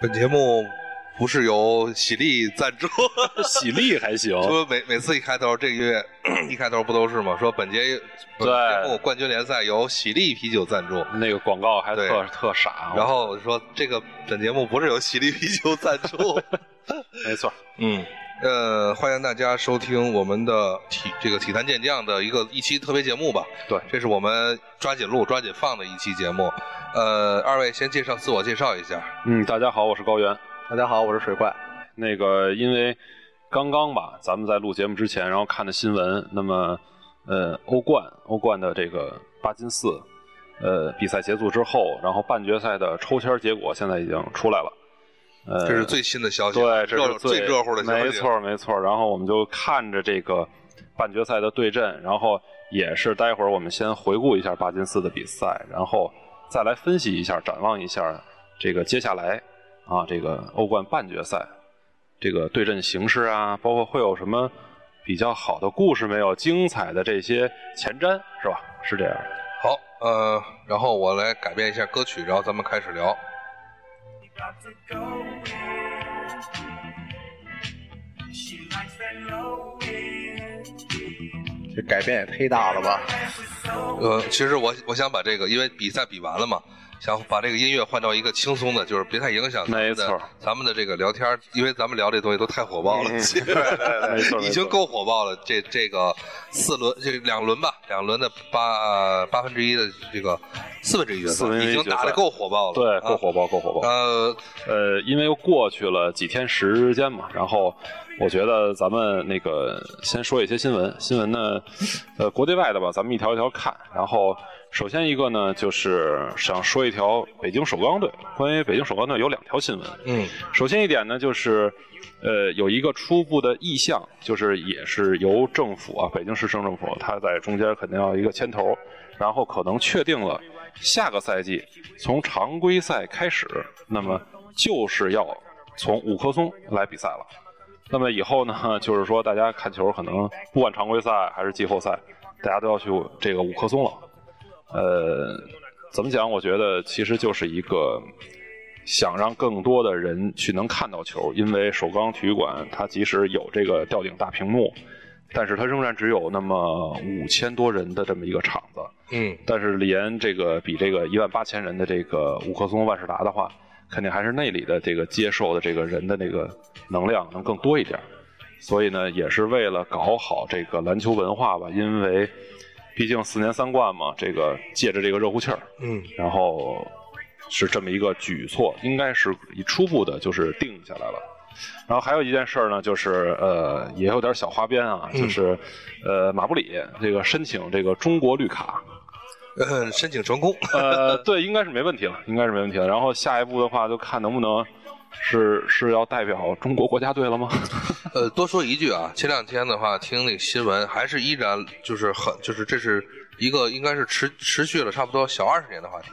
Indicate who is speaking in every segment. Speaker 1: 本节目不是由喜力赞助，
Speaker 2: 喜力还行，
Speaker 1: 说每每次一开头，这个月一开头不都是吗？说本节本节
Speaker 2: 对
Speaker 1: 目冠军联赛由喜力啤酒赞助，
Speaker 2: 那个广告还
Speaker 1: 对
Speaker 2: 特特傻。啊
Speaker 1: 然后我说这个本节目不是由喜力啤酒赞 助，
Speaker 2: 没错，
Speaker 1: 嗯。呃，欢迎大家收听我们的体这个体坛健将的一个一期特别节目吧。
Speaker 2: 对
Speaker 1: 这是我们抓紧录、抓紧放的一期节目。呃，二位先介绍自我介绍一下。
Speaker 2: 嗯，大家好，我是高原。
Speaker 3: 大家好，我是水怪。
Speaker 2: 那个，因为刚刚吧，咱们在录节目之前，然后看的新闻，那么呃，欧冠欧冠的这个八进四，呃，比赛结束之后，然后半决赛的抽签结果现在已经出来了。呃，
Speaker 1: 这是最新的消息，
Speaker 2: 对，这
Speaker 1: 热
Speaker 2: 是
Speaker 1: 乎最热乎的消息，
Speaker 2: 没错没错。然后我们就看着这个半决赛的对阵，然后也是待会儿我们先回顾一下八进四的比赛，然后再来分析一下，展望一下这个接下来啊这个欧冠半决赛这个对阵形势啊，包括会有什么比较好的故事没有，精彩的这些前瞻是吧？是这样。
Speaker 1: 好，呃，然后我来改变一下歌曲，然后咱们开始聊。
Speaker 4: You got to go in. She likes that low end.
Speaker 3: 这改变也忒大了吧？
Speaker 4: Ass is so
Speaker 1: 呃，其实我我想把这个，因为比赛比完了嘛，想把这个音乐换到一个轻松的，就是别太影响咱们
Speaker 2: 没
Speaker 1: 的
Speaker 2: 错
Speaker 1: 咱们的这个聊天，因为咱们聊这东西都太火爆了，其实
Speaker 2: 嗯 没错
Speaker 1: 已经够火爆了。这这个四轮，这两轮吧，两轮的八呃八分之一的这个四分之一决赛
Speaker 2: 四分之一
Speaker 1: 已经
Speaker 2: 决赛
Speaker 1: 打得够火爆了，
Speaker 2: 对，
Speaker 1: 啊
Speaker 2: 够火爆，够火爆。
Speaker 1: 呃，
Speaker 2: 呃，因为又过去了几天时间嘛，然后我觉得咱们那个先说一些新闻，新闻呢，呃，国内外的吧，咱们一条一条看。然后首先一个呢，就是想说一条北京首钢队，关于北京首钢队有两条新闻。
Speaker 1: 嗯，
Speaker 2: 首先一点呢，就是呃，有一个初步的意向，就是也是由政府啊，北京市政政府，它在中间肯定要一个牵头，然后可能确定了下个赛季从常规赛开始，那么就是要从五棵松来比赛了。那么以后呢，就是说大家看球可能不管常规赛还是季后赛，大家都要去这个五棵松了。呃，怎么讲？我觉得其实就是一个想让更多的人去能看到球，因为首钢体育馆它即使有这个吊顶大屏幕，但是它仍然只有那么五千多人的这么一个场子。
Speaker 1: 嗯，
Speaker 2: 但是连这个比这个一万八千人的这个五棵松万事达的话，肯定还是那里的这个接受的这个人的那个能量能更多一点。所以呢，也是为了搞好这个篮球文化吧，因为毕竟四年三冠嘛，这个借着这个热乎气儿，
Speaker 1: 嗯，
Speaker 2: 然后是这么呃一个举措，应该是以初步的就是定下来了。然后还有一件事儿呢，就是呃，也有点小花边啊，就是呃，马布里这个申请这个中国绿卡，
Speaker 1: 呃 申请成功，
Speaker 2: 呃，对，应该是没问题了，应该是没问题了。然后下一步的话，就看能不能是是要代表中国国家队了吗？
Speaker 1: 呃，多说一句啊，前两天的话，听那个新闻，还是依然就是很就是这是一个应该是持持续了差不多小二十年的话题，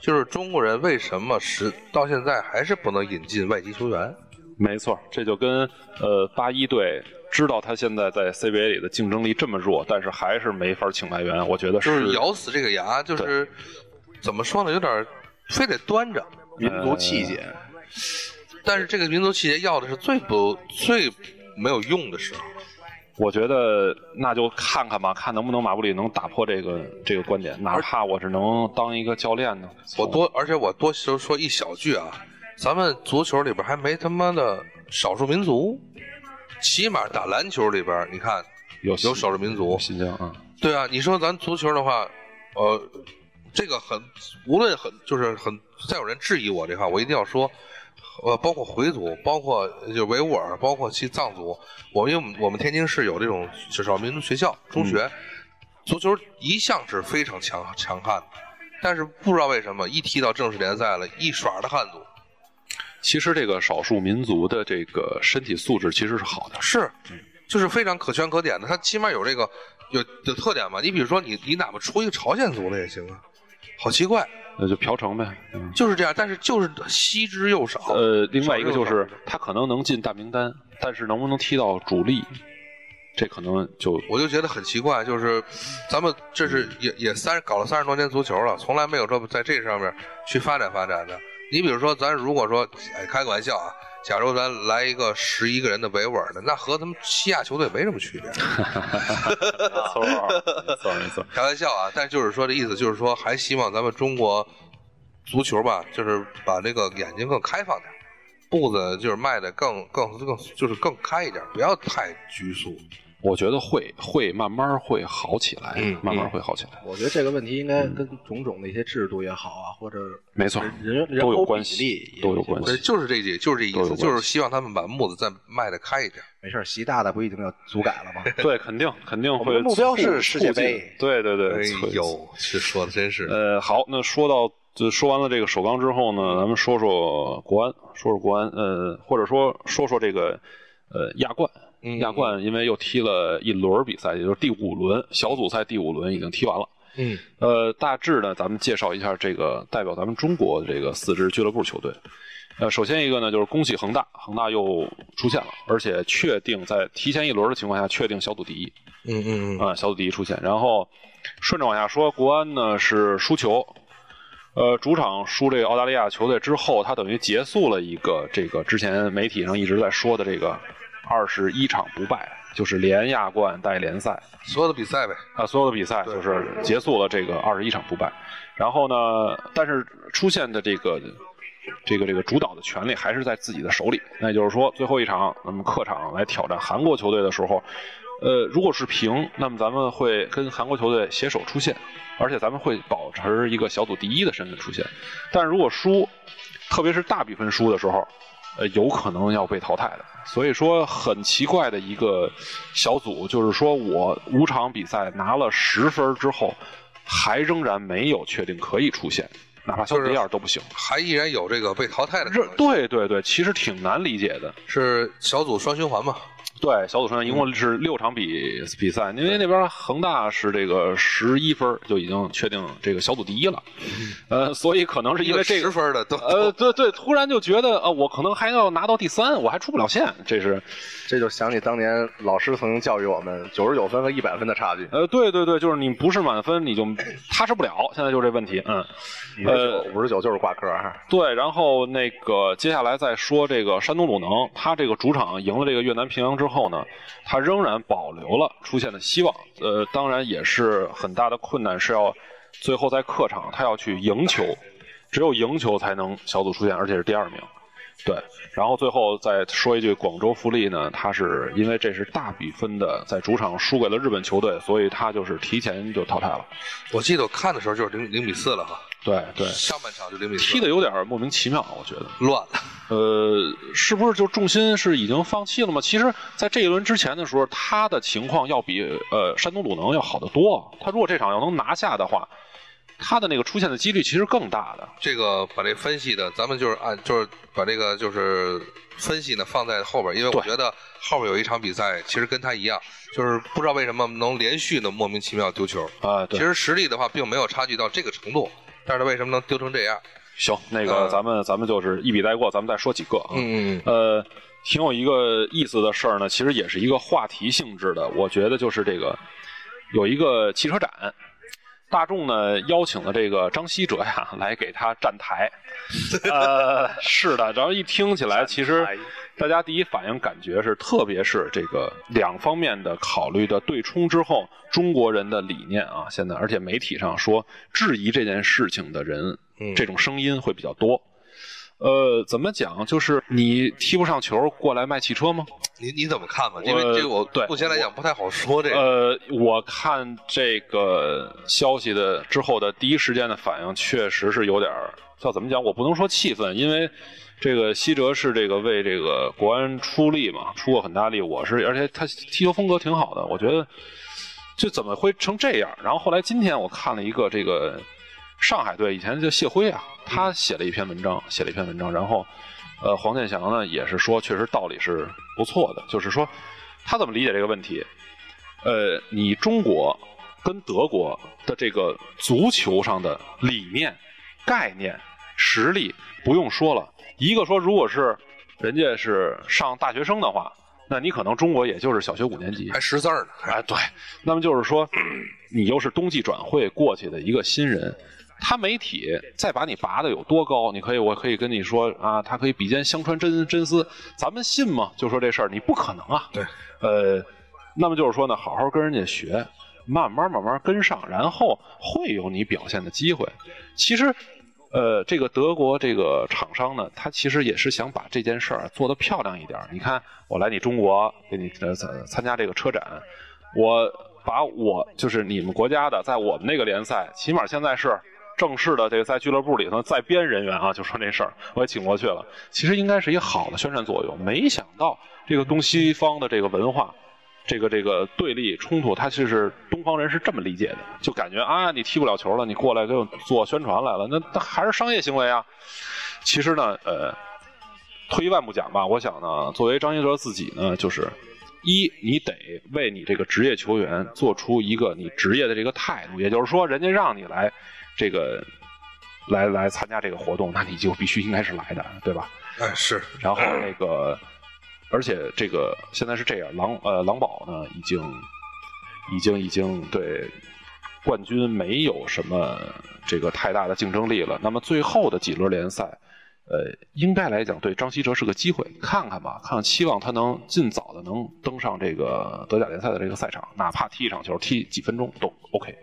Speaker 1: 就是中国人为什么时到现在还是不能引进外籍球员？
Speaker 2: 没错，这就跟呃八一队知道他现在在 CBA 里的竞争力这么弱，但是还是没法请外援，我觉得
Speaker 1: 就是是咬死这个牙，就是怎么说呢，有点非得端着。呃
Speaker 3: 民族气节，
Speaker 1: 但是这个民族气节要的是最不最没有用的时候。
Speaker 2: 我觉得那就看看吧，看能不能马布里能打破这个这个观点，哪怕我只能当一个教练呢。
Speaker 1: 我多，而且我多说说一小句啊，咱们足球里边还没他妈的少数民族，起码打篮球里边，你看
Speaker 2: 有
Speaker 1: 有少数民族。
Speaker 2: 新疆啊，
Speaker 1: 对啊，你说咱足球的话，呃，这个很，无论很就是很，再有人质疑我这话，我一定要说，呃，包括回族，包括呃就维吾尔，包括其藏族，我们因为我们我们天津市有这种少数民族学校、中学，足球一向是非常强强悍的，但是不知道为什么一踢到正式联赛了，一耍的汉族
Speaker 2: 其实这个少数民族的这个身体素质其实是好的，
Speaker 1: 是，就是非常可圈可点的，它起码有这个有有特点嘛。你比如说你你哪怕出一个朝鲜族的也行啊，好奇怪。
Speaker 2: 那就嫖城呗。嗯
Speaker 1: 就是这样，但是就是稀之又少。
Speaker 2: 呃，另外一个就
Speaker 1: 少数
Speaker 2: 是他可能能进大名单，但是能不能踢到主力，这可能 就
Speaker 1: 我就觉得很奇怪，就是咱们这是也也三搞了三十多年足球了，从来没有这么在这上面去发展发展的。你比如说，咱如果说，哎，开个玩笑啊，假如咱来一个十一个人的维吾尔的，那和他们西亚球队没什么区别。
Speaker 2: 错没错没错，
Speaker 1: 开玩笑啊，但就是说这意思，就是说还希望咱们中国足球吧，就是把这个眼睛更开放点儿，步子就是迈的更更更就是更开一点儿，不要太拘束。
Speaker 2: 我觉得会会慢慢会好起来，
Speaker 1: 嗯
Speaker 2: 慢慢会好起来，
Speaker 3: 我觉得这个问题应该跟种种的一些制度也好啊，或者
Speaker 2: 没错
Speaker 3: 人人
Speaker 2: 都有
Speaker 3: 口
Speaker 2: 关
Speaker 3: 比例
Speaker 2: 系
Speaker 3: 也，
Speaker 2: 都有
Speaker 3: 一些
Speaker 2: 关
Speaker 1: 对，呃
Speaker 2: 系。
Speaker 1: 就是这句，就是这意
Speaker 2: 都有
Speaker 1: 思，
Speaker 2: 关系
Speaker 1: 就是希望他们把步子再迈的开一点儿。
Speaker 3: 没事儿，习大大不一定要足改了吗？
Speaker 2: 对，肯定肯定
Speaker 3: 我
Speaker 2: 会
Speaker 3: 们的目标是
Speaker 2: 促
Speaker 3: 世界杯
Speaker 2: 促进对对对，促
Speaker 1: 哎呦，这说的真是，
Speaker 2: 呃，好，那说到就说完了这个首钢之后呢，咱们说说国安，说说国安，呃，或者说说说这个呃亚冠。
Speaker 1: 嗯
Speaker 2: 亚冠因为又踢了一轮比赛，也就是第五轮小组赛第五轮已经踢完了。
Speaker 1: 嗯
Speaker 2: 呃，大致呢，咱们介绍一下这个代表咱们中国这个四支俱乐部球队。呃，首先一个呢，就是恭喜恒大，恒大又出现了，而且确定在提前一轮的情况下确定小组第一。
Speaker 1: 嗯嗯嗯，
Speaker 2: 啊、小组第一出线。然后顺着往下说，国安呢是输球，呃，主场输这个澳大利亚球队之后，他等于结束了一个这个之前媒体上一直在说的这个二十一场不败，就是连亚冠带联赛
Speaker 1: 所有的比赛呗，
Speaker 2: 啊、所有的比赛
Speaker 1: 对
Speaker 2: 就是结束了这个二十一场不败。然后呢，但是出现的这个。这个这个主导的权利还是在自己的手里，那也就是说，最后一场那么客场来挑战韩国球队的时候，呃，如果是平，那么咱们会跟韩国球队携手出线，而且咱们会保持一个小组第一的身份出线。但如果输，特别是大比分输的时候，呃，有可能要被淘汰的。所以说，很奇怪的一个小组，就是说我五场比赛拿了十分之后，还仍然没有确定可以出线，哪怕小组第二都不行。
Speaker 1: 还依然有这个被淘汰的可
Speaker 2: 这
Speaker 1: 能性，
Speaker 2: 对对对，其实挺难理解的。
Speaker 1: 是小组双循环嘛？
Speaker 2: 对，小组赛一共是六场比比赛，因为那边恒大是这个十一分就已经确定这个小组第一了，呃，所以可能是因为这
Speaker 1: 十
Speaker 2: 个。
Speaker 1: 分的都
Speaker 2: 呃，对对，突然就觉得啊、呃我可能还要拿到第三，我还出不了线，这是，
Speaker 3: 这就想起当年老师曾经教育我们，九十九分和一百分的差距，
Speaker 2: 呃，对对对，就是你不是满分，你就 踏实不了，现在就是这问题，嗯，呃，
Speaker 3: 五十九就是挂科啊。
Speaker 2: 对，然后那个接下来再说这个山东鲁能，他这个主场赢了这个越南平阳之后呢，他仍然保留了出现的希望。呃，当然也是很大的困难，是要最后在客场他要去赢球，只有赢球才能小组出线，而且是第二名。对，然后最后再说一句，广州富力呢，他是因为这是大比分的，在主场输给了日本球队，所以他就是提前就淘汰了。
Speaker 1: 我记得我看的时候就是零零比四了哈，
Speaker 2: 对对，
Speaker 1: 上半场就零比四，
Speaker 2: 踢的有点莫名其妙，我觉得。
Speaker 1: 乱了。
Speaker 2: 呃，是不是就重心是已经放弃了吗？其实，在这一轮之前的时候，他的情况要比呃山东鲁能要好得多。他如果这场要能拿下的话，他的那个出现的几率其实更大的。
Speaker 1: 这个把这分析的，咱们就是按就是把这个就是分析呢放在后边，因为我
Speaker 2: 对
Speaker 1: 觉得后边有一场比赛，其实跟他一样，就是不知道为什么能连续的莫名其妙丢球。
Speaker 2: 啊、
Speaker 1: 其
Speaker 2: 对，
Speaker 1: 实实力的话，并没有差距到这个程度，但是他为什么能丢成这样？
Speaker 2: 行，那个
Speaker 1: 呃
Speaker 2: 咱们、咱们就是一笔带过，咱们再说几个啊。
Speaker 1: 嗯
Speaker 2: 呃，挺有一个意思的事儿呢，其实也是一个话题性质的。我觉得就是这个有一个汽车展，大众呢邀请了这个张希哲呀来给他站台。呃，是的，然后一听起来，其实大家第一反应感觉是，特别是这个两方面的考虑的对冲之后，中国人的理念啊，现在而且媒体上说质疑这件事情的人，
Speaker 1: 嗯
Speaker 2: 这种声音会比较多。呃，怎么讲？就是你踢不上球过来卖汽车吗？
Speaker 1: 你你怎么看吧？因为这个我
Speaker 2: 对
Speaker 1: 目前来讲不太好说这个。
Speaker 2: 呃，我看这个消息的之后的第一时间的反应，确实是有点儿，叫怎么讲？我不能说气愤，因为这个西哲是这个为这个国安出力嘛，出过很大力。我是，而且他踢球风格挺好的，我觉得就怎么会成这样？然后后来今天我看了一个这个上海队以前叫谢辉啊，他写了一篇文章，写了一篇文章，然后呃，黄健翔呢也是说，确实道理是不错的，就是说他怎么理解这个问题？呃，你中国跟德国的这个足球上的理念、概念、实力不用说了，一个说如果是人家是上大学生的话，那你可能中国也就是小学五年级，
Speaker 1: 还识字儿呢，还
Speaker 2: 哎，对，那么就是说，你又是冬季转会过去的一个新人，他媒体再把你拔的有多高，你可以，我可以跟你说啊，他可以比肩香川真真丝，咱们信吗？就说这事儿，你不可能啊。
Speaker 1: 对，
Speaker 2: 呃，那么就是说呢，好好跟人家学，慢慢慢慢跟上，然后会有你表现的机会。其实，呃，这个德国这个厂商呢，他其实也是想把这件事儿做得漂亮一点儿。你看，我来你中国给你呃参参加这个车展，我把我就是你们国家的，在我们那个联赛，起码现在是。正式的这个在俱乐部里头再编人员啊，就说这事儿，我也请过去了。其实应该是一个好的宣传作用，没想到这个东西方的这个文化，这个这个对立冲突，他就是东方人是这么理解的，就感觉啊，你踢不了球了，你过来给我做宣传来了，那那还是商业行为啊。其实呢，呃，退一万步讲吧，我想呢，作为张一哲自己呢，就是一，你得为你这个职业球员做出一个你职业的这个态度，也就是说，人家让你来这个来来参加这个活动，那你就必须应该是来的，对吧？
Speaker 1: 哎，是
Speaker 2: 然后那个，而且这个现在是这样，狼呃狼堡呢已经已经已经对冠军没有什么这个太大的竞争力了。那么最后的几轮联赛，呃，应该来讲对张稀哲是个机会，看看吧，看看期望他能尽早的能登上这个德甲联赛的这个赛场，哪怕踢一场球，踢几分钟都 OK。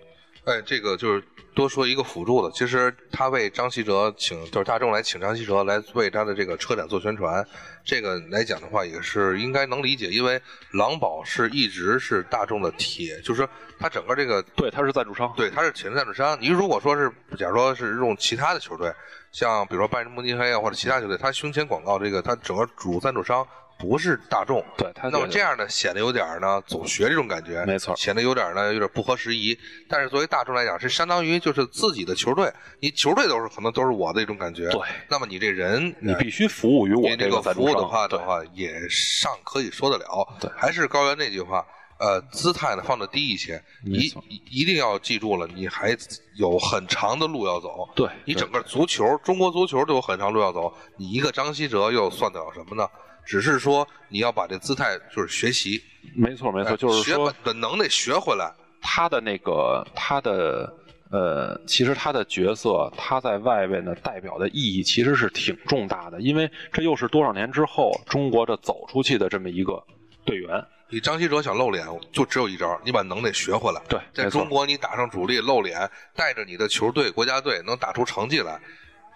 Speaker 1: 哎，这个就是多说一个辅助的。其实他为张稀哲请，就是大众来请张稀哲来为他的这个车展做宣传，这个来讲的话也是应该能理解，因为狼堡是一直是大众的铁，就是说他整个这个
Speaker 2: 对，他是赞助商，
Speaker 1: 对，他是铁人赞助商。你如果说是，假如说是用其他的球队，像比如说拜仁慕尼黑啊，或者其他球队，他胸前广告这个，他整个主赞助商不是大众。
Speaker 2: 对他
Speaker 1: 那么
Speaker 2: 对
Speaker 1: 这样呢，显得有点儿呢走学这种感觉，
Speaker 2: 没错
Speaker 1: 显得有点儿呢有点不合时宜。但是作为大众来讲，是相当于就是自己的球队，你球队都是可能都是我的一种感觉。
Speaker 2: 对，
Speaker 1: 那么你这人，
Speaker 2: 你必须服务于我
Speaker 1: 你
Speaker 2: 这
Speaker 1: 个
Speaker 2: 赞
Speaker 1: 服
Speaker 2: 助
Speaker 1: 务
Speaker 2: 商
Speaker 1: 的话的
Speaker 2: 对
Speaker 1: 话，也尚可以说得了。
Speaker 2: 对
Speaker 1: 还是高原那句话，呃，姿态呢放得低一些，
Speaker 2: 没
Speaker 1: 一
Speaker 2: 错
Speaker 1: 一一定要记住了，你还有很长的路要走。
Speaker 2: 对，
Speaker 1: 你
Speaker 2: 对
Speaker 1: 整个足球，中国足球都有很长路要走，你一个张稀哲又算得了什么呢？只是说你要把这姿态就是学习，呃
Speaker 2: 没错没错，就是
Speaker 1: 学
Speaker 2: 说
Speaker 1: 本本能得学回来。
Speaker 2: 他的那个他的呃，其实他的角色，他在外边的代表的意义其实是挺重大的，因为这又是多少年之后中国的走出去的这么一个队员。
Speaker 1: 你张稀哲想露脸，就只有一招，你把能耐学回来。
Speaker 2: 对
Speaker 1: 在
Speaker 2: 没错
Speaker 1: 中国，你打上主力露脸，带着你的球队、国家队能打出成绩来，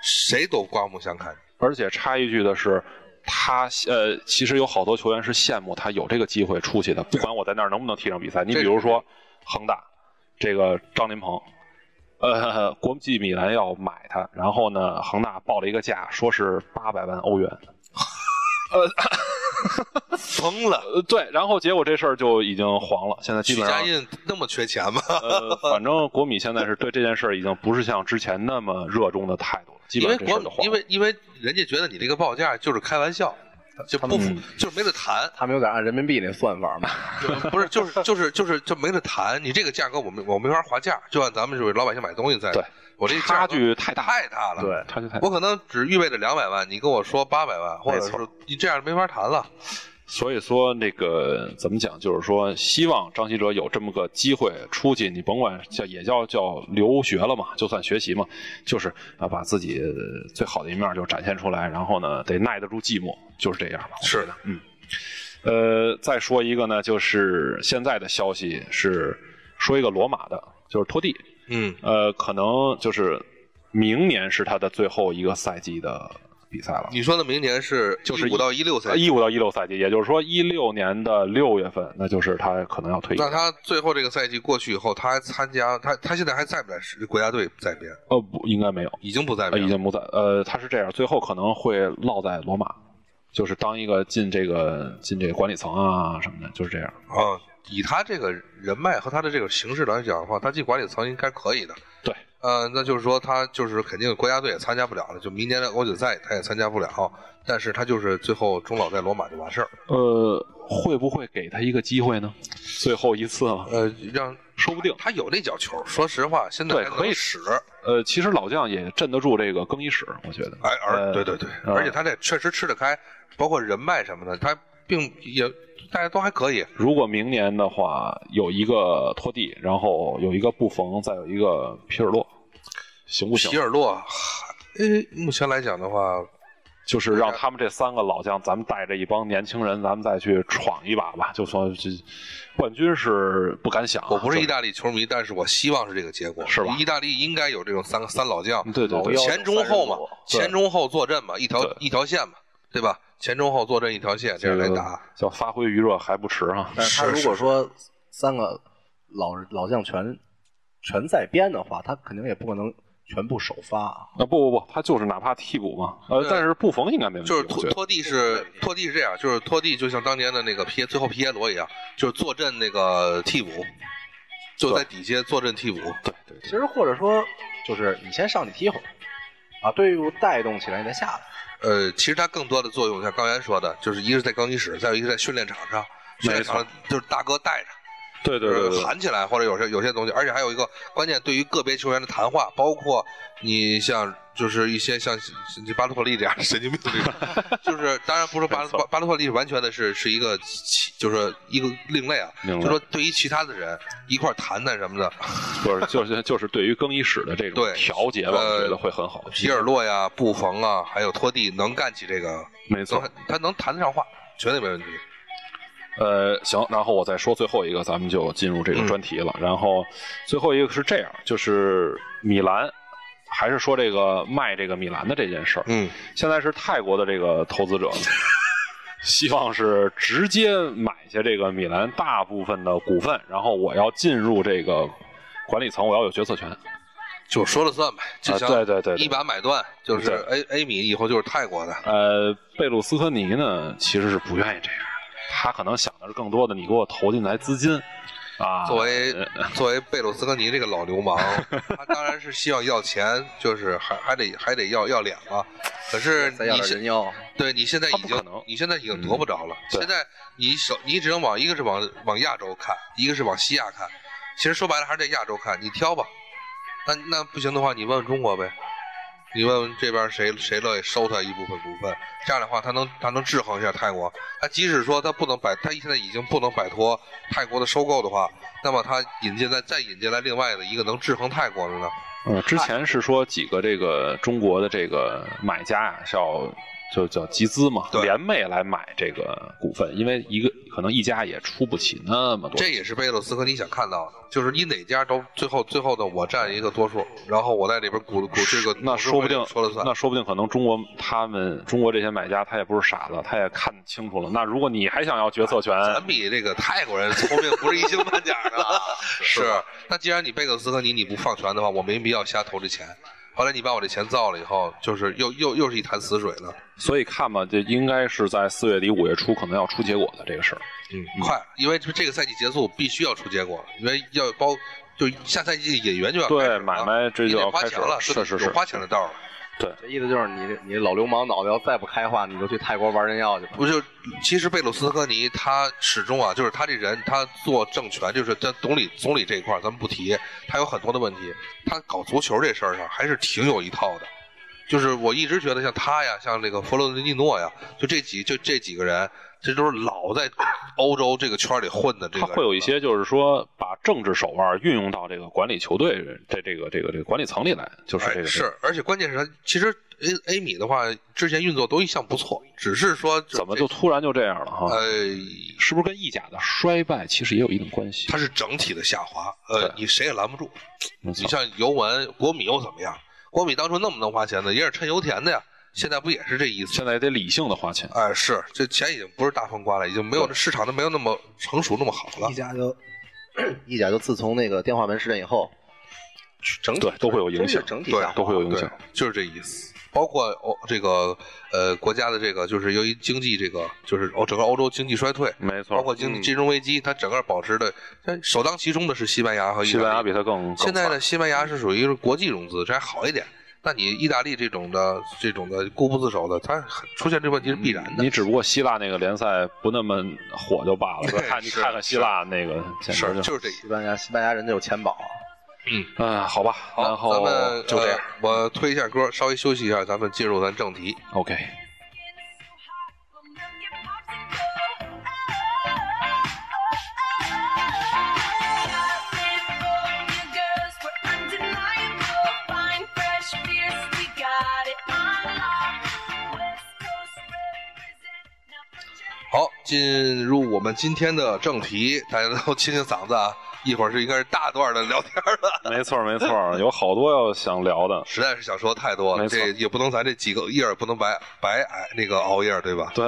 Speaker 1: 谁都刮目相看。
Speaker 2: 而且插一句的是，他呃，其实有好多球员是羡慕他有这个机会出去的，不管我在那儿能不能踢上比赛。你
Speaker 1: 这
Speaker 2: 比
Speaker 1: 是
Speaker 2: 如说恒大，这个张琳芃，呃，国际米兰要买他，然后呢，恒大报了一个价，说是八百万欧 元。
Speaker 1: 疯了！
Speaker 2: 呃，对，然后结果这事儿就已经黄了，现在基
Speaker 1: 许
Speaker 2: 本
Speaker 1: 家
Speaker 2: 上。
Speaker 1: 印那么缺钱吗？
Speaker 2: 呃，反正国米现在是对这件事儿已经不是像之前那么热衷的态度了，基
Speaker 1: 因
Speaker 2: 本
Speaker 1: 为
Speaker 2: 上这事
Speaker 1: 国
Speaker 2: 儿就黄了。
Speaker 1: 因为因为人家觉得你这个报价就是开玩笑，就不符
Speaker 2: 嗯
Speaker 1: 就是没得谈，
Speaker 3: 他们有点按人民币那算法 嘛，
Speaker 1: 就不是就是就是就是就没得谈。你这个价格我没我没法划价，就按咱们就是老百姓买东西在，
Speaker 2: 对
Speaker 1: 我这价
Speaker 2: 差
Speaker 1: 格
Speaker 2: 距太大，
Speaker 1: 太大了。
Speaker 3: 对，
Speaker 2: 差距太大
Speaker 1: 我。可能只预备着两百万，你跟我说八百万，或者
Speaker 2: 没错
Speaker 1: 是你这样没法谈了。
Speaker 2: 所以说，那个怎么讲，就是说，希望张稀哲有这么个机会出去，你甭管叫也叫叫留学了嘛，就算学习嘛，就是啊，把自己最好的一面就展现出来，然后呢，得耐得住寂寞，就是这样吧。
Speaker 1: 是的，
Speaker 2: 呃，再说一个呢，就是现在的消息是说一个罗马的，就是托蒂，
Speaker 1: 嗯，
Speaker 2: 呃，可能就是明年是他的最后一个赛季的比赛了。
Speaker 1: 你说的明年是
Speaker 2: 就是呃
Speaker 1: 五到一六赛季，
Speaker 2: 一五到一六赛季，也就是说一六年的六月份，那就是他可能要退役。
Speaker 1: 那他最后这个赛季过去以后，他还参加他他现在还在不在是国家队在编？
Speaker 2: 呃，不应该没有，
Speaker 1: 已经不在
Speaker 2: 呃，
Speaker 1: 编
Speaker 2: 已
Speaker 1: 了。
Speaker 2: 经不在。呃，他是这样，最后可能会落在罗马，就是当一个进这个进这个管理层啊什么的，就是这样。
Speaker 1: 啊，以他这个人脉和他的这个形式来讲的话，他进管理层应该可以的。
Speaker 2: 对，
Speaker 1: 呃，那就是说他就是肯定国家队也参加不了了，就明年的欧锦赛他也参加不了，但是他就是最后终老在罗马就完事儿。
Speaker 2: 呃，会不会给他一个机会呢？最后一次了，
Speaker 1: 呃，让
Speaker 2: 说不定。
Speaker 1: 他有那脚球，说实话，现在
Speaker 2: 对
Speaker 1: 还能
Speaker 2: 可以
Speaker 1: 使。
Speaker 2: 呃，其实老将也镇得住这个更衣室，我觉得。
Speaker 1: 哎，而
Speaker 2: 呃
Speaker 1: 对对对，
Speaker 2: 呃
Speaker 1: 而且他这确实吃得开，包括人脉什么的，他并也大家都还可以。
Speaker 2: 如果明年的话有一个托蒂，然后有一个布冯，再有一个皮尔洛，行不
Speaker 1: 皮
Speaker 2: 行？啊
Speaker 1: 尔洛，哈诶，目前来讲的话，
Speaker 2: 就是让他们这三个老将，咱们带着一帮年轻人，咱们再去闯一把吧。就算这冠军是不敢想啊，
Speaker 1: 我不是
Speaker 2: 就
Speaker 1: 意大利球迷，但是我希望是这个结果，
Speaker 2: 是吧
Speaker 1: 意大利应该有这种三三老将，
Speaker 2: 对对
Speaker 3: 老
Speaker 2: 对
Speaker 3: 妖，
Speaker 1: 前中后嘛，
Speaker 3: 对
Speaker 1: 前中后坐镇嘛，一条
Speaker 2: 对
Speaker 1: 一条线嘛，对吧？前中后坐镇一条线，这样来打。
Speaker 2: 叫发挥余热还不迟啊。
Speaker 3: 但是他
Speaker 1: 是
Speaker 3: 如
Speaker 1: 是
Speaker 3: 果说三个老老将全全在编的话，他肯定也不可能全部首发啊。
Speaker 2: 啊不不不，他就是哪怕替补嘛，呃，
Speaker 1: 对
Speaker 2: 但是布冯应该没问题，
Speaker 1: 就是
Speaker 2: 我
Speaker 1: 托
Speaker 2: 觉得
Speaker 1: 托蒂是托蒂是这样，就是托蒂就像当年的那个皮耶最后皮耶罗一样，就是坐镇那个替补，就在底下坐镇替补。
Speaker 3: 其实或者说就是你先上去踢会儿，把队伍带动起来，你再下来。
Speaker 1: 呃，其实它更多的作用，像刚才说的，就是一个是在更衣室，再有一个在训练场上。训练场上就是大哥带着，
Speaker 2: 对对
Speaker 1: 就
Speaker 2: 对
Speaker 1: 是
Speaker 2: 对，
Speaker 1: 喊起来，或者有些有些东西，而且还有一个关键，对于个别球员的谈话，包括你像就是一些像像巴托特利这样的神经病这种， 就是当然不是巴
Speaker 2: 没错
Speaker 1: 巴巴托特利完全的是是一个其就是一个另类啊，
Speaker 2: 明白
Speaker 1: 就说对于其他的人一块儿谈谈什么的，
Speaker 2: 不是就是就是对于更衣室的这种
Speaker 1: 对
Speaker 2: 调节吧，
Speaker 1: 呃
Speaker 2: 我觉得会很好。
Speaker 1: 皮尔洛呀、布冯啊，还有托蒂能干起这个，
Speaker 2: 没错
Speaker 1: 能，他能谈得上话，绝对没问题。
Speaker 2: 呃，行，然后我再说最后一个，咱们就进入这
Speaker 1: 嗯
Speaker 2: 个专题了。然后最后一个是这样，就是米兰，还是说这个卖这个米兰的这件事儿。
Speaker 1: 嗯，
Speaker 2: 现在是泰国的这个投资者，希望是直接买下这个米兰大部分的股份，然后我要进入这个管理层，我要有决策权。呃
Speaker 1: 就说了算呗，就像
Speaker 2: 啊对对对对
Speaker 1: 一把买断，就是
Speaker 2: 对
Speaker 1: A A 米以后就是泰国的，
Speaker 2: 呃，贝鲁斯科尼呢，其实是不愿意这样的，他可能想的是更多的，你给我投进来资金啊，
Speaker 1: 作为
Speaker 3: 呃
Speaker 1: 作为贝鲁斯科尼这个老流 氓，他当然是希望要钱，就是还还得还得要要脸嘛。可是
Speaker 3: 再要
Speaker 1: 你
Speaker 3: 点
Speaker 1: 现
Speaker 3: 人妖，
Speaker 1: 对你现在
Speaker 2: 他
Speaker 1: 已
Speaker 2: 不可
Speaker 1: 经
Speaker 2: 能
Speaker 1: 你现在已经得不着了。
Speaker 2: 对
Speaker 1: 现在你手你只能往一个是往往亚洲看，一个是往西亚看。其实说白了还是在亚洲看，你挑吧。那那不行的话，你问问中国呗。你问问这边谁谁乐意收他一部分股份，这样的话他能他能制衡一下泰国。他即使说他不能摆，他现在已经不能摆脱泰国的收购的话，那么他引进来再引进来另外的一个能制衡泰国的呢？
Speaker 2: 嗯，之前是说几个这个中国的这个买家啊，是要就叫集资嘛，
Speaker 1: 对
Speaker 2: 联袂来买这个股份，因为一个可能一家也出不起那么多。
Speaker 1: 这也是贝洛斯科你想看到的，就是你哪家都最后最后的我占一个多数，然后我在里边鼓鼓这个
Speaker 2: 那说不定
Speaker 1: 说了算
Speaker 2: 那。说不定可能中国他们中国这些买家他也不是傻子，他也看清楚了。那如果你还想要决策权，
Speaker 1: 哎咱比这个泰国人聪明不是一星半点儿的， 是。那既然你贝克斯科尼你不放权的话，我没必要瞎投这钱。后来你把我这钱造了以后，就是又又又是一潭死水了。
Speaker 2: 所以看吧，这应该是在四月底五月初可能要出结果的这个事儿。
Speaker 1: 嗯，快，因为这个赛季结束必须要出结果了，因为要包就下赛季引援就要开始
Speaker 2: 对，
Speaker 1: 了
Speaker 2: 买卖这
Speaker 1: 你
Speaker 2: 就
Speaker 1: 得
Speaker 2: 要
Speaker 1: 花
Speaker 2: 开始
Speaker 1: 钱了，
Speaker 2: 是是
Speaker 1: 有
Speaker 2: 是，
Speaker 1: 花钱的道儿了。
Speaker 3: 这意思就是你你老流氓脑袋要再不开化，你就去泰国玩人妖去吧。
Speaker 1: 不就其实贝鲁斯科尼他始终啊，就是他这人，他做政权，就是在总理总理这一块儿，咱们不提，他有很多的问题。他搞足球这事儿上还是挺有一套的。就是我一直觉得像他呀，像这个弗洛伦蒂诺呀，就这几就这几个人，这都是老在欧洲这个圈儿里混的。这个
Speaker 2: 他会有一些就是说把政治手腕运用到这个管理球队这这个这个这个管理层里来，就是这
Speaker 1: 哎
Speaker 2: 个
Speaker 1: 是，而且关键是他其实 A A 米的话，之前运作都一向不错，只是说
Speaker 2: 这怎么
Speaker 1: 这
Speaker 2: 就突然就这样了哈？
Speaker 1: 呃
Speaker 2: 是不是跟意甲的衰败其实也有一定关系
Speaker 1: 它？是整体的下滑，呃
Speaker 2: 对，
Speaker 1: 你谁也拦不住。
Speaker 2: 没
Speaker 1: 你
Speaker 2: 错
Speaker 1: 像尤文、国米又怎么样？国米当初那么能花钱的，也是趁油田的呀，现在不也是这意思？
Speaker 2: 现在得理性的花钱，
Speaker 1: 哎，是这钱已经不是大风刮了，已经没有
Speaker 2: 对
Speaker 1: 市场都没有那么成熟那么好了
Speaker 3: 意。甲就意甲就自从那个电话门事件以后，整体
Speaker 2: 对都会有影
Speaker 3: 真是
Speaker 2: 响，
Speaker 3: 整体
Speaker 1: 对
Speaker 3: 下滑
Speaker 2: 都会有影
Speaker 1: 对
Speaker 2: 响。，
Speaker 1: 就是这意思。包括欧、这个呃国家的这个，就是由于经济这个，就是欧整个欧洲经济衰退，
Speaker 2: 没
Speaker 1: 包
Speaker 2: 错，
Speaker 1: 括经济金融危机，它整个保持的，但首当其冲的是西班牙和意
Speaker 2: 西班
Speaker 1: 大
Speaker 2: 牙
Speaker 1: 利
Speaker 2: 比。他更
Speaker 1: 现在
Speaker 2: 更
Speaker 1: 呢，西班牙是属于是国际融资，这还好一点。那你意大利这种的、这种的固步自守的，它很出现这问题是必然
Speaker 2: 惨
Speaker 1: 的。
Speaker 2: 你只不过希腊那个联赛不那么火就罢了，
Speaker 1: 对
Speaker 2: 看你
Speaker 1: 是
Speaker 2: 看看希腊那个简直
Speaker 1: 是
Speaker 2: 就
Speaker 1: 就是这意思。
Speaker 3: 西班牙西班牙人家有钱宝啊，
Speaker 2: 嗯好吧，然
Speaker 1: 好，咱
Speaker 2: 后
Speaker 1: 们
Speaker 2: 就这样
Speaker 1: 呃我推一下歌，稍微休息一下，咱们进入咱正题。
Speaker 2: ，OK。
Speaker 5: Undeniable, fine, fresh.
Speaker 1: 好，进入我们今天的正题，大家都清清嗓子啊，一会儿是应该是大段的聊天了，
Speaker 2: 没错没错，有好多要想聊的。
Speaker 1: 实在是想说太多了，
Speaker 2: 没错
Speaker 1: 这也不能咱这几个夜儿不能白白挨那个熬夜儿，对吧？
Speaker 2: 对，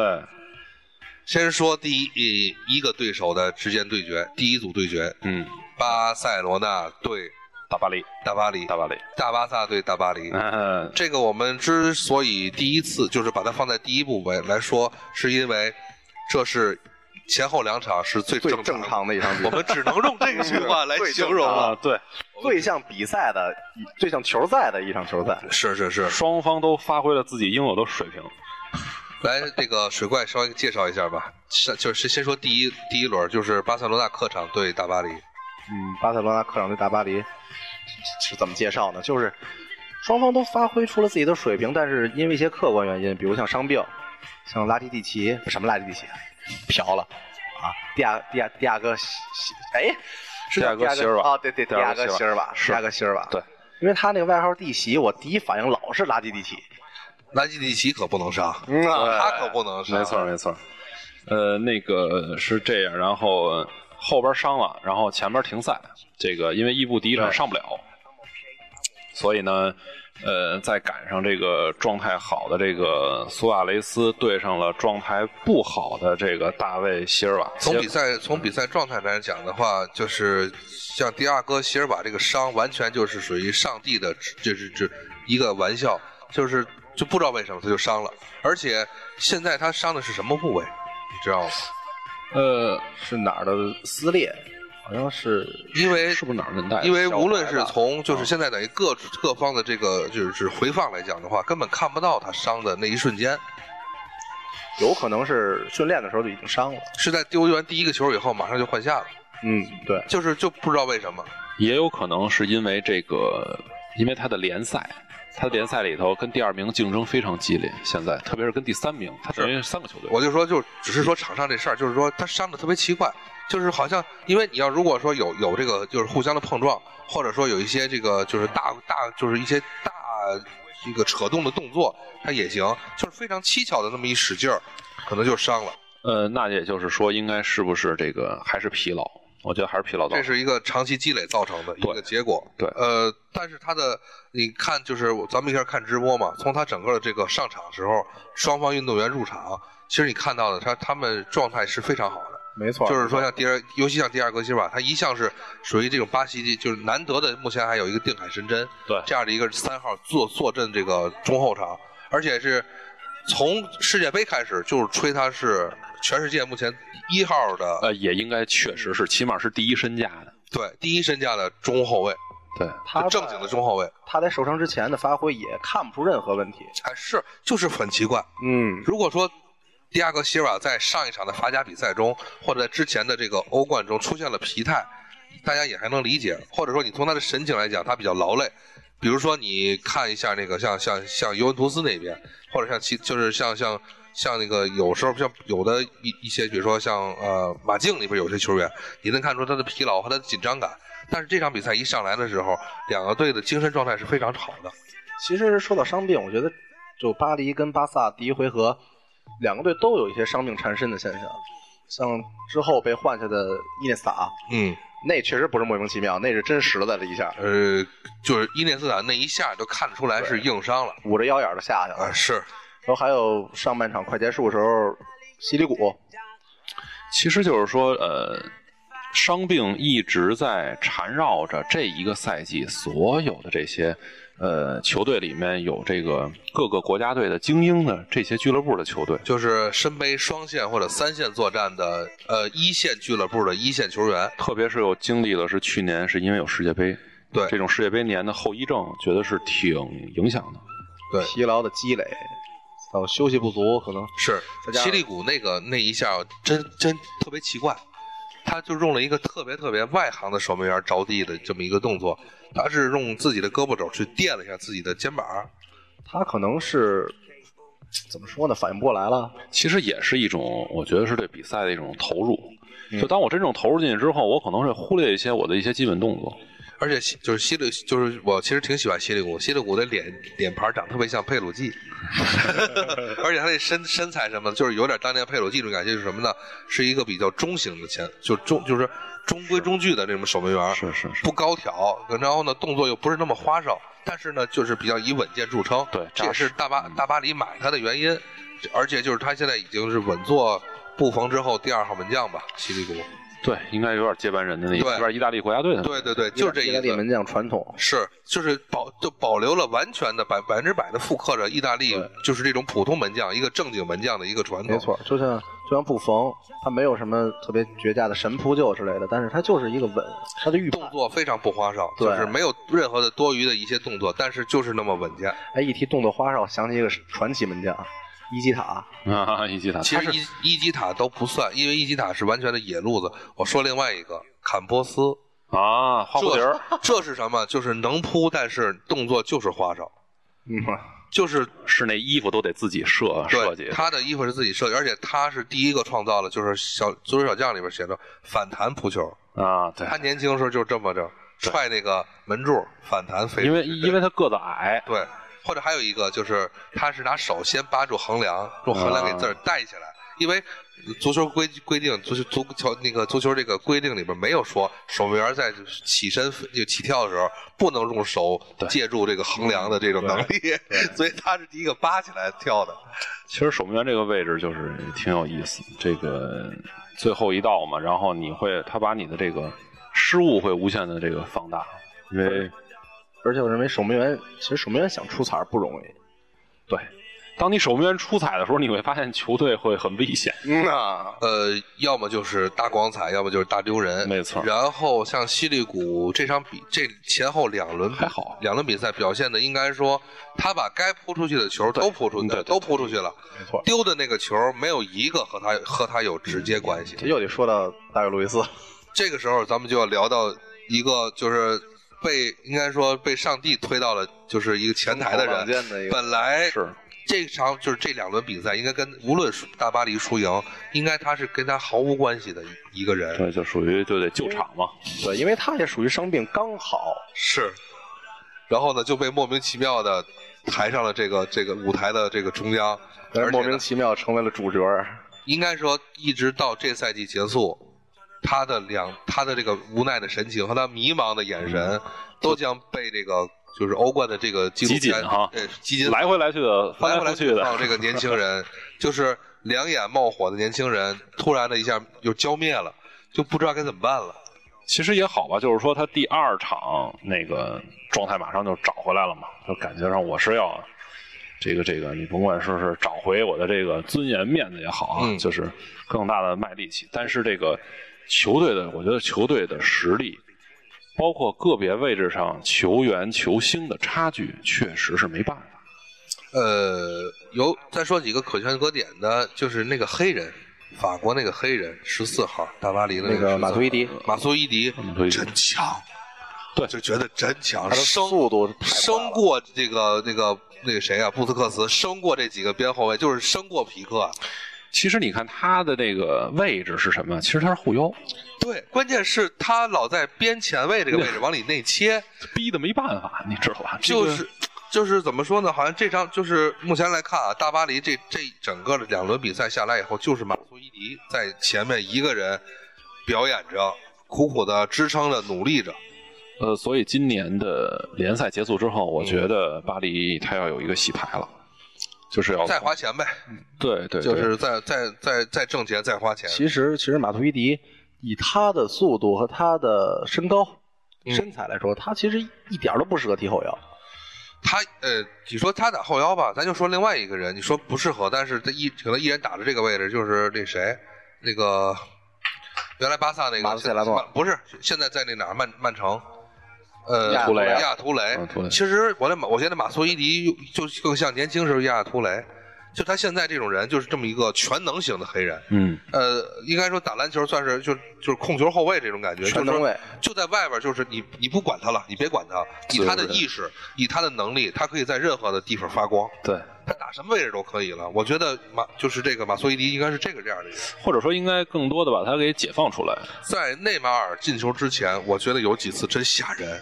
Speaker 1: 先说第一一个对手的直接对决，第一组对决，
Speaker 2: 嗯，
Speaker 1: 巴塞罗那对
Speaker 2: 大巴黎，
Speaker 1: 大巴黎，
Speaker 2: 大巴黎，
Speaker 1: 大巴萨对大巴黎。
Speaker 2: 嗯，
Speaker 1: 这个我们之所以第一次就是把它放在第一部为来说，是因为这是前后两场是最
Speaker 3: 最
Speaker 1: 正
Speaker 3: 正常的一场比
Speaker 1: 我
Speaker 3: 赛，
Speaker 1: 们只能用这个句话来形容
Speaker 2: 啊
Speaker 1: 了。，
Speaker 2: 对，
Speaker 3: 最像比赛的、最像球赛的一场球赛。
Speaker 1: 是是是，
Speaker 2: 双方都发挥了自己应有的水平。
Speaker 1: 来这个水怪稍微介绍一下吧。是就是先说第一第一轮，就是巴塞罗那客场对大巴黎。
Speaker 3: 嗯，巴塞罗那客场对大巴黎是怎么介绍呢？就是双方都发挥出了自己的水平，但是因为一些客观原因，比如像伤病，像拉蒂蒂奇什么拉蒂蒂奇，嫖了啊，蒂亚蒂亚蒂亚戈西，西哎，是叫
Speaker 2: 蒂亚戈席尔瓦
Speaker 3: 啊，对对，
Speaker 2: 蒂
Speaker 3: 蒂
Speaker 2: 亚
Speaker 3: 亚
Speaker 2: 戈
Speaker 3: 戈
Speaker 2: 席
Speaker 3: 席
Speaker 2: 尔
Speaker 3: 尔
Speaker 2: 瓦
Speaker 3: 瓦，
Speaker 2: 是
Speaker 3: 蒂亚戈席尔瓦，
Speaker 2: 对，
Speaker 3: 因为他那个外号蒂奇，我第一反应老是拉蒂蒂奇，
Speaker 1: 拉基蒂奇可不能上，
Speaker 3: 嗯
Speaker 1: 他可不能上。
Speaker 2: 没错，没错。呃，那个是这样，然后呃后边伤了，然后前面停赛，这个因为伊布第一场上不了，所以呢，呃，再赶上这个状态好的这个苏亚雷斯对上了状态不好的这个大卫席尔瓦，
Speaker 1: 从比赛从比赛状态来讲的话，就是像迪亚哥席尔瓦这个伤，完全就是属于上帝的，就是这一个玩笑，就是就不知道为什么他就伤了，而且现在他伤的是什么部位，你知道吗？
Speaker 2: 呃，
Speaker 3: 是哪儿的撕裂？好像是
Speaker 1: 因为
Speaker 2: 是不是哪儿韧带？
Speaker 1: 因为无论是
Speaker 3: 小白吧
Speaker 1: 从
Speaker 2: 嗯
Speaker 1: 就是现在等于各各方的这个就是回放来讲的话，根本看不到他伤的那一瞬间，
Speaker 3: 有可能是训练的时候就已经伤了。
Speaker 1: 是在丢完第一个球以后马上就换下了，
Speaker 3: 嗯，对，
Speaker 1: 就是就不知道为什么。
Speaker 2: 也有可能是因为这个，因为他的联赛，他的联赛里头跟第二名竞争非常激烈，现在特别是跟第三名，他等于三个球队。
Speaker 1: 我就说，就只是说场上这事儿，就是说他伤的特别奇怪，就是好像因为你要如果说有有这个就是互相的碰撞，或者说有一些这个就是大大就是一些大这个扯动的动作，他也行，就是非常蹊跷的那么一使劲儿，可能就伤了。
Speaker 2: 呃，那也就是说，应该是不是这个还是疲劳？我觉得还是疲劳造
Speaker 1: 这
Speaker 2: 成。
Speaker 1: 是一个长期积累造成的一个结果。
Speaker 2: 对
Speaker 1: 呃，但是他的你看，就是我咱们一开始看直播嘛，从他整个的这个上场时候，双方运动员入场，其实你看到的他他们状态是非常好的。
Speaker 3: 没错，
Speaker 1: 就是说像第二，尤其像第二格西吧，他一向是属于这种巴西的，就是难得的，目前还有一个定海神针，
Speaker 2: 对
Speaker 1: 这样的一个三号坐坐镇这个中后场，而且是从世界杯开始就是吹他是全世界目前一号的，
Speaker 2: 呃，也应该确实是，起码是第一身价的。
Speaker 1: 对第一身价的中后卫，
Speaker 2: 对，
Speaker 1: 就
Speaker 3: 他
Speaker 1: 正经的中后卫，
Speaker 3: 他在受伤之前的发挥也看不出任何问题。
Speaker 1: 哎是就是很奇怪。
Speaker 3: 嗯，
Speaker 1: 如果说迪亚戈席尔瓦在上一场的法甲比赛中，或者在之前的这个欧冠中出现了疲态，大家也还能理解。或者说你从他的神情来讲，他比较劳累。比如说你看一下那个像像像尤文图斯那边，或者像其就是像像像那个有时候像有的一一些，比如说像呃马竞里边有些球员，你能看出他的疲劳和他的紧张感。但是这场比赛一上来的时候，两个队的精神状态是非常好的。
Speaker 3: 其实说到伤病，我觉得就巴黎跟巴萨第一回合，两个队都有一些伤病缠身的现象。像之后被换下的伊涅斯塔，
Speaker 1: 嗯，
Speaker 3: 那确实不是莫名其妙，那是真实的这一下，
Speaker 1: 呃，就是伊涅斯塔那一下就看得出来是硬伤了。
Speaker 3: 捂着腰眼儿就下去了。
Speaker 1: 啊，是
Speaker 3: 然后还有上半场快结束的时候，西里古
Speaker 2: 其实就是说，呃，伤病一直在缠绕着这一个赛季所有的这些，呃，球队里面有这个各个国家队的精英的这些俱乐部的球队。
Speaker 1: 就是身背双线或者三线作战的呃一线俱乐部的一线球员，
Speaker 2: 特别是有经历了是去年是因为有世界杯，
Speaker 1: 对
Speaker 2: 这种世界杯年的后遗症，觉得是挺影响的。
Speaker 1: 对
Speaker 3: 疲劳的积累，还有休息不足，可能
Speaker 1: 是
Speaker 3: 再加上
Speaker 1: 西利古那个那一下真真特别奇怪，他就用了一个特别特别外行的守门员着地的这么一个动作，他是用自己的胳膊肘去垫了一下自己的肩膀，
Speaker 3: 他可能是怎么说呢，反应不过来了。
Speaker 2: 其实也是一种，我觉得是对比赛的嗯一种投入。就当我真正投入进去之后，我可能会忽略一些我的一些基本动作。
Speaker 1: 而且西就是西里，就是我其实挺喜欢西里谷，西里谷的脸脸盘长得特别像佩鲁季， 而且他那身身材什么的，就是有点当年佩鲁季那种感觉，是什么呢？是一个比较中型的前，就中就是中规中矩的这种守门员，
Speaker 2: 是是是，
Speaker 1: 不高挑，然后呢动作又不是那么花哨，但是呢就是比较以稳健著称。
Speaker 2: 对
Speaker 1: 这也
Speaker 2: 扎实嗯
Speaker 1: 是大巴大巴黎买他的原因，而且就是他现在已经是稳坐布冯之后第二号门将吧，西里谷。
Speaker 2: 对，应该有点接班人的那，有
Speaker 1: 对
Speaker 2: 点意大利国家队的那种。
Speaker 1: 对对对，就是这
Speaker 3: 意
Speaker 1: 意
Speaker 3: 大利
Speaker 1: 思。
Speaker 3: 门将传统，
Speaker 1: 是，就是保就保留了完全的百百分之百的复刻着意大利
Speaker 3: 对
Speaker 1: 就是这种普通门将一个正经门将的一个传统。
Speaker 3: 没，错，就像就像布冯，他没有什么特别绝佳的神扑救之类的，但是他就是一个稳，他的预判
Speaker 1: 动，作非常不花哨，
Speaker 3: 对
Speaker 1: 就是没有任何的多余的一些动作，但是就是那么稳健。
Speaker 3: 哎，一提动作花哨，想起一个传奇门将伊基 塔，
Speaker 2: 啊，伊基塔，
Speaker 1: 其
Speaker 2: 他
Speaker 1: 实
Speaker 2: 是
Speaker 1: 伊伊基塔都不算，因为伊基塔是完全的野路子。我说另外一个坎波斯，
Speaker 2: 啊，花蝴蝶儿
Speaker 1: 这这是什么？就是能扑，但是动作就是花哨，
Speaker 3: 嗯，
Speaker 1: 就是
Speaker 2: 是那衣服都得自己设设计
Speaker 1: 对，。他的衣服是自己设计，而且他是第一个创造了，就是小足球小将里边写着反弹扑球。
Speaker 2: 啊，对，
Speaker 1: 他年轻的时候就这么着踹那个门柱反弹飞出去，
Speaker 2: 因为因为他个子矮，
Speaker 1: 对，或者还有一个就是他是拿手先扒住横梁，用横梁给字儿带起来，因为足球规规定足球足球那个足球这个规定里边没有说守门员在起身就起跳的时候不能用手
Speaker 2: 对
Speaker 1: 借助这个横梁的这种能力， 所以他是第一个扒起来跳的。
Speaker 2: 其实守门员这个位置就是挺有意思，这个最后一道嘛，然后你会他把你的这个失误会无限的这个放大，因为
Speaker 3: 而且我认为守门员，其实守门员想出彩儿不容易，
Speaker 2: 对，当你守门员出彩的时候，你会发现球队会很危险。
Speaker 3: 嗯呐，
Speaker 1: 呃，要么就是大光彩，要么就是大丢人，
Speaker 2: 没错
Speaker 1: 然后像西利谷这场比这前后两轮比
Speaker 2: 还好啊
Speaker 1: 两轮比赛表现的应该说，他把该扑出去的球都扑出去
Speaker 2: 对对
Speaker 1: 了，都扑出去了，
Speaker 3: 没错，
Speaker 1: 丢的那个球没有一个和他和他有直接关系
Speaker 2: 嗯
Speaker 3: 这。又得说到大卫·路易斯，
Speaker 1: 这个时候咱们就要聊到一个就是被应该说被上帝推到了就是一个前台的
Speaker 3: 王
Speaker 1: 人，
Speaker 3: 健的一个
Speaker 1: 本来
Speaker 2: 是
Speaker 1: 这场就是这两轮比赛，应该跟无论输大巴黎输赢，应该他是跟他毫无关系的一一个人。
Speaker 2: 对，就属于就得救场嘛，
Speaker 3: 对，因为他也属于伤病刚好，
Speaker 1: 是，然后呢就被莫名其妙的抬上了这个这个舞台的这个中央，
Speaker 3: 但是
Speaker 1: 而
Speaker 3: 莫
Speaker 1: 且呢
Speaker 3: 名其妙成为了主角儿，
Speaker 1: 应该说一直到这赛季结束，他的两他的这个无奈的神情和他迷茫的眼
Speaker 2: 嗯
Speaker 1: 神，都将被这个就是欧冠的这个纪录
Speaker 2: 集锦
Speaker 1: 片
Speaker 2: 哈
Speaker 1: 对集锦
Speaker 2: 来回来去的，翻
Speaker 1: 来回
Speaker 2: 覆
Speaker 1: 来
Speaker 2: 去的
Speaker 1: 到，这个年轻 人，就是两眼冒火的年轻人，突然的一下又浇灭了，就不知道该怎么办了。
Speaker 2: 其实也好吧，就是说他第二场那个状态马上就找回来了嘛，就感觉上我是要这个这个，你甭管说是找回我的这个尊严面子也好啊，
Speaker 1: 嗯
Speaker 2: 就是更大的卖力气。但是这个球队的，我觉得球队的实力，包括个别位置上球员球星的差距，确实是没办法。
Speaker 1: 呃，有再说几个可圈可点的，就是那个黑人，法国那个黑人十四号，大巴黎的
Speaker 3: 那个
Speaker 1: 14号
Speaker 3: 马图伊迪，
Speaker 1: 马苏伊迪
Speaker 2: 马苏伊迪
Speaker 1: 真强，
Speaker 2: 对
Speaker 1: 就觉得真强，
Speaker 3: 他的
Speaker 1: 升
Speaker 3: 速度太快了
Speaker 1: 升过这个那个那个谁啊，布斯克茨，升过这几个边后卫，就是升过皮克啊。
Speaker 2: 其实你看他的这个位置是什么？其实他是护腰，
Speaker 1: 对，关键是他老在边前卫这个位置往里内切，
Speaker 2: 逼的没办法，你知道吧？这个
Speaker 1: 就是。就是怎么说呢？好像这张就是目前来看啊，大巴黎这这整个的两轮比赛下来以后，就是马苏伊迪在前面一个人表演着，苦苦的支撑着，努力着。
Speaker 2: 呃，所以今年的联赛结束之后，我觉得巴黎他要有一个洗牌了，就是要
Speaker 1: 再花钱呗，
Speaker 2: 对对，
Speaker 1: 就
Speaker 2: 对
Speaker 1: 是再再再再挣钱，再花钱。
Speaker 3: 其实，其实马图伊迪以他的速度和他的身高、
Speaker 1: 嗯
Speaker 3: 身材来说，他其实一点儿都不适合踢后腰。
Speaker 1: 他呃，你说他打后腰吧，咱就说另外一个人，你说不适合，但是他一可能一人打的这个位置就是那谁，那个原来巴萨那个
Speaker 3: 马塞拉诺
Speaker 1: 不是，现在在那哪儿曼曼城，呃，
Speaker 3: 亚图雷啊
Speaker 1: 亚图雷
Speaker 2: 嗯，图雷
Speaker 1: 其实我那马我觉得马苏伊迪就就更像年轻时候亚图雷，就他现在这种人就是这么一个全能型的黑人，
Speaker 2: 嗯，
Speaker 1: 呃，应该说打篮球算是就就是控球后卫这种感觉，
Speaker 3: 全能
Speaker 1: 就
Speaker 3: 卫
Speaker 1: 是说就在外边，就是你你不管他了，你别管他，以他的意识，以他的能力，他可以在任何的地方发光，
Speaker 2: 对，
Speaker 1: 他打什么位置都可以了。我觉得马就是这个马苏伊迪应该是这个这样的人。
Speaker 2: 或者说应该更多的把他给解放出来。
Speaker 1: 在内马尔进球之前，我觉得有几次真吓人，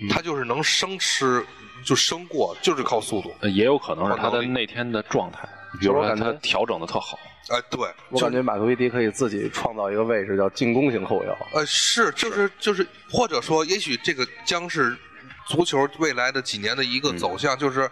Speaker 3: 嗯
Speaker 1: 他就是能生吃就生过，就是靠速度。
Speaker 2: 呃也有可能是他
Speaker 1: 靠
Speaker 2: 的
Speaker 1: 能力
Speaker 2: 那天的状态，比
Speaker 3: 就
Speaker 2: 如
Speaker 3: 是
Speaker 2: 说
Speaker 3: 我感觉
Speaker 2: 他调整的特好，
Speaker 1: 哎，对，
Speaker 3: 我感觉马图伊迪可以自己创造一个位置叫进攻型后腰。
Speaker 1: 呃，是，就是就是，或者说，也许这个将是足球未来的几年的一个走
Speaker 3: 嗯
Speaker 1: 向，就是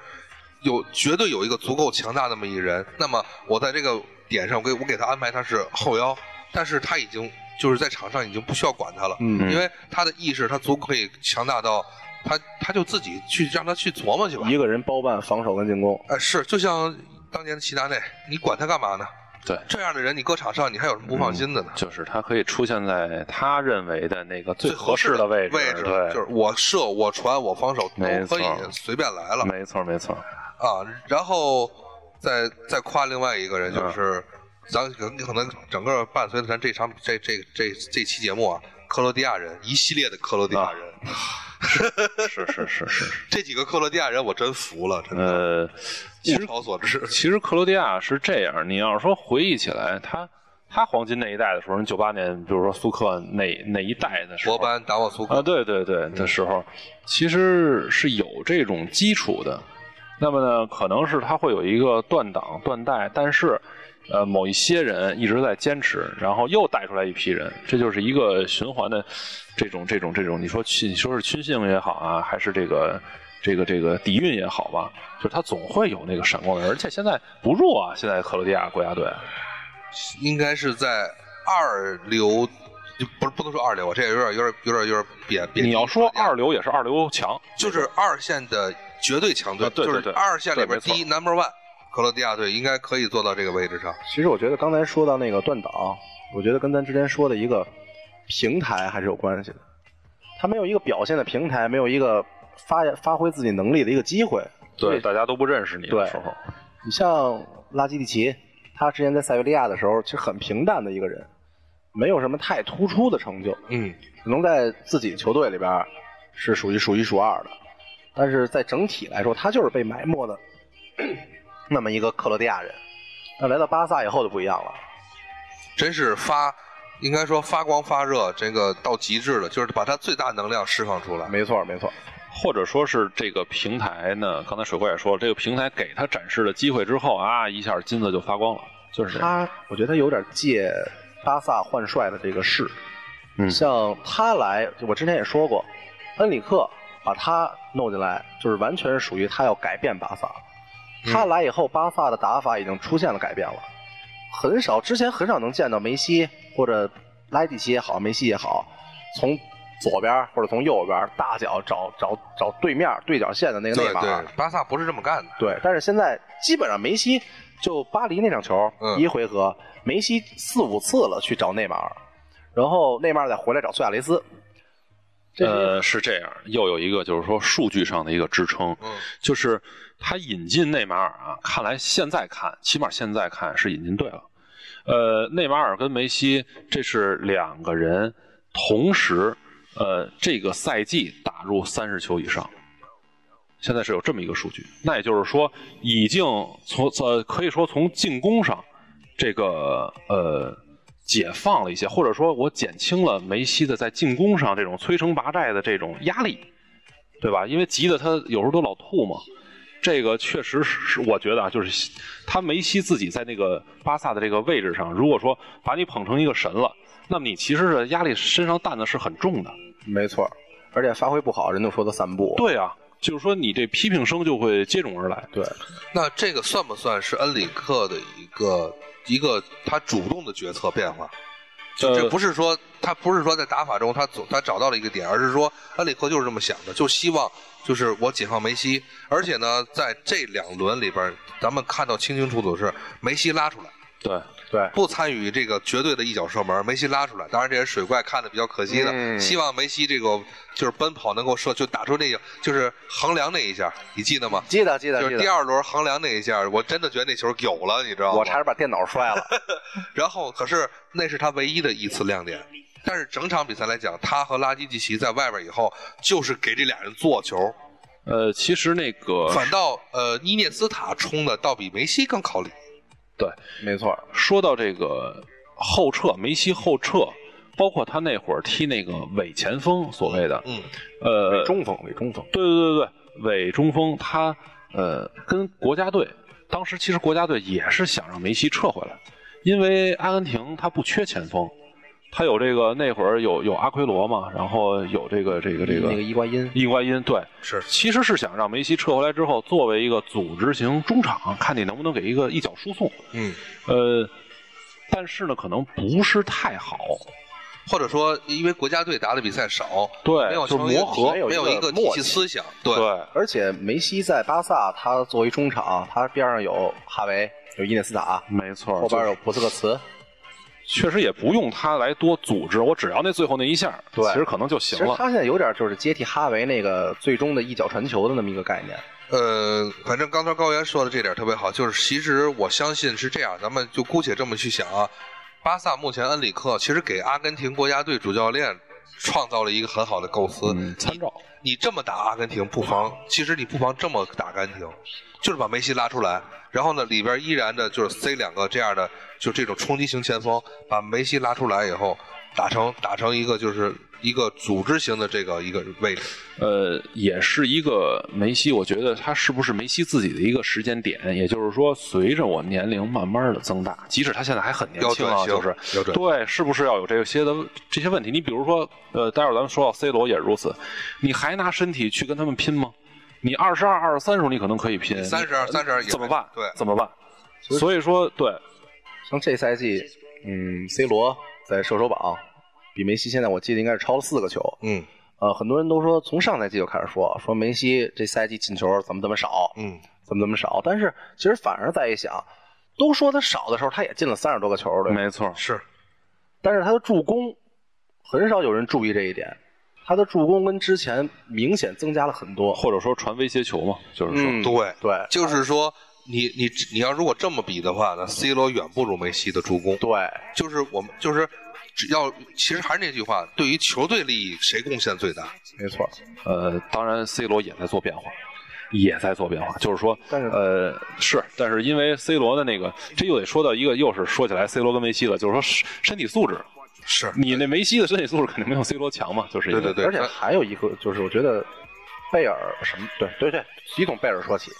Speaker 1: 有绝对有一个足够强大的那么一人。那么我在这个点上，我给我给他安排他是后腰，但是他已经就是在场上已经不需要管他了，
Speaker 3: 嗯
Speaker 1: 因为他的意识他足可以强大到他他就自己去让他去琢磨去吧
Speaker 3: 一。个人包办防守跟进攻，
Speaker 1: 哎、是，就像当年的齐达内，你管他干嘛呢？
Speaker 2: 对
Speaker 1: 这样的人你搁场上，你还有什么不放心的呢？
Speaker 2: 就是他可以出现在他认为的那个最
Speaker 1: 最
Speaker 2: 合
Speaker 1: 合
Speaker 2: 适
Speaker 1: 适
Speaker 2: 的
Speaker 1: 位
Speaker 2: 位置，对，
Speaker 1: 就是我射、我传、我防守都
Speaker 2: 没
Speaker 1: 可以
Speaker 2: 错嗯
Speaker 1: 随便来了
Speaker 2: 没错 没错，
Speaker 1: 啊。然后再再夸另外一个人，
Speaker 2: 嗯
Speaker 1: 就是、咱可能可能整个伴随着咱这场这这这这期节目啊，克罗地亚人一系列的克罗地
Speaker 2: 啊
Speaker 1: 亚人，
Speaker 2: 是是是是，
Speaker 1: 这几个克罗地亚人我真服了，真的
Speaker 2: 呃，其实
Speaker 1: 物超所值。
Speaker 2: 其实克罗地亚是这样，你要是说回忆起来，他他黄金那一代的时候，九八年，比如说苏克那那一代的时候，
Speaker 1: 博班打我苏克
Speaker 2: 啊，对对对的时候，其实是有这种基础的。那么呢，可能是他会有一个断档断代，但是，呃，某一些人一直在坚持，然后又带出来一批人，这就是一个循环的这种这种这种。你说去，你说是群性也好啊，还是这个这个这个底蕴也好吧，就是他总会有那个闪光的人，而且现在不弱啊，现在克罗地亚国家队，
Speaker 1: 应该是在二流，就不是不能说二流啊，这有点有点有点有点贬贬低克罗地亚。
Speaker 2: 你要说二流也是二流强，
Speaker 1: 就是二线的绝对强队，
Speaker 2: 啊对对
Speaker 1: 就
Speaker 2: 对
Speaker 1: 是二线里边第
Speaker 2: 对
Speaker 1: 一 number one，克罗地亚队应该可以做到这个位置上。
Speaker 3: 其实我觉得刚才说到那个断档，我觉得跟咱之前说的一个平台还是有关系的。他没有一个表现的平台，没有一个发发挥自己能力的一个机会。
Speaker 2: 对，大家都不认识你的
Speaker 3: 对
Speaker 2: 时候，
Speaker 3: 你像拉基蒂奇，他之前在塞维利亚的时候，其实很平淡的一个人，没有什么太突出的成就，
Speaker 1: 嗯，
Speaker 3: 能在自己球队里边是属于数一数二的。但是在整体来说，他就是被埋没的 那么一个克罗地亚人。那来到巴萨以后就不一样了，
Speaker 1: 真是发，应该说发光发热，这个到极致了，就是把他最大能量释放出来。
Speaker 3: 没错没错，
Speaker 2: 或者说是这个平台呢，刚才水哥也说了，这个平台给他展示了机会之后啊，一下金子就发光了，就是这样。
Speaker 3: 他我觉得他有点借巴萨换帅的这个势，
Speaker 2: 嗯
Speaker 3: 像他来，就我之前也说过，恩里克把他弄进来，就是完全是属于他要改变巴萨。他来以后，巴萨的打法已经出现了改变了，很少之前很少能见到梅西或者莱蒂奇也好，梅西也好，从左边或者从右边大脚找找找对面对角线的那个内
Speaker 1: 对
Speaker 3: 马尔
Speaker 1: 对，，巴萨不是这么干的。
Speaker 3: 对，但是现在基本上梅西就巴黎那场球、
Speaker 1: 嗯
Speaker 3: 一回合，梅西四五次了去找内马尔，然后内马尔再回来找苏亚雷斯。这是一个
Speaker 2: 呃，是这样，又有一个就是说数据上的一个支撑，
Speaker 1: 嗯，
Speaker 2: 就是他引进内马尔啊，看来现在看，起码现在看是引进对了。呃，内马尔跟梅西这是两个人同时，呃，这个赛季打入三十球以上，现在是有这么一个数据。那也就是说，已经从呃可以说从进攻上，这个呃解放了一些，或者说我减轻了梅西的在进攻上这种摧城拔寨的这种压力。对吧？因为急得他有时候都老吐嘛。这个确实是，我觉得啊，就是他梅西自己在那个巴萨的这个位置上，如果说把你捧成一个神了，那么你其实是压力身上担子是很重的。
Speaker 3: 没错，而且发挥不好，人就说他散步。
Speaker 2: 对啊，就是说你这批评声就会接踵而来。
Speaker 3: 对，
Speaker 1: 那这个算不算是恩里克的一个一个他主动的决策变化？
Speaker 2: 呃
Speaker 1: 这不是说他不是说在打法中他总他找到了一个点，而是说恩里克就是这么想的，就希望就是我解放梅西，而且呢，在这两轮里边，咱们看到清清楚楚是梅西拉出来，
Speaker 2: 对，
Speaker 3: 对，
Speaker 1: 不参与这个绝对的一脚射门，梅西拉出来。当然，这也是水怪看的比较可惜的，
Speaker 3: 嗯
Speaker 1: 希望梅西这个就是奔跑能够射，就打出那个就是横梁那一下，你记得吗？
Speaker 3: 记得记得
Speaker 1: 就
Speaker 3: 记
Speaker 1: 是第
Speaker 3: 得，
Speaker 1: 二轮横梁那一下，我真的觉得那球有了，你知道吗？
Speaker 3: 我差点把电脑摔了。
Speaker 1: 然后可是那是他唯一的一次亮点。但是整场比赛来讲，他和拉基季奇在外边以后，就是给这俩人做球，
Speaker 2: 呃，其实那个
Speaker 1: 反倒呃伊涅斯塔冲的倒比梅西更靠里。
Speaker 2: 对，
Speaker 3: 没错，
Speaker 2: 说到这个后撤，梅西后撤，包括他那会儿踢那个伪前锋，所谓的
Speaker 1: 嗯，
Speaker 2: 呃，
Speaker 3: 中锋，伪中锋，
Speaker 2: 对对对对，伪中锋他呃跟国家队，当时其实国家队也是想让梅西撤回来，因为阿根廷他不缺前锋，他有这个那会儿有有阿奎罗嘛，然后有这个嗯这个这
Speaker 3: 嗯那个
Speaker 2: 个
Speaker 3: 伊瓜因，
Speaker 2: 伊瓜因，对，
Speaker 1: 是
Speaker 2: 其实是想让梅西撤回来之后，作为一个组织型中场，看你能不能给一个一脚输送，
Speaker 1: 嗯，
Speaker 2: 呃，但是呢，可能不是太好，
Speaker 1: 或者说因为国家队打的比赛少，
Speaker 2: 对，
Speaker 1: 没有
Speaker 2: 就是
Speaker 1: 成为一个
Speaker 2: 磨合，
Speaker 1: 体没有一个体系思想，对，
Speaker 2: 对，
Speaker 3: 而且梅西在巴萨，他作为中场，他边上有哈维，有伊涅斯塔，
Speaker 2: 没错，
Speaker 3: 后
Speaker 2: 就
Speaker 3: 边
Speaker 2: 是
Speaker 3: 有博斯克茨，
Speaker 2: 确实也不用他来多组织，我只要那最后那一下，
Speaker 3: 对
Speaker 2: 其实可能就
Speaker 3: 其
Speaker 2: 行
Speaker 3: 实
Speaker 2: 了。
Speaker 3: 他现在有点就是接替哈维那个最终的一脚传球的那么一个概念。
Speaker 1: 呃，反正刚才高原说的这点特别好，就是其实我相信是这样，咱们就姑且这么去想啊。巴萨目前恩里克其实给阿根廷国家队主教练创造了一个很好的构思，
Speaker 2: 嗯，参照
Speaker 1: 你这么打阿根廷，不妨其实你不妨这么打阿根廷，就是把梅西拉出来，然后呢里边依然的就是塞两个这样的就这种冲击型前锋，把梅西拉出来以后，打成打成一个就是一个组织型的这个一个位置。
Speaker 2: 呃，也是一个梅西，我觉得他是不是梅西自己的一个时间点？也就是说，随着我年龄慢慢的增大，即使他现在还很年轻啊，
Speaker 1: 要
Speaker 2: 就
Speaker 1: 转
Speaker 2: 是
Speaker 1: 型要转型
Speaker 2: 对，是不是要有这些的这些问题？你比如说，呃，待会儿咱们说到 C 罗也是如此，你还拿身体去跟他们拼吗？你二十二、二十三时候你可能可以拼，
Speaker 1: 32 32也
Speaker 2: 怎么办？
Speaker 1: 对
Speaker 2: 怎么办？所以说，对，
Speaker 3: 像这赛季，嗯，C 罗在射手榜比梅西现在我记得应该是超了四个球。
Speaker 1: 嗯
Speaker 3: 呃，很多人都说从上赛季就开始说说梅西这赛季进球怎么怎么少，
Speaker 1: 嗯，
Speaker 3: 怎么怎么少。但是其实反而再一想，都说他少的时候，他也进了三十多个球，对吧？
Speaker 2: 没错，
Speaker 1: 是
Speaker 3: 但是他的助攻很少有人注意这一点，他的助攻跟之前明显增加了很多。嗯
Speaker 2: 或者说传威胁球嘛，就是说，
Speaker 1: 对，
Speaker 3: 对
Speaker 1: 就是说你你你要如果这么比的话呢，C 罗远不如梅西的助攻。
Speaker 3: 对，
Speaker 1: 就是我们就是只要其实还是那句话，对于球队利益谁贡献最大？
Speaker 3: 没错。
Speaker 2: 呃，当然 C 罗也在做变化，也在做变化，就是说，
Speaker 3: 但是
Speaker 2: 呃是，但是因为 C 罗的那个，这又得说到一个，又是说起来 C 罗跟梅西了，就是说身身体素质，
Speaker 1: 是
Speaker 2: 你那梅西的身体素质肯定没有 C 罗强嘛，就是因为
Speaker 1: 对对对
Speaker 3: 而且还有一个就是，我觉得贝尔什么对对对，先从贝尔说起，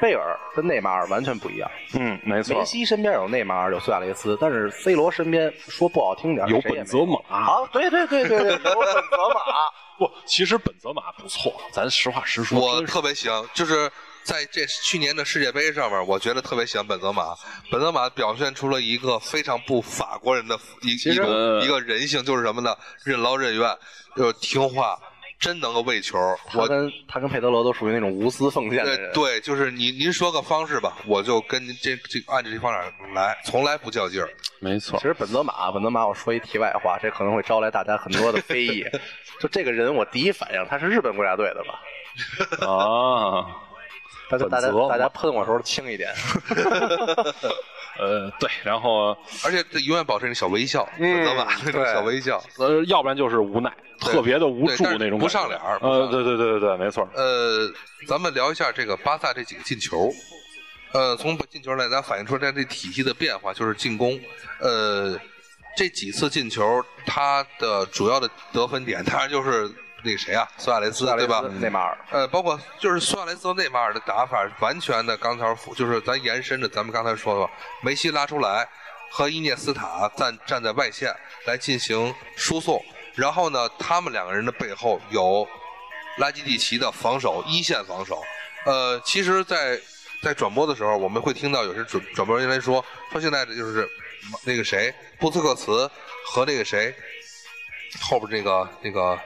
Speaker 3: 贝尔跟内马尔完全不一样。
Speaker 2: 嗯，没错
Speaker 3: 梅，西身边有内马尔，有苏亚雷斯，但是 C 罗身边说不好听点儿
Speaker 2: 有
Speaker 3: 谁也没
Speaker 2: 本泽马。
Speaker 3: 啊，对对对对对，有本泽马。
Speaker 2: 不，其实本泽马不错，咱实话实说，
Speaker 1: 我
Speaker 2: 真是
Speaker 1: 特别喜欢，就是在这去年的世界杯上面，我觉得特别喜欢本泽马。本泽马表现出了一个非常不法国人的一
Speaker 2: 其
Speaker 1: 一
Speaker 2: 实
Speaker 1: 种
Speaker 2: 呃
Speaker 1: 一个人性，就是什么呢？任劳任怨，就是听话，真能够为球。
Speaker 3: 他
Speaker 1: 我
Speaker 3: 跟他跟佩德罗都属于那种无私奉献的
Speaker 1: 呃
Speaker 3: 人。
Speaker 1: 对，就是您您说个方式吧，我就跟您这这按着这方法来，从来不较劲儿。
Speaker 2: 没错
Speaker 3: 其。实本泽马，本泽马，我说一题外话，这可能会招来大家很多的非议。就这个人，我第一反应他是日本国家队的吧？
Speaker 2: 啊，
Speaker 3: 大家大家
Speaker 2: 本泽马
Speaker 3: 大家喷我时候轻一点。
Speaker 2: 呃，对，然后
Speaker 1: 而且这永远保持那小微笑，
Speaker 3: 嗯
Speaker 1: 本泽马那种
Speaker 3: 对
Speaker 1: 小微笑。
Speaker 2: 呃，要不然就是无奈，
Speaker 1: 对
Speaker 2: 特别的无
Speaker 1: 对
Speaker 2: 助
Speaker 1: 但是
Speaker 2: 那种感觉，
Speaker 1: 不上脸儿不上脸
Speaker 2: 呃，
Speaker 1: 儿
Speaker 2: 对对对对对，没错，
Speaker 1: 呃，咱们聊一下这个巴萨这几个进球。呃，从进球来，咱反映出来这体系的变化，就是进攻。呃，这几次进球，它的主要的得分点，当然就是那个谁啊，苏亚雷斯，
Speaker 3: 苏亚
Speaker 1: 对
Speaker 3: 雷斯
Speaker 1: 吧？
Speaker 3: 内马尔，
Speaker 1: 呃，包括就是苏亚雷斯和内马尔的打法，完全的刚才就是咱延伸着咱们刚才说的，梅西拉出来和伊涅斯塔站站在外线来进行输送，然后呢，他们两个人的背后有拉基蒂奇的防守，一线防守。呃，其实在，在转播的时候，我们会听到有些转转播人员说说现在的就是那个谁布斯克茨和那个谁后边那个那个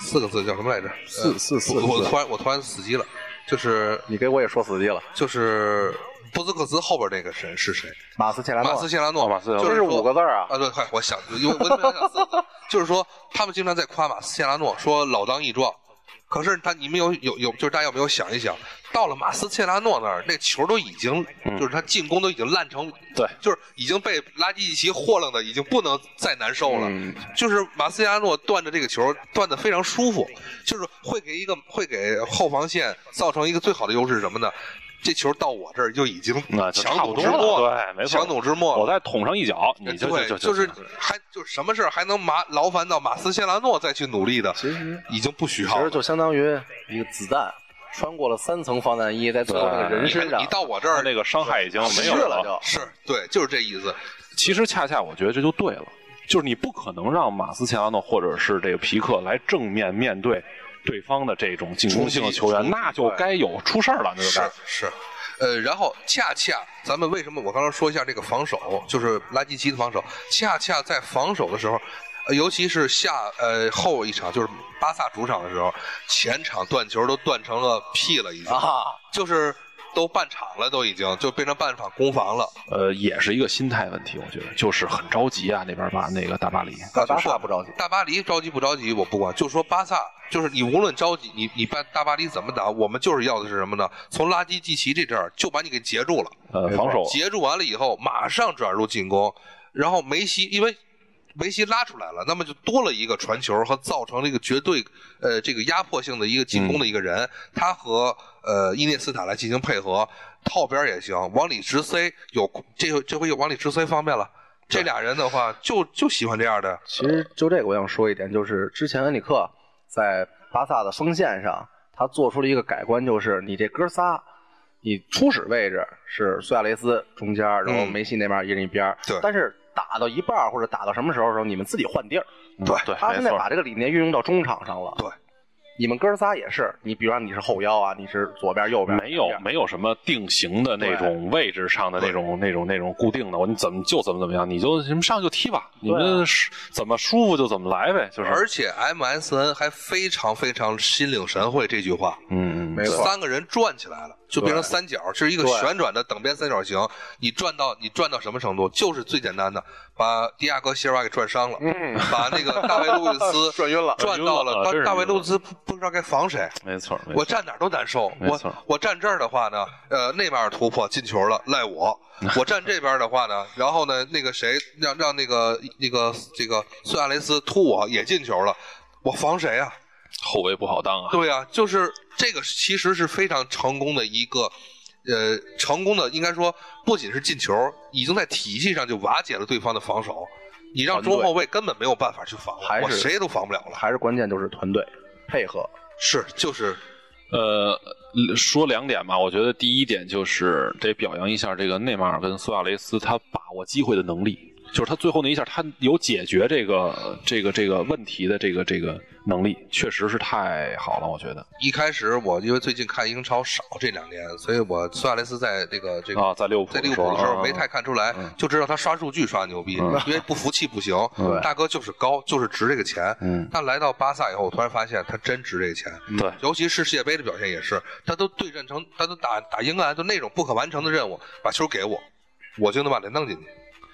Speaker 1: 四个字叫什么来着？
Speaker 3: 四
Speaker 1: 呃
Speaker 3: 四四
Speaker 1: 我我
Speaker 3: 四
Speaker 1: 突然我突然死机了，就是
Speaker 3: 你给我也说死机了。
Speaker 1: 就是布斯克茨后边那个谁是谁？
Speaker 3: 马斯切拉诺，
Speaker 1: 马斯切拉诺，
Speaker 2: 哦马斯切拉诺
Speaker 1: 就
Speaker 3: 这
Speaker 1: 是
Speaker 3: 是
Speaker 1: 说
Speaker 3: 五个字儿啊。
Speaker 1: 啊，对，嗨，我想，因为我本来想四个，就是说他们经常在夸马斯切拉诺，说老当益壮。可是他，你们有有有，就是大家有没有想一想，到了马斯切拉诺那儿，那球都已经，
Speaker 2: 嗯
Speaker 1: 就是他进攻都已经烂成，
Speaker 2: 对，
Speaker 1: 就是已经被拉基蒂奇霍楞的，已经不能再难受了。
Speaker 2: 嗯
Speaker 1: 就是马斯切拉诺断的这个球断的非常舒服，就是会给一个会给后防线造成一个最好的优势是什么呢？这球到我这儿就已经
Speaker 2: 那就
Speaker 1: 强
Speaker 2: 差不
Speaker 1: 弩
Speaker 2: 多
Speaker 1: 之末了，
Speaker 2: 对，没错，
Speaker 1: 强弩之末
Speaker 2: 我
Speaker 1: 了。
Speaker 2: 再捅上一脚，你就
Speaker 1: 哎对，
Speaker 2: 就
Speaker 1: 就是还就是什么事儿还能麻劳烦到马斯切拉诺再去努力的，
Speaker 3: 其实
Speaker 1: 已经不需
Speaker 3: 其
Speaker 1: 要
Speaker 3: 实
Speaker 1: 了。
Speaker 3: 就相当于一个子弹穿过了三层防弹衣，在最后那个人
Speaker 1: 你
Speaker 3: 身上
Speaker 1: 你。到我这
Speaker 2: 他
Speaker 1: 儿
Speaker 2: 那个伤害已经没有
Speaker 3: 失了就
Speaker 1: 是对，就是这意思。
Speaker 2: 其实恰恰我觉得这就对了，就是你不可能让马斯切拉诺或者是这个皮克来正面面对对方的这种进攻性的球
Speaker 1: 冲击
Speaker 2: 员，那就
Speaker 1: 对
Speaker 2: 该有出事儿了，那就是该。
Speaker 1: 是，呃，然后恰恰咱们为什么我刚刚说一下这个防守，就是拉基奇的防守，恰恰在防守的时候，呃尤其是下呃后一场就是巴萨主场的时候，前场断球都断成了屁了，已经、
Speaker 3: 啊，
Speaker 1: 就是都半场了，都已经就变成半场攻防了。
Speaker 2: 呃，也是一个心态问题，我觉得就是很着急啊，那边巴那个大巴黎，
Speaker 3: 大巴萨不着急，
Speaker 1: 大巴黎着急不着急我不管，就说巴萨，就是你无论着急，你你把大巴黎怎么打，我们就是要的是什么呢？从拉基季奇这阵儿就把你给截住了。
Speaker 2: 呃，
Speaker 3: 没错
Speaker 2: 防守
Speaker 1: 截住完了以后，马上转入进攻，然后梅西因为梅西拉出来了，那么就多了一个传球和造成了一个绝对呃这个压迫性的一个进攻的一个人，
Speaker 3: 嗯
Speaker 1: 他和呃伊涅斯塔来进行配合，套边也行，往里直塞有这这回有往里直塞方便了。这俩人的话，就就喜欢这样的，
Speaker 3: 其实就这个，我想说一点，就是之前恩里克在巴萨的锋线上，他做出了一个改观，就是你这哥仨，你初始位置是苏亚雷斯中间，然后梅西那边一人一边儿，
Speaker 1: 嗯对
Speaker 3: 但是打到一半儿或者打到什么时候的时候，你们自己换地儿。
Speaker 2: 嗯
Speaker 1: 对
Speaker 2: 对，
Speaker 3: 他现
Speaker 2: 没
Speaker 3: 在
Speaker 2: 错
Speaker 3: 把
Speaker 2: 儿，
Speaker 3: 这个理念运用到中场上了。
Speaker 1: 对，
Speaker 3: 你们哥仨也是，你比如说你是后腰啊，你是左边右边，
Speaker 2: 没有
Speaker 3: 两边
Speaker 2: 没有什么定型的那种位置上的那种那种那种固定的，我你怎么就怎么怎么样，你就你们上就踢吧，你
Speaker 3: 对
Speaker 2: 们是怎么舒服就怎么来呗，就是，
Speaker 1: 啊而且 MSN 还非常非常心领神会这句话，
Speaker 2: 嗯，嗯
Speaker 3: 没错
Speaker 1: 三个人转起来了，就变成三角，是一个
Speaker 3: 对
Speaker 1: 旋转的等边三角形。你转到你转到什么程度？就是最简单的，把迪亚哥席尔瓦给转伤了，
Speaker 3: 嗯
Speaker 1: 把那个大卫路易斯
Speaker 3: 转晕了
Speaker 1: 转到
Speaker 2: 转晕
Speaker 1: 了。大
Speaker 2: 了真是
Speaker 1: 大卫路易斯不不知道该防谁，
Speaker 2: 没错儿，没错儿
Speaker 1: 我站哪儿都难受。
Speaker 2: 没
Speaker 1: 我
Speaker 2: 错
Speaker 1: 我站这儿的话呢，呃，那边突破进球了，赖 我。我站这边的话呢，然后呢，那个谁让让那个那个这个苏亚雷斯突我也进球了，我防谁啊？
Speaker 2: 后卫不好当啊。
Speaker 1: 对啊，就是这个其实是非常成功的一个，呃，成功的应该说不仅是进球，已经在体系上就瓦解了对方的防守，你让中后卫根本没有办法去防了，
Speaker 3: 还是
Speaker 1: 我谁都防不了了。
Speaker 3: 还是关键就是团队配合。
Speaker 1: 是，就是
Speaker 2: 呃，说两点吧，我觉得第一点就是得表扬一下这个内马尔跟苏亚雷斯他把握机会的能力，就是他最后那一下他有解决这个这个这个问题的这个这个能力，确实是太好了，我觉得
Speaker 1: 一开始我因为最近看英超少这两年，所以我苏亚雷斯在这个这个。
Speaker 2: 啊，在利物浦
Speaker 1: 在利物浦的时
Speaker 2: 啊
Speaker 1: 候没太看出来，就知道他刷数据刷牛逼，
Speaker 2: 嗯
Speaker 1: 因为不服气不行
Speaker 2: 嗯。
Speaker 1: 大哥就是高，就是值这个钱。
Speaker 2: 嗯，
Speaker 1: 但来到巴萨以后，我突然发现他真值这个钱。
Speaker 2: 对，
Speaker 1: 尤其是世界杯的表现也是，他都对阵成，他都打打英格兰，就那种不可完成的任务，把球给我，我就能把它弄进去。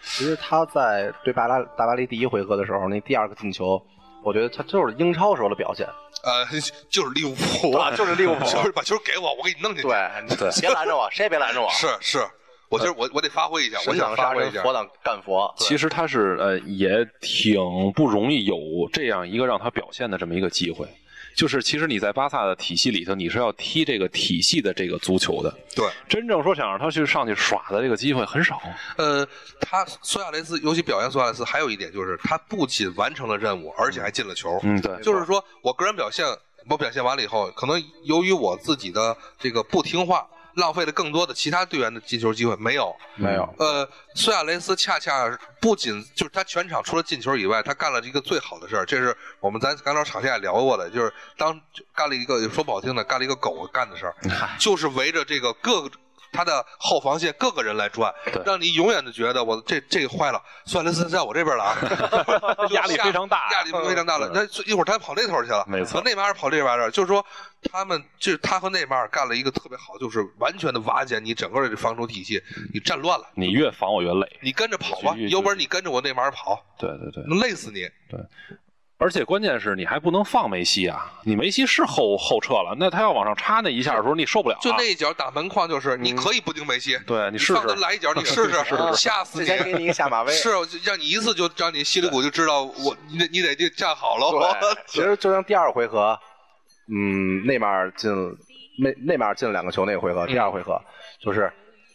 Speaker 3: 其实他在对巴拉大巴黎第一回合的时候，那第二个进球，我觉得他就是英超时候的表现。
Speaker 1: 呃， 就是利物浦，
Speaker 3: 啊就是利物浦
Speaker 1: 就是把球给我，我给你弄进去。，
Speaker 3: 你别拦着我，谁也别拦着我。
Speaker 1: 是是，我觉得我我得发挥一下，我
Speaker 3: 我
Speaker 1: 想
Speaker 3: 呃想
Speaker 1: 发
Speaker 3: 杀
Speaker 1: 挥
Speaker 3: 人
Speaker 1: 一下，
Speaker 3: 佛挡干佛。
Speaker 2: 其实他是呃也挺不容易有这样一个让他表现的这么一个机会。就是其实你在巴萨的体系里头，你是要踢这个体系的这个足球的。
Speaker 1: 对，
Speaker 2: 真正说想让他去上去耍的这个机会很少。
Speaker 1: 呃，他苏亚雷斯，尤其表扬苏亚雷斯，还有一点就是，他不仅完成了任务，而且还进了球。
Speaker 2: 嗯，对，
Speaker 1: 就是说我个人表现，我表现完了以后，可能由于我自己的这个不听话，浪费了更多的其他队员的进球机会，没有。
Speaker 3: 没有，
Speaker 1: 呃，苏亚雷斯恰恰不仅就是他全场除了进球以外，他干了一个最好的事儿，这是我们咱刚才场下也聊过的，就是当干了一个说不好听的，干了一个狗干的事儿，就是围着这个各他的后防线各个人来转
Speaker 2: 对，
Speaker 1: 让你永远的觉得我这这坏了，苏亚雷斯在我这边 了啊，
Speaker 2: 压力非常大嗯
Speaker 1: 压力非常大了。那一会儿他跑那头去了，
Speaker 2: 没错
Speaker 1: 内马尔跑这边去了，就是说他们就是他和内马尔干了一个特别好，就是完全的瓦解你整个的防守体系，你战乱了。
Speaker 2: 你越防我越累。
Speaker 1: 你跟着跑吧，
Speaker 2: 去去
Speaker 1: 有本事你跟着我内马尔跑，
Speaker 2: 对对对，
Speaker 1: 能累死你。
Speaker 2: 而且关键是你还不能放梅西啊！你梅西是后后撤了，那他要往上插那一下的时候，你受不了啊。
Speaker 1: 就那一脚打门框，就是你可以不盯梅西，
Speaker 2: 对你
Speaker 1: 你
Speaker 2: 试
Speaker 1: 上头
Speaker 2: 试，
Speaker 1: 来一脚，你试
Speaker 2: 是是
Speaker 1: 试，
Speaker 2: 是
Speaker 1: 吓死
Speaker 3: 之
Speaker 1: 你！
Speaker 3: 前给你一个下马威。
Speaker 1: 是，我就让你一次就让你稀里骨就知道我，你得你得 就站好了。
Speaker 3: 对，其实就像第二回合，嗯，内马尔进内内马尔进了两个球，那个回合，第二回合就是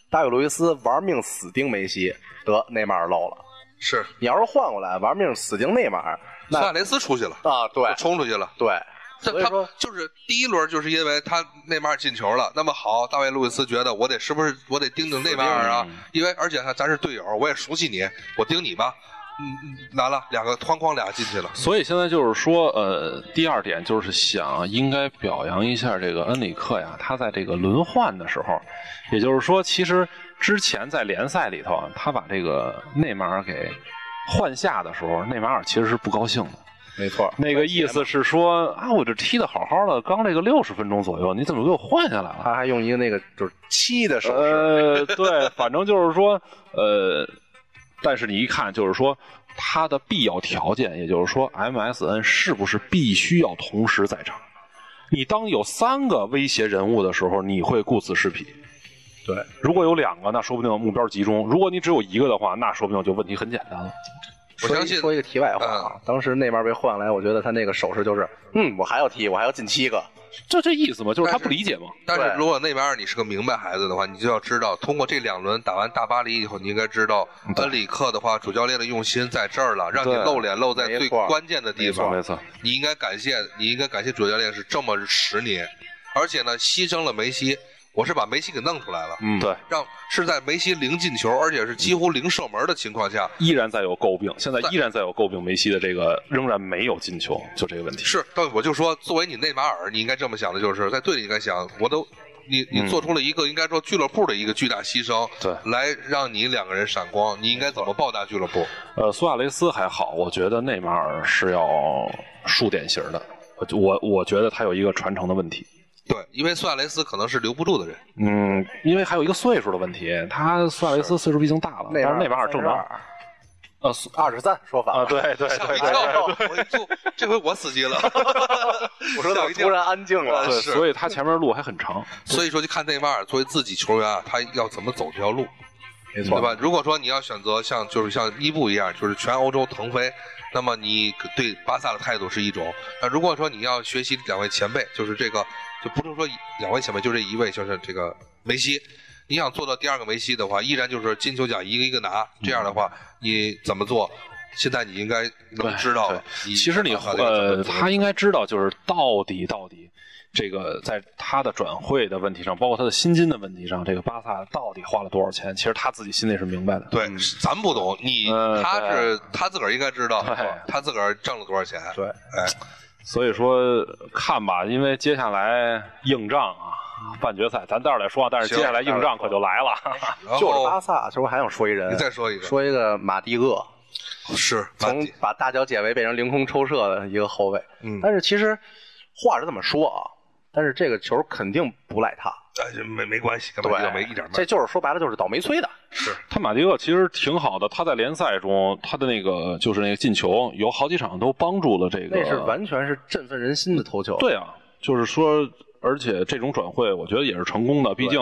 Speaker 3: 大卫·路易斯玩命死盯梅西，得内马尔漏了。
Speaker 1: 是
Speaker 3: 你要是换过来，玩命死盯内马尔，
Speaker 1: 苏
Speaker 3: 那
Speaker 1: 亚雷斯出去了，
Speaker 3: 啊，对
Speaker 1: 冲出去了。
Speaker 3: 对，
Speaker 1: 这
Speaker 3: 所以
Speaker 1: 他
Speaker 3: 说
Speaker 1: 就是第一轮，就是因为他内马尔进球了。那么好，大卫·路易斯觉得我得是不是我得盯盯内马尔啊？因为而且还咱是队友，我也熟悉你，我盯你吧。嗯，嗯拿了两个哐哐俩进去了。
Speaker 2: 所以现在就是说，呃，第二点就是想应该表扬一下这个恩里克呀，他在这个轮换的时候，也就是说，其实之前在联赛里头啊，他把这个内马尔给换下的时候，内马尔其实是不高兴的。
Speaker 3: 没错，
Speaker 2: 那个意思是说啊，我这踢的好好的，刚这个六十分钟左右，你怎么给我换下来了？
Speaker 3: 他还用一个那个就是七的手势，
Speaker 2: 呃，对，反正就是说，呃，但是你一看就是说，他的必要条件，也就是说，MSN 是不是必须要同时在场？你当有三个威胁人物的时候，你会顾此失彼。
Speaker 3: 对，
Speaker 2: 如果有两个，那说不定目标集中；如果你只有一个的话，那说不定就问题很简单了。
Speaker 1: 我
Speaker 3: 说一
Speaker 1: 相信
Speaker 3: 说一个题外话啊，当时内马尔被换来，我觉得他那个手势就是，嗯，我还要踢，我还要进七个，
Speaker 2: 就这意思嘛，就是他
Speaker 1: 但是
Speaker 2: 不理解嘛。
Speaker 1: 但是
Speaker 3: 对
Speaker 1: 如果内马尔你是个明白孩子的话，你就要知道，通过这两轮打完大巴黎以后，你应该知道恩里克的话，主教练的用心在这儿了，让你
Speaker 2: 嗯对
Speaker 1: 露脸露在
Speaker 3: 没
Speaker 1: 最
Speaker 3: 错
Speaker 1: 关键的地
Speaker 2: 没错，
Speaker 1: 方
Speaker 2: 没。错。
Speaker 1: 你应该感谢，你应该感谢主教练是这么十年，而且呢，牺牲了梅西，我是把梅西给弄出来了，
Speaker 2: 嗯，对，
Speaker 1: 让是在梅西零进球，而且是几乎零射门的情况下，
Speaker 2: 依然在有诟病，现在依然在有诟病梅西的这个仍然没有进球，就这个问题。
Speaker 1: 是，但我就说，作为你内马尔，你应该这么想的，就是在队里应该想，我都，你你
Speaker 2: 嗯
Speaker 1: 做出了一个、应该说俱乐部的一个巨大牺牲，
Speaker 2: 对
Speaker 1: 来让你两个人闪光，你应该怎么报答俱乐部？
Speaker 2: 呃，苏亚雷斯还好，我觉得内马尔是要输典型的。我我我觉得他有一个传承的问题，
Speaker 1: 对，因为苏亚雷斯可能是留不住的人，
Speaker 2: 嗯，因为还有一个岁数的问题，他苏亚雷斯岁数毕竟大了，但是内马尔正常，
Speaker 3: 二，
Speaker 2: 呃，苏
Speaker 3: 二十三，说反
Speaker 2: 啊，
Speaker 3: 了，
Speaker 2: 对对
Speaker 1: 吓我
Speaker 2: 对
Speaker 1: 一
Speaker 2: 对
Speaker 1: 跳，我一就这回我死机了，
Speaker 3: 我说怎
Speaker 1: 吓我
Speaker 3: 么
Speaker 1: 一
Speaker 3: 突
Speaker 1: 跳。
Speaker 3: 然安静了？
Speaker 2: 对，
Speaker 1: 呃是
Speaker 2: 所以他前面路还很长，
Speaker 1: 所以说，就看内马尔作为自己球员啊，他要怎么走这条路。
Speaker 3: 没
Speaker 1: 对吧？如果说你要选择像就是像伊布一样，就是全欧洲腾飞，那么你对巴萨的态度是一种；那如果说你要学习两位前辈，就是这个就不是说两位前辈，就这一位就是这个梅西。你想做到第二个梅西的话，依然就是金球奖一个一个拿。这样的话，你怎么做？现在你应该能
Speaker 2: 嗯对
Speaker 1: 知道
Speaker 2: 对
Speaker 1: 了。你
Speaker 2: 其实你
Speaker 1: 巴萨这个
Speaker 2: 呃，
Speaker 1: 怎么
Speaker 2: 他应该知道，就是到底到底这个在他的转会的问题上，包括他的薪金的问题上，这个巴萨到底花了多少钱？其实他自己心里是明白的。
Speaker 1: 对，咱们不懂，你
Speaker 2: 嗯呃
Speaker 1: 他
Speaker 2: 对
Speaker 1: 是他自个儿应该知道
Speaker 2: 对，
Speaker 1: 他自个儿挣了多少钱。
Speaker 3: 对，
Speaker 2: 所以说看吧，因为接下来硬仗啊，半决赛，咱待会儿再说啊。但是
Speaker 1: 行
Speaker 2: 接下来硬仗可就来了。
Speaker 1: 然
Speaker 3: 就是
Speaker 1: 后
Speaker 3: 巴萨，其实我还想说一人，
Speaker 1: 你再说一个，
Speaker 3: 说一个马蒂厄，
Speaker 1: 是
Speaker 3: 从把大脚解围变成凌空抽射的一个后卫。
Speaker 1: 嗯
Speaker 3: 但是其实话是这么说啊，但是这个球肯定不赖他，
Speaker 1: 哎，这没没关系，根本就
Speaker 3: 对，
Speaker 1: 没一点儿
Speaker 3: 这就是说白了就是倒霉催的，
Speaker 2: 他马蒂厄其实挺好的，他在联赛中他的那个就是那个进球，有好几场都帮助了这个。
Speaker 3: 那是完全是振奋人心的头球。，
Speaker 2: 对啊，就是说，而且这种转会，我觉得也是成功的，毕竟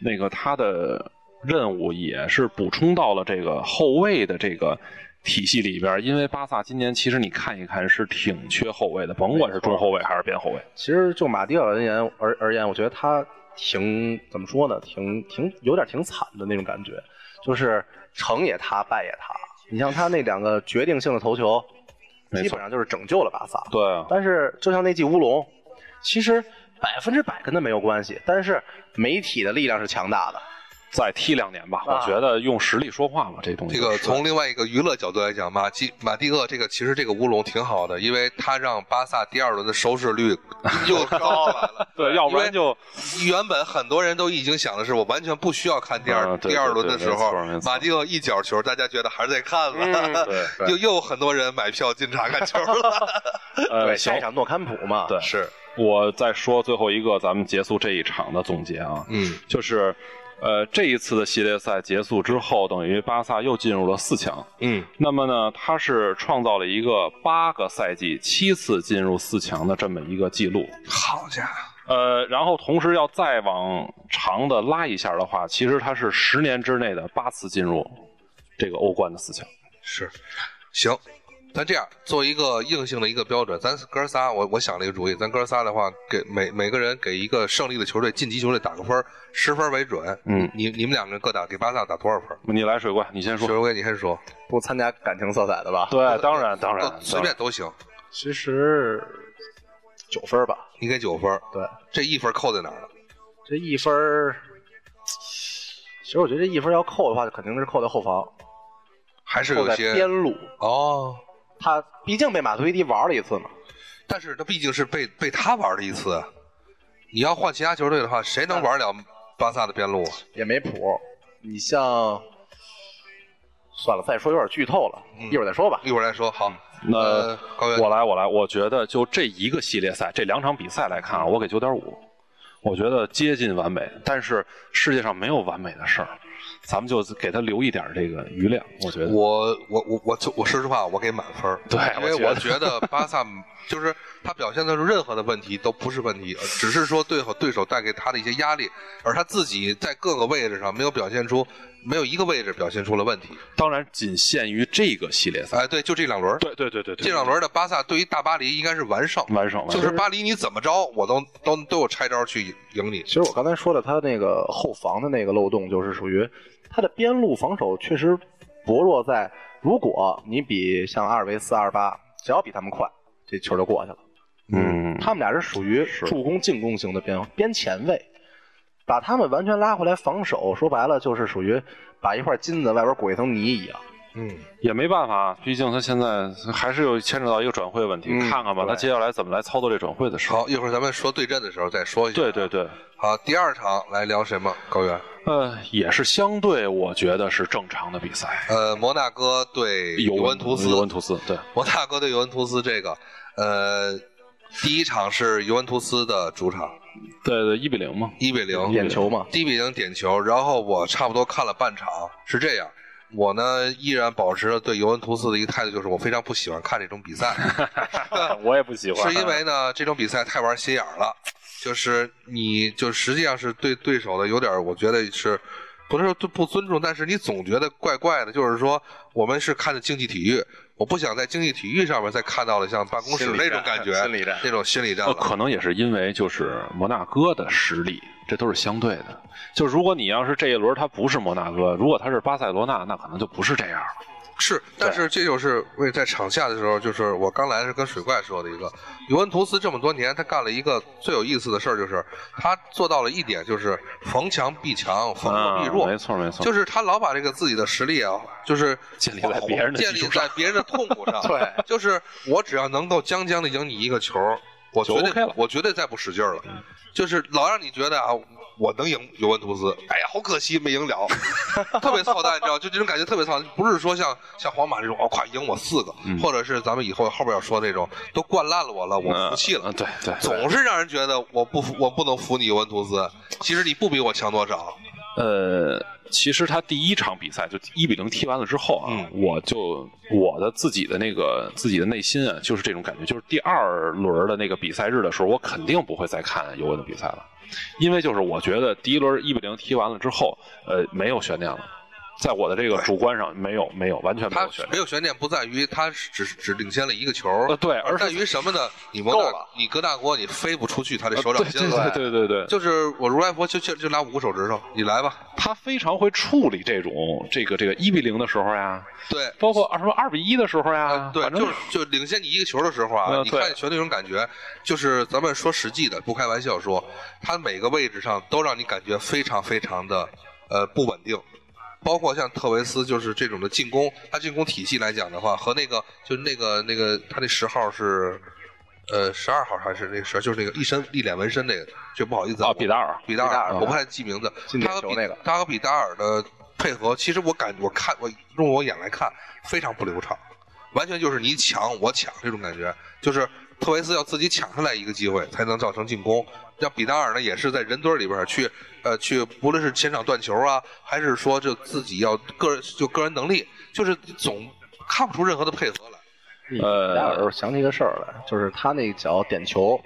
Speaker 2: 那个他的任务也是补充到了这个后卫的这个。体系里边，因为巴萨今年其实你看一看是挺缺后卫的，甭管是中后卫还是边后卫。
Speaker 3: 其实就马蒂尔而言而而言，我觉得他挺怎么说呢，挺挺有点挺惨的那种感觉，就是成也他，败也他。你像他那两个决定性的头球，
Speaker 2: 没错
Speaker 3: 基本上就是拯救了巴萨。
Speaker 2: 对啊，
Speaker 3: 但是就像那记乌龙，其实百分之百跟他没有关系，但是媒体的力量是强大的。
Speaker 2: 再踢两年吧，
Speaker 3: 啊
Speaker 2: 我觉得用实力说话嘛，这东西
Speaker 1: 这
Speaker 2: 就是。
Speaker 1: 个从另外一个娱乐角度来讲，马基马蒂厄这个其实这个乌龙挺好的，因为他让巴萨第二轮的收视率又高起来 了。
Speaker 2: 对，要不然就
Speaker 1: 原本很多人都已经想的是，我完全不需要看第二
Speaker 2: 啊对
Speaker 1: 第二轮的时候
Speaker 2: 对对没错没，嗯错
Speaker 1: 马蒂厄一脚球，大家觉得还是得看了，
Speaker 2: 对
Speaker 1: 又又有很多人买票进场看球 了。
Speaker 2: 呃
Speaker 3: 对，
Speaker 2: 行
Speaker 3: 下一，场诺坎普嘛，
Speaker 2: 对
Speaker 1: 是，
Speaker 2: 我再说最后一个，咱们结束这一场的总结啊，
Speaker 1: 嗯，
Speaker 2: 就是，呃，这一次的系列赛结束之后，等于巴萨又进入了四强。
Speaker 1: 嗯，
Speaker 2: 那么呢，他是创造了一个八个赛季七次进入四强的这么一个记录。
Speaker 1: 好家伙，
Speaker 2: 呃，然后同时要再往长的拉一下的话，其实他是十年之内的八次进入这个欧冠的四强。
Speaker 1: 是，行，咱这样做一个硬性的一个标准，咱哥仨，我我想了一个主意，咱哥仨的话，给每每个人给一个胜利的球队、晋级球队打个分儿，十分为准。
Speaker 2: 嗯，
Speaker 1: 你你们两个人各打给巴萨打多少分儿？
Speaker 2: 你来水怪，你先
Speaker 1: 水
Speaker 2: 说。
Speaker 1: 哥，你先说，
Speaker 3: 不参加感情色彩的吧？，
Speaker 2: 对，当然当然，
Speaker 1: 呃随便都行，
Speaker 3: 其实九分吧。
Speaker 1: 你给九分儿，
Speaker 3: 对，
Speaker 1: 这一分儿扣在哪儿了？
Speaker 3: 这一分儿，其实我觉得这一分儿要扣的话，肯定是扣在后防，
Speaker 1: 还是
Speaker 3: 扣
Speaker 1: 有
Speaker 3: 在
Speaker 1: 些
Speaker 3: 边路。
Speaker 1: 哦，
Speaker 3: 他毕竟被马图伊迪玩了一次嘛，
Speaker 1: 但是他毕竟是被被他玩了一次，你要换其他球队的话，谁能玩了巴萨的边路啊？
Speaker 3: 也没谱。你像，算了，再说有点剧透了，一会儿再说吧。
Speaker 1: 一会儿再说。好，
Speaker 2: 嗯那
Speaker 1: 呃，高原
Speaker 2: 我来，我来。我觉得就这一个系列赛，这两场比赛来看啊，我给九点五，我觉得接近完美。但是世界上没有完美的事儿，咱们就给他留一点这个余量。我觉得，
Speaker 1: 我我我我就我说实话，我给满分儿。
Speaker 2: 对
Speaker 1: 因为
Speaker 2: 我
Speaker 1: 我觉得巴萨 就是他表现的任何的问题都不是问题，呃只是说对手对手带给他的一些压力，而他自己在各个位置上没有表现出，没有一个位置表现出了问题。
Speaker 2: 当然仅限于这个系列赛。
Speaker 1: 哎，对，就这两轮儿，
Speaker 2: 嗯对对对对对，
Speaker 1: 这两轮儿的巴萨对于大巴黎应该是完胜，
Speaker 2: 完胜完
Speaker 1: 就是
Speaker 2: 胜。
Speaker 1: 巴黎你怎么着，我都都都有拆招去赢你。
Speaker 3: 其实我刚才说的，他那个后防的那个漏洞，就是属于他的边路防守确实薄弱在，如果你比像阿尔维斯、阿尔巴，只要比他们快，这球就过去了。
Speaker 2: 嗯，
Speaker 3: 他们俩是属于助攻进攻型的边边前卫，把他们完全拉回来防守，说白了就是属于把一块金子外边裹一层泥一样。
Speaker 1: 嗯，
Speaker 2: 也没办法，毕竟他现在还是有牵扯到一个转会问题，
Speaker 3: 嗯
Speaker 2: 看看吧，
Speaker 3: 对
Speaker 2: 他接下来怎么来操作这转会的事儿。
Speaker 1: 好，一会儿咱们说对阵的时候再说一下。
Speaker 2: 对对对，
Speaker 1: 好，第二场来聊什么？高原，
Speaker 2: 呃，也是相对，我觉得是正常的比赛。
Speaker 1: 呃，摩纳哥对文图斯，
Speaker 2: 尤文图斯，对，
Speaker 1: 摩纳哥对尤文图斯这个，呃，第一场是尤文图斯的主场，
Speaker 2: 对对，一比 零嘛。
Speaker 1: 一比零，
Speaker 3: 眼球嘛，
Speaker 1: 一比零点球。然后我差不多看了半场，是这样。我呢依然保持着对尤文图斯的一个态度，就是我非常不喜欢看这种比赛，
Speaker 2: 我也不喜
Speaker 1: 是因为呢这种比赛太玩心眼儿了，就是你就实际上是对对手的有点儿，我觉得是不是说不尊重，但是你总觉得怪怪的，就是说我们是看的竞技体育，我不想在竞技体育上面再看到了像办公室
Speaker 3: 心理
Speaker 1: 那种
Speaker 3: 战
Speaker 1: 感觉，
Speaker 3: 心理战哦
Speaker 1: 那种心理战
Speaker 2: 呃，
Speaker 1: 了。
Speaker 2: 可能也是因为就是摩纳哥的实力，这都是相对的。就如果你要是这一轮他不是摩纳哥，如果他是巴塞罗那，那可能就不是这样了。
Speaker 1: 是，但是这就是为在场下的时候，就是我刚来的时候跟水怪说的一个，尤文图斯这么多年，他干了一个最有意思的事儿，就是他做到了一点，就是逢强必强，逢
Speaker 3: 啊
Speaker 1: 弱必弱。
Speaker 2: 嗯没错没错，
Speaker 1: 就是他老把这个自己的实力啊，就是
Speaker 2: 建立在别人的
Speaker 1: 建
Speaker 2: 基
Speaker 1: 立
Speaker 2: 础上
Speaker 1: 在别人的痛苦 上。
Speaker 3: 对，
Speaker 1: 就是我只要能够将将的赢你一个球，我绝对、
Speaker 2: 就 OK 了嗯
Speaker 1: 我绝对再不使劲儿了。就是老让你觉得啊，我能赢尤文图 斯，哎呀，好可惜没赢了， 特别操蛋，你知道？就这种感觉特别操蛋，不是说像像皇马这种，哦，快赢我四个，
Speaker 2: 嗯
Speaker 1: 或者是咱们以后后边要说那种，都灌烂了我了，我服气了。
Speaker 2: 嗯，对对，
Speaker 1: 总是让人觉得我不服，我不能服你尤文图斯。其实你不比我强多少，
Speaker 2: 呃，其实他第一场比赛就一比零踢完了之后啊，
Speaker 1: 嗯
Speaker 2: 我就我的自己的那个自己的内心啊，就是这种感觉，就是第二轮的那个比赛日的时候，我肯定不会再看尤文的比赛了，因为就是我觉得第一轮一比零踢完了之后，呃，没有悬念了。在我的这个主观上，没有没有完全没
Speaker 1: 他
Speaker 2: 有悬念。
Speaker 1: 没有悬念，不在于他是只只领先了一个球，
Speaker 2: 呃对
Speaker 1: 而
Speaker 2: 而是
Speaker 1: 在于什么呢？你摩
Speaker 3: 够
Speaker 1: 纳
Speaker 3: 了，
Speaker 1: 你哥大国，你飞不出去他这
Speaker 2: 呃
Speaker 1: 手掌心了。
Speaker 2: 对对对对对对，
Speaker 1: 就是我如来佛就就就拿五个手指头，你来吧。
Speaker 2: 他非常会处理这种这个这个一比零的时候呀，
Speaker 1: 对，
Speaker 2: 包括二什么二比一的时候呀，
Speaker 1: 呃对，
Speaker 2: 反正
Speaker 1: 就是就领先你一个球的时候啊，
Speaker 2: 嗯
Speaker 1: 你
Speaker 2: 对
Speaker 1: 看球那种感觉，就是咱们说实际的，不开玩笑说，他每个位置上都让你感觉非常非常的呃不稳定。包括像特维斯，就是这种的进攻，他进攻体系来讲的话，和那个就是那个那个他那十号是，呃，十二号还是那个十，就是那个一身一脸纹身那个，就不好意思
Speaker 2: 啊比达尔
Speaker 1: 比达
Speaker 3: 比达尔
Speaker 1: 我不太记名字
Speaker 3: 进，点
Speaker 1: 他和
Speaker 3: 球
Speaker 1: 比
Speaker 3: 那个
Speaker 1: 他和比达尔的配合，其实我感我看我用我眼来看非常不流畅，完全就是你抢我抢这种感觉，就是特维斯要自己抢上来一个机会才能造成进攻。让比达尔呢也是在人堆里边儿去，呃，去无论是前场断球啊，还是说就自己要个人就个人能力，就是总看不出任何的配合来。
Speaker 2: 呃
Speaker 3: 戴尔想起一个事儿来，就是他那脚点球，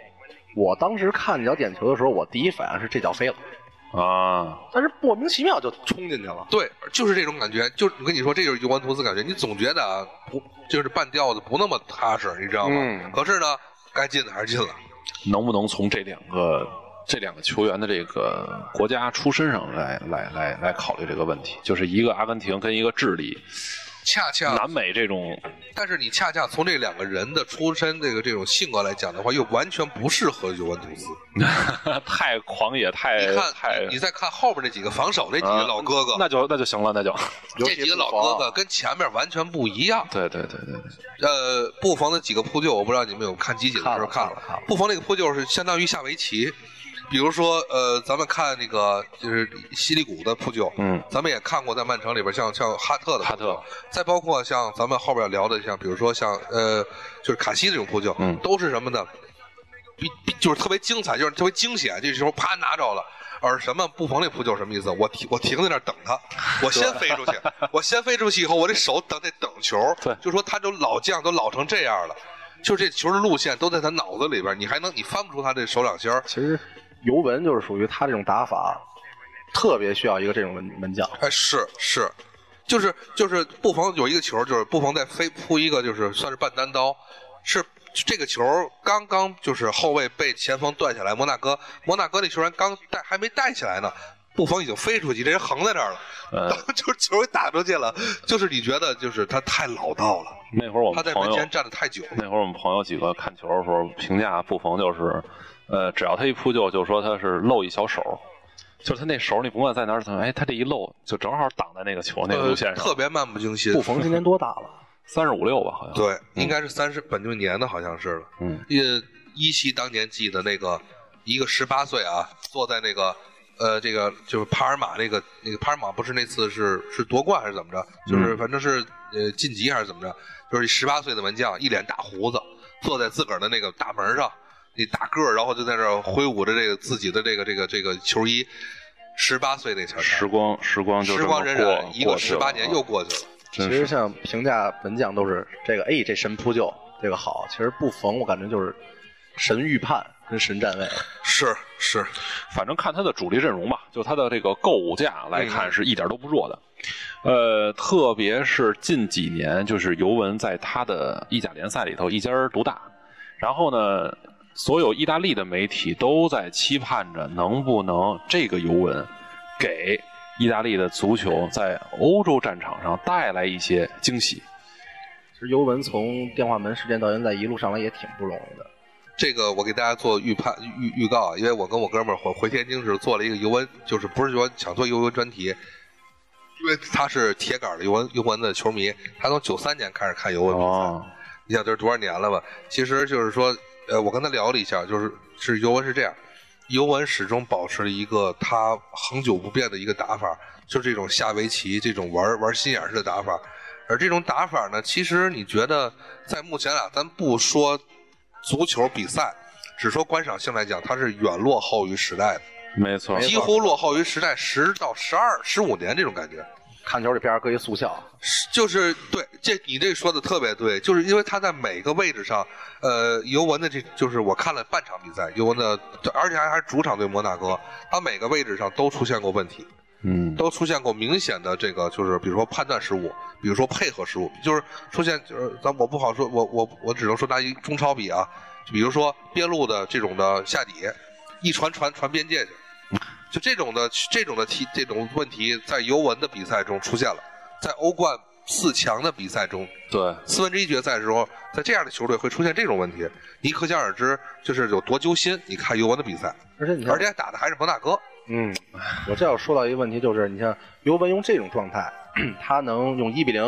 Speaker 3: 我当时看那脚点球的时候，我第一反应是这脚飞了，
Speaker 2: 啊，
Speaker 3: 但是莫名其妙就冲进去了。
Speaker 1: 对，就是这种感觉，就是我跟你说，这就是尤文图斯感觉，你总觉得啊不就是半吊子不那么踏实，你知道吗？
Speaker 2: 嗯
Speaker 1: 可是呢，该进的还是进了。
Speaker 2: 能不能从这两个这两个球员的这个国家出身上来来来来考虑这个问题？就是一个阿根廷跟一个智利，
Speaker 1: 恰恰，
Speaker 2: 南美 这种
Speaker 1: 但是你恰恰从这两个人的出身，这个这种性格来讲的话，又完全不适合尤文图斯。
Speaker 2: 太狂野、太
Speaker 3: 哎
Speaker 1: 你
Speaker 2: 太
Speaker 1: 看，你再看后边那几个防守那几个
Speaker 2: 啊
Speaker 1: 老哥哥，
Speaker 2: 那就那就行了，那就
Speaker 3: 嗯 尤
Speaker 1: 这
Speaker 3: 其啊
Speaker 1: 几个
Speaker 3: 布
Speaker 1: 老
Speaker 3: 冯
Speaker 1: 哥哥跟前面完全不一样。
Speaker 2: 对对对对对，
Speaker 1: 呃，布冯的几个扑救，我不知道你们有看集锦的时候
Speaker 3: 看
Speaker 1: 看
Speaker 3: 了看了看了
Speaker 1: 布冯那个扑救是相当于下围棋，比如说呃，咱们看那个就是犀利谷的扑救，
Speaker 2: 嗯，
Speaker 1: 咱们也看过在曼城里边像像哈特的
Speaker 2: 哈
Speaker 1: 扑救
Speaker 2: 特，
Speaker 1: 再包括像咱们后边聊的像比如说像呃就是卡西这种扑救，
Speaker 2: 嗯
Speaker 1: 都是什么呢？比比就是特别精彩，就是特别惊险，这时候啪拿着了。而什么布冯那扑救什么意思？我停，我停在那儿等他，我先飞出去，我先飞出去以后，我这手等得等球。
Speaker 2: 对
Speaker 1: 就说他就老将都老成这样了，就这球的路线都在他脑子里边，你还能你翻不出他这手掌心儿。
Speaker 3: 其实尤文就是属于他这种打法，特别需要一个这种门门将。
Speaker 1: 哎，是是，就是就是布冯有一个球，就是布冯在飞扑一个，就是算是半单刀，是这个球刚刚就是后卫被前锋断下来，摩纳哥摩纳哥那球员刚带还没带起来呢。布冯已经飞出去，这人横在这儿了，
Speaker 2: 呃
Speaker 1: 然，后 就是球打出去了，就是你觉得就是他太老道了，
Speaker 2: 那会儿我
Speaker 1: 他
Speaker 2: 们
Speaker 1: 在
Speaker 2: 朋
Speaker 1: 门
Speaker 2: 友
Speaker 1: 前站的太久了。
Speaker 2: 那会儿我们哦朋友几个看球的时候评价布冯就是，呃，只要他一扑救，就说他是漏一小手，就是他那手你不管在哪儿，他哎他这一漏就正好挡在那个球那个路线
Speaker 1: 呃
Speaker 2: 上
Speaker 1: 特，别漫不经心。
Speaker 3: 布冯今年多大 了？
Speaker 2: 三十五六吧好像。，
Speaker 1: 对，应该是三十本命年的，好像是了。
Speaker 2: 啊嗯，
Speaker 1: 呃，依稀当年记得那个一个十八岁啊，坐在那个呃，这个就是帕尔马那个那个帕尔马不是那次是是夺冠还是怎么着？
Speaker 2: 嗯
Speaker 1: 就是反正是呃晋级还是怎么着？就是十八岁的门将，一脸大胡子，坐在自个儿的那个大门上，那大个儿，然后就在那儿挥舞着这个自己的这个这个这个球衣。十八岁那前儿
Speaker 2: 时光时光就
Speaker 1: 时
Speaker 2: 这
Speaker 1: 光
Speaker 2: 么
Speaker 1: 荏
Speaker 2: 过
Speaker 1: 苒，一个
Speaker 2: 过去
Speaker 1: 十
Speaker 2: 了
Speaker 1: 八
Speaker 2: 啊
Speaker 1: 年又过去了。
Speaker 2: 真
Speaker 3: 其
Speaker 2: 是
Speaker 3: 实像评价门将都是这个，哎，这神扑救，这个好。其实布冯我感觉就是神预判跟神站 位，
Speaker 1: 是是，
Speaker 2: 反正看他的主力阵容吧，就他的这个购物价来看，
Speaker 1: 嗯
Speaker 2: 是一点都不弱的。呃，特别是近几年，就是尤文在他的意甲联赛里头一家儿独大，然后呢，所有意大利的媒体都在期盼着能不能这个尤文给意大利的足球在欧洲战场上带来一些惊喜。
Speaker 3: 其实尤文从电话门事件到现在一路上来也挺不容易的。
Speaker 1: 这个我给大家做预判预预告啊，因为我跟我哥们儿回回天津时做了一个尤文，就是不是说想做尤文专题，因为他是铁杆儿的尤文尤文的球迷，他从九三年开始看尤文比赛，
Speaker 2: 哦，
Speaker 1: 你想这是多少年了吧？其实就是说，呃，我跟他聊了一下，就是是尤文是这样，尤文始终保持了一个他恒久不变的一个打法，就是这种下围棋这种玩玩心眼儿式的打法。而这种打法呢，其实你觉得在目前啊，咱不说足球比赛，只说观赏性来讲，它是远落后于时代的，
Speaker 2: 没错，
Speaker 1: 几乎落后于时代十到十二、十五年这种感觉。
Speaker 3: 看球里边儿搁一速效，
Speaker 1: 是就是对，这你这说的特别对，就是因为他在每个位置上，呃，尤文的这就是我看了半场比赛，尤文的，而且还还是主场对摩纳哥，他每个位置上都出现过问题，
Speaker 2: 嗯，
Speaker 1: 都出现过明显的这个，就是比如说判断失误，比如说配合失误，就是出现就是咱我不好说，我我我只能说拿一中超比啊，比如说边路的这种的下底，一传传传边界去，就这种的这种的题这种问题在尤文的比赛中出现了，在欧冠四强的比赛中，
Speaker 2: 对，
Speaker 1: 四分之一决赛的时候，在这样的球队会出现这种问题，你可想而知就是有多揪心。你看尤文的比赛，
Speaker 3: 而且你看
Speaker 1: 而，且打的还是摩纳哥，
Speaker 3: 嗯，我这要说到一个问题，就是你像尤文用这种状态，他能用一比零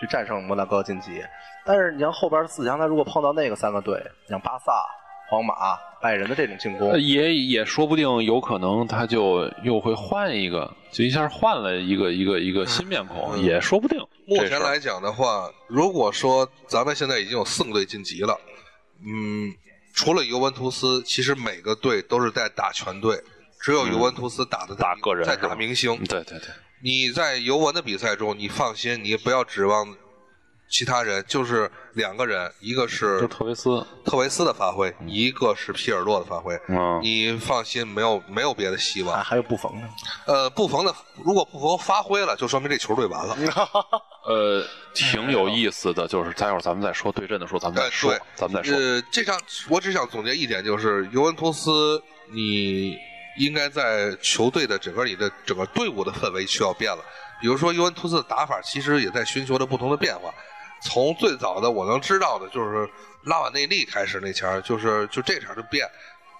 Speaker 3: 去战胜摩纳哥晋级，但是你像后边四强，他如果碰到那个三个队，像巴萨、皇马、拜仁的这种进攻
Speaker 1: 哎
Speaker 2: 呃，也也说不定，有可能他就又会换一个，就一下换了一个一个一个新面孔，
Speaker 1: 嗯
Speaker 2: 也说不定。
Speaker 1: 目
Speaker 2: 这
Speaker 1: 前
Speaker 2: 事儿
Speaker 1: 来讲的话，如果说咱们现在已经有四个队晋级了，嗯，除了尤文图斯，其实每个队都是在打全队，只有尤文图斯打的
Speaker 2: 嗯打个人
Speaker 1: 在
Speaker 2: 是
Speaker 1: 打
Speaker 2: 吧嗯
Speaker 1: 明星
Speaker 2: 嗯。对对对，
Speaker 1: 你在尤文的比赛中，你放心，你也不要指望其他人，就是两个人，一个是
Speaker 2: 就特维斯，
Speaker 1: 特维斯的发挥，一个是皮尔洛的发挥。
Speaker 2: 嗯，
Speaker 1: 你放心，没有没有别的希
Speaker 3: 啊，
Speaker 1: 望。
Speaker 3: 还有布冯呢，
Speaker 1: 呃，布冯的如果布冯发挥了，就说明这球队完了。
Speaker 2: 呃，挺有意思的，就是待会儿咱们再说对阵的时候，咱们
Speaker 1: 呃
Speaker 2: 再说
Speaker 1: 对，
Speaker 2: 咱们再说。
Speaker 1: 呃，这场我只想总结一点，就是尤文图斯，你应该在球队的整个你的整个队伍的氛围需要变了。比如说，尤文图斯的打法其实也在寻求着不同的变化。从最早的我能知道的就是拉瓦内利开始那前儿，就是就这场就变，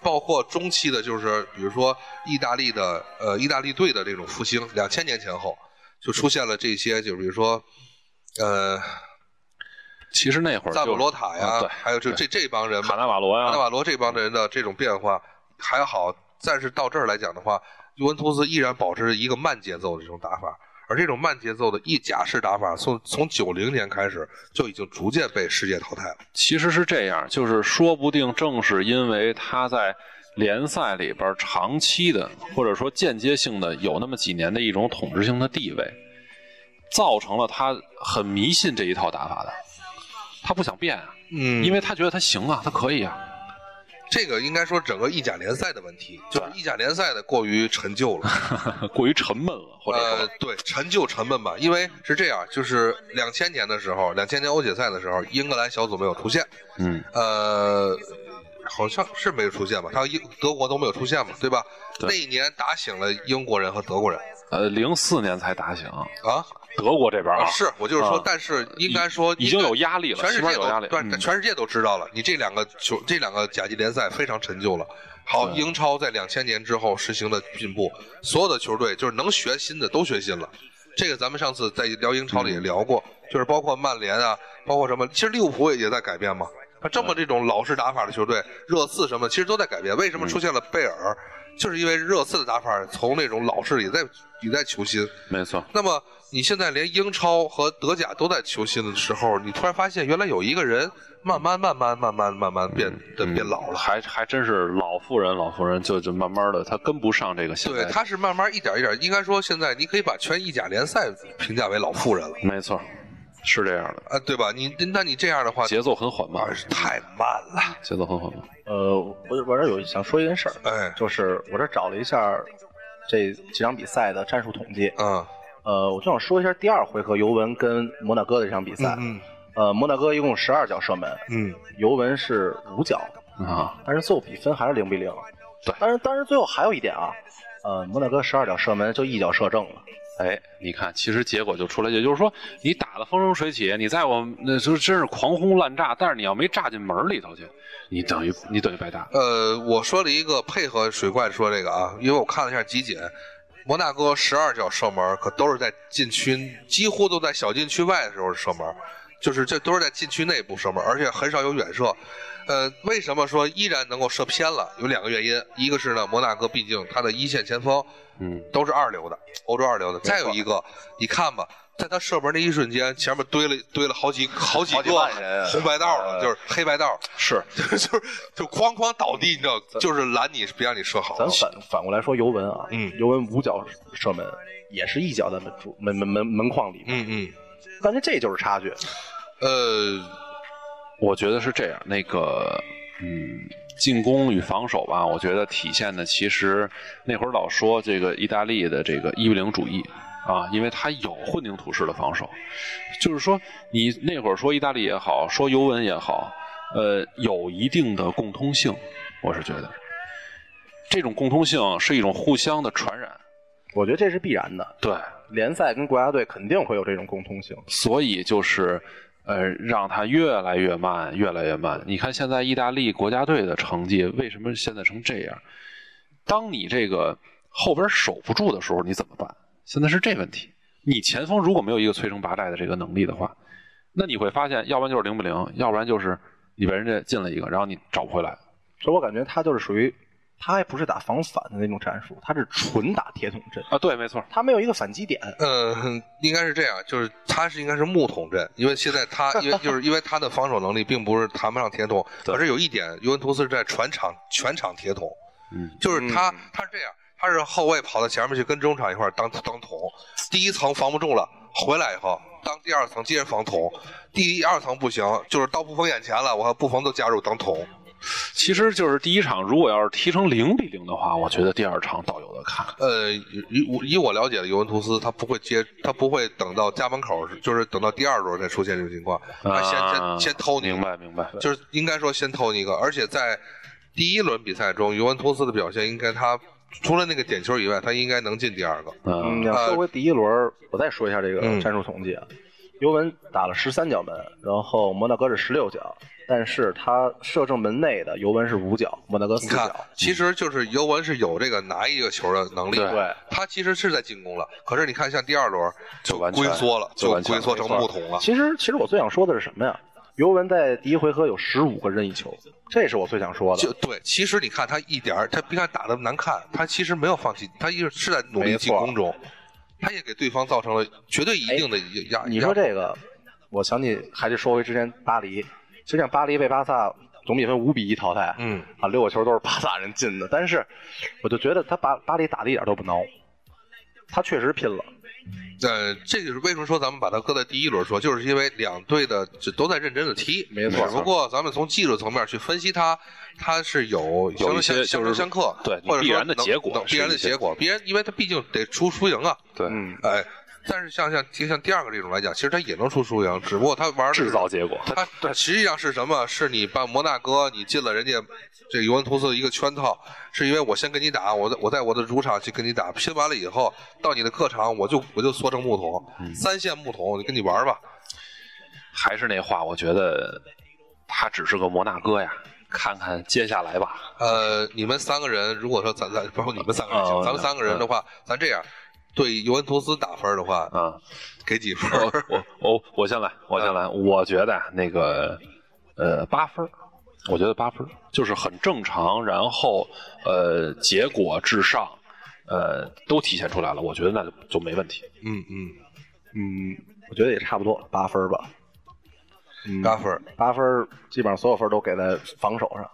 Speaker 1: 包括中期的，就是比如说意大利的呃意大利队的这种复兴，两千年前后就出现了这些，就比如说呃
Speaker 2: 其实那会儿
Speaker 1: 赞
Speaker 2: 就
Speaker 1: 普罗塔呀，啊
Speaker 2: 啊对
Speaker 1: 还有就这这帮人嘛
Speaker 2: 卡纳瓦罗
Speaker 1: 卡纳
Speaker 2: 呀，
Speaker 1: 瓦罗这帮人的这种变化还好，但是到这儿来讲的话，尤文图斯依然保持着一个慢节奏的这种打法，而这种慢节奏的意甲式打法，从从九零年开始就已经逐渐被世界淘汰了。
Speaker 2: 其实是这样，就是说不定正是因为他在联赛里边长期的，或者说间接性的有那么几年的一种统治性的地位，造成了他很迷信这一套打法的，他不想变啊，
Speaker 1: 嗯
Speaker 2: 因为他觉得他行啊，他可以啊。
Speaker 1: 这个应该说整个意甲联赛的问题，就是意甲联赛的过于陈旧了。
Speaker 2: 过于沉闷了，或者
Speaker 1: 呃
Speaker 2: 说，
Speaker 1: 对，陈旧沉闷吧，因为是这样，就是两千年的时候，两千年欧锦赛的时候，英格兰小组没有出现，
Speaker 2: 嗯，
Speaker 1: 呃，好像是没有出现吧？他英德国都没有出现嘛，对吧？
Speaker 2: 对
Speaker 1: 那一年打醒了英国人和德国人
Speaker 2: 呃，零四年才打醒
Speaker 1: 啊
Speaker 2: 德国这边啊，
Speaker 1: 是我就是说，
Speaker 2: 啊
Speaker 1: 但是应该说
Speaker 2: 已已经有
Speaker 1: 应该
Speaker 2: 压力了，
Speaker 1: 全世
Speaker 2: 西边
Speaker 1: 界
Speaker 2: 有
Speaker 1: 都
Speaker 2: 压力，
Speaker 1: 对，
Speaker 2: 嗯
Speaker 1: 全世界都知道了，你这两个球，这两个甲级联赛非常陈旧了。好，
Speaker 2: 对
Speaker 1: 英超在两千年之后实行的进步，所有的球队就是能学新的都学新了。这个咱们上次在聊英超里也
Speaker 2: 嗯
Speaker 1: 聊过，就是包括曼联啊，包括什么，其实利物浦也也在改变嘛。那这么这种老式打法的球队，热刺什么的，其实都在改变。为
Speaker 2: 嗯
Speaker 1: 什么出现了贝尔？就是因为热刺的打法从那种老式也在也在求新，
Speaker 2: 没错，
Speaker 1: 那么你现在连英超和德甲都在求新的时候，你突然发现原来有一个人慢慢慢慢慢慢慢慢变得
Speaker 2: 嗯
Speaker 1: 变老了。
Speaker 2: 还还真是老妇人，老妇人就就慢慢的，他跟不上这个现
Speaker 1: 对
Speaker 2: 在，，
Speaker 1: 他是慢慢一点一点，应该说现在你可以把全意甲联赛评价为老妇人了，
Speaker 2: 没错，是这样的，
Speaker 1: 啊，对吧？你那你这样的话，
Speaker 2: 节奏很缓慢
Speaker 1: 啊，是太慢了，
Speaker 2: 节奏很缓慢，
Speaker 3: 呃，我我这有想说一件事儿，
Speaker 1: 哎，
Speaker 3: 就是我这找了一下这几场比赛的战术统计，
Speaker 1: 嗯
Speaker 3: 呃，我就想说一下第二回合尤文跟摩纳哥的这场比赛，
Speaker 1: 嗯
Speaker 3: 呃，摩纳哥一共十二脚射门，
Speaker 1: 嗯
Speaker 3: 尤文是五脚，
Speaker 2: 啊，
Speaker 3: 但是最后比分还是零比零。
Speaker 2: 对
Speaker 3: 但是但是最后还有一点啊，呃，摩纳哥十二脚射门就一脚射正了，
Speaker 2: 哎，你看，其实结果就出来，也就是说，你打的风生水起，你在我们那时候真是狂轰滥炸，但是你要没炸进门里头去，你等于你等于白打，
Speaker 1: 呃，我说了一个配合水怪说这个啊，因为我看了一下集锦，摩纳哥十二脚射门可都是在禁区，几乎都在小禁区外的时候射门，就是这都是在禁区内部射门，而且很少有远射。呃，为什么说依然能够射偏了？有两个原因，一个是呢，摩纳哥毕竟他的一线前锋
Speaker 2: 嗯，
Speaker 1: 都是二流的，欧洲二流的。再有一个，你看吧，在他射门那一瞬间，前面堆了堆了好几好几
Speaker 3: 好几
Speaker 1: 个
Speaker 3: 万人啊
Speaker 1: 红白道了，就是黑白道。
Speaker 2: 是，
Speaker 1: 就是就哐哐倒地，你知道，就是拦你，别让你射好。
Speaker 3: 咱反反过来说尤文啊，
Speaker 1: 嗯
Speaker 3: 尤文五脚射门也是一脚在门柱门门门门框里面，
Speaker 1: 嗯嗯，
Speaker 3: 我感觉这就是差距。
Speaker 1: 呃，
Speaker 2: 我觉得是这样，那个，嗯，进攻与防守吧，我觉得体现的其实那会儿老说这个意大利的这个一比零主义啊，因为它有混凝土式的防守，就是说你那会儿说意大利也好，说尤文也好，呃，有一定的共通性，我是觉得这种共通性是一种互相的传染，
Speaker 3: 我觉得这是必然的，
Speaker 2: 对，
Speaker 3: 联赛跟国家队肯定会有这种共通性。
Speaker 2: 所以就是，呃，让它越来越慢，越来越慢。你看现在意大利国家队的成绩为什么现在成这样？当你这个后边守不住的时候，你怎么办？现在是这问题。你前锋如果没有一个摧城拔寨的这个能力的话，那你会发现，要不然就是零比零，要不然就是你被人家进了一个，然后你找不回来。
Speaker 3: 所以我感觉他就是属于，他还不是打防反的那种战术，他是纯打铁桶阵，
Speaker 2: 啊，对，没错，
Speaker 3: 他没有一个反击点。
Speaker 1: 呃，应该是这样，就是他是应该是木桶阵，因为现在他因为就是因为他的防守能力并不是谈不上铁桶，
Speaker 2: 对
Speaker 1: 可是有一点，尤文图斯是在全场全场铁桶，
Speaker 2: 嗯，
Speaker 1: 就是他、他是这样，他是后卫跑到前面去跟中场一块儿当当桶，第一层防不住了，回来以后当第二层接着防捅，第一二层不行，就是到布冯眼前了，我看布冯都加入当捅。
Speaker 2: 其实就是第一场，如果要是踢成零比零的话，我觉得第二场倒有的看。
Speaker 1: 呃，以我以我了解的，尤文图斯他不会接，他不会等到家门口，就是等到第二轮才出现这种情况，他先、
Speaker 2: 啊
Speaker 1: 先先偷你，
Speaker 2: 明白明白。
Speaker 1: 就是应该说先偷你一个，而且在第一轮比赛中，尤文图斯的表现应该他除了那个点球以外，他应该能进第二个。
Speaker 2: 嗯
Speaker 3: 嗯，
Speaker 1: 呃
Speaker 3: 说回第一轮儿，我再说一下这个
Speaker 1: 嗯
Speaker 3: 战术统计啊。尤文打了十三脚门，然后摩纳哥是十六脚，但是他射正门内的尤文是五脚，摩纳哥
Speaker 1: 你
Speaker 3: 四
Speaker 1: 看
Speaker 3: 脚。，
Speaker 1: 其实就是尤文是有这个拿一个球的能力，
Speaker 2: 对
Speaker 3: 对，
Speaker 1: 他其实是在进攻了，可是你看像第二轮
Speaker 2: 就完全
Speaker 1: 龟缩了，
Speaker 2: 就
Speaker 1: 就
Speaker 2: 完全
Speaker 1: 龟缩成
Speaker 2: 没错
Speaker 1: 木桶了。
Speaker 3: 其实其实我最想说的是什么呀？尤文在第一回合有十五个任意球，这是我最想说的。
Speaker 1: 就对，其实你看他一点儿，他别看打的难看，他其实没有放弃，他一直是在努力
Speaker 3: 没错
Speaker 1: 进攻中，他也给对方造成了绝对一定的压压。
Speaker 2: 哎
Speaker 3: 你说这个，我想起还是说回之前巴黎，其实际上巴黎被巴萨总比分五比一淘汰，
Speaker 1: 嗯，
Speaker 3: 啊，六个球都是巴萨人进的，但是我就觉得他巴巴黎打的一点都不孬，他确实拼了，
Speaker 1: 呃，这就是为什么说咱们把它搁在第一轮说，就是因为两队的这都在认真的踢，
Speaker 3: 没错
Speaker 1: 只不过咱们从技术层面去分析它，它是有
Speaker 2: 有一些
Speaker 1: 相相
Speaker 2: 就
Speaker 1: 相
Speaker 2: 是
Speaker 1: 相克，
Speaker 2: 对
Speaker 1: 或者说
Speaker 2: 必然的
Speaker 1: 能
Speaker 2: 结果
Speaker 1: 能
Speaker 2: 是
Speaker 1: 必然的
Speaker 2: 一些
Speaker 1: 结果，必然，因为它毕竟得出输赢啊，
Speaker 2: 对，
Speaker 3: 嗯，
Speaker 1: 哎，但是像像像第二个这种来讲，其实它也能出输赢，只不过它玩的是
Speaker 2: 制造结果。
Speaker 1: 他他实际上是什么？是你把摩纳哥你进了人家这尤文图斯的一个圈套，是因为我先跟你打，我在我在我的主场去跟你打，拼完了以后到你的客场我就我就缩成木
Speaker 2: 嗯
Speaker 1: 桶，三线木桶，你跟你玩吧。
Speaker 2: 还是那话，我觉得他只是个摩纳哥呀，看看接下来吧。
Speaker 1: 呃，你们三个人如果说咱咱包括你们三个人
Speaker 2: 哦
Speaker 1: 行，咱们三个人的话，咱这样对尤文图斯打分的话，
Speaker 2: 啊、
Speaker 1: 给几分？
Speaker 2: 我我我先来，我先来。我觉得啊那个呃八分儿，我觉得八分儿就是很正常，然后呃结果至上，呃都体现出来了，我觉得那就就没问题。
Speaker 1: 嗯嗯，
Speaker 3: 嗯，我觉得也差不多八分儿吧，嗯，
Speaker 1: 八分儿，
Speaker 3: 八分儿基本上所有分儿都给在防守上，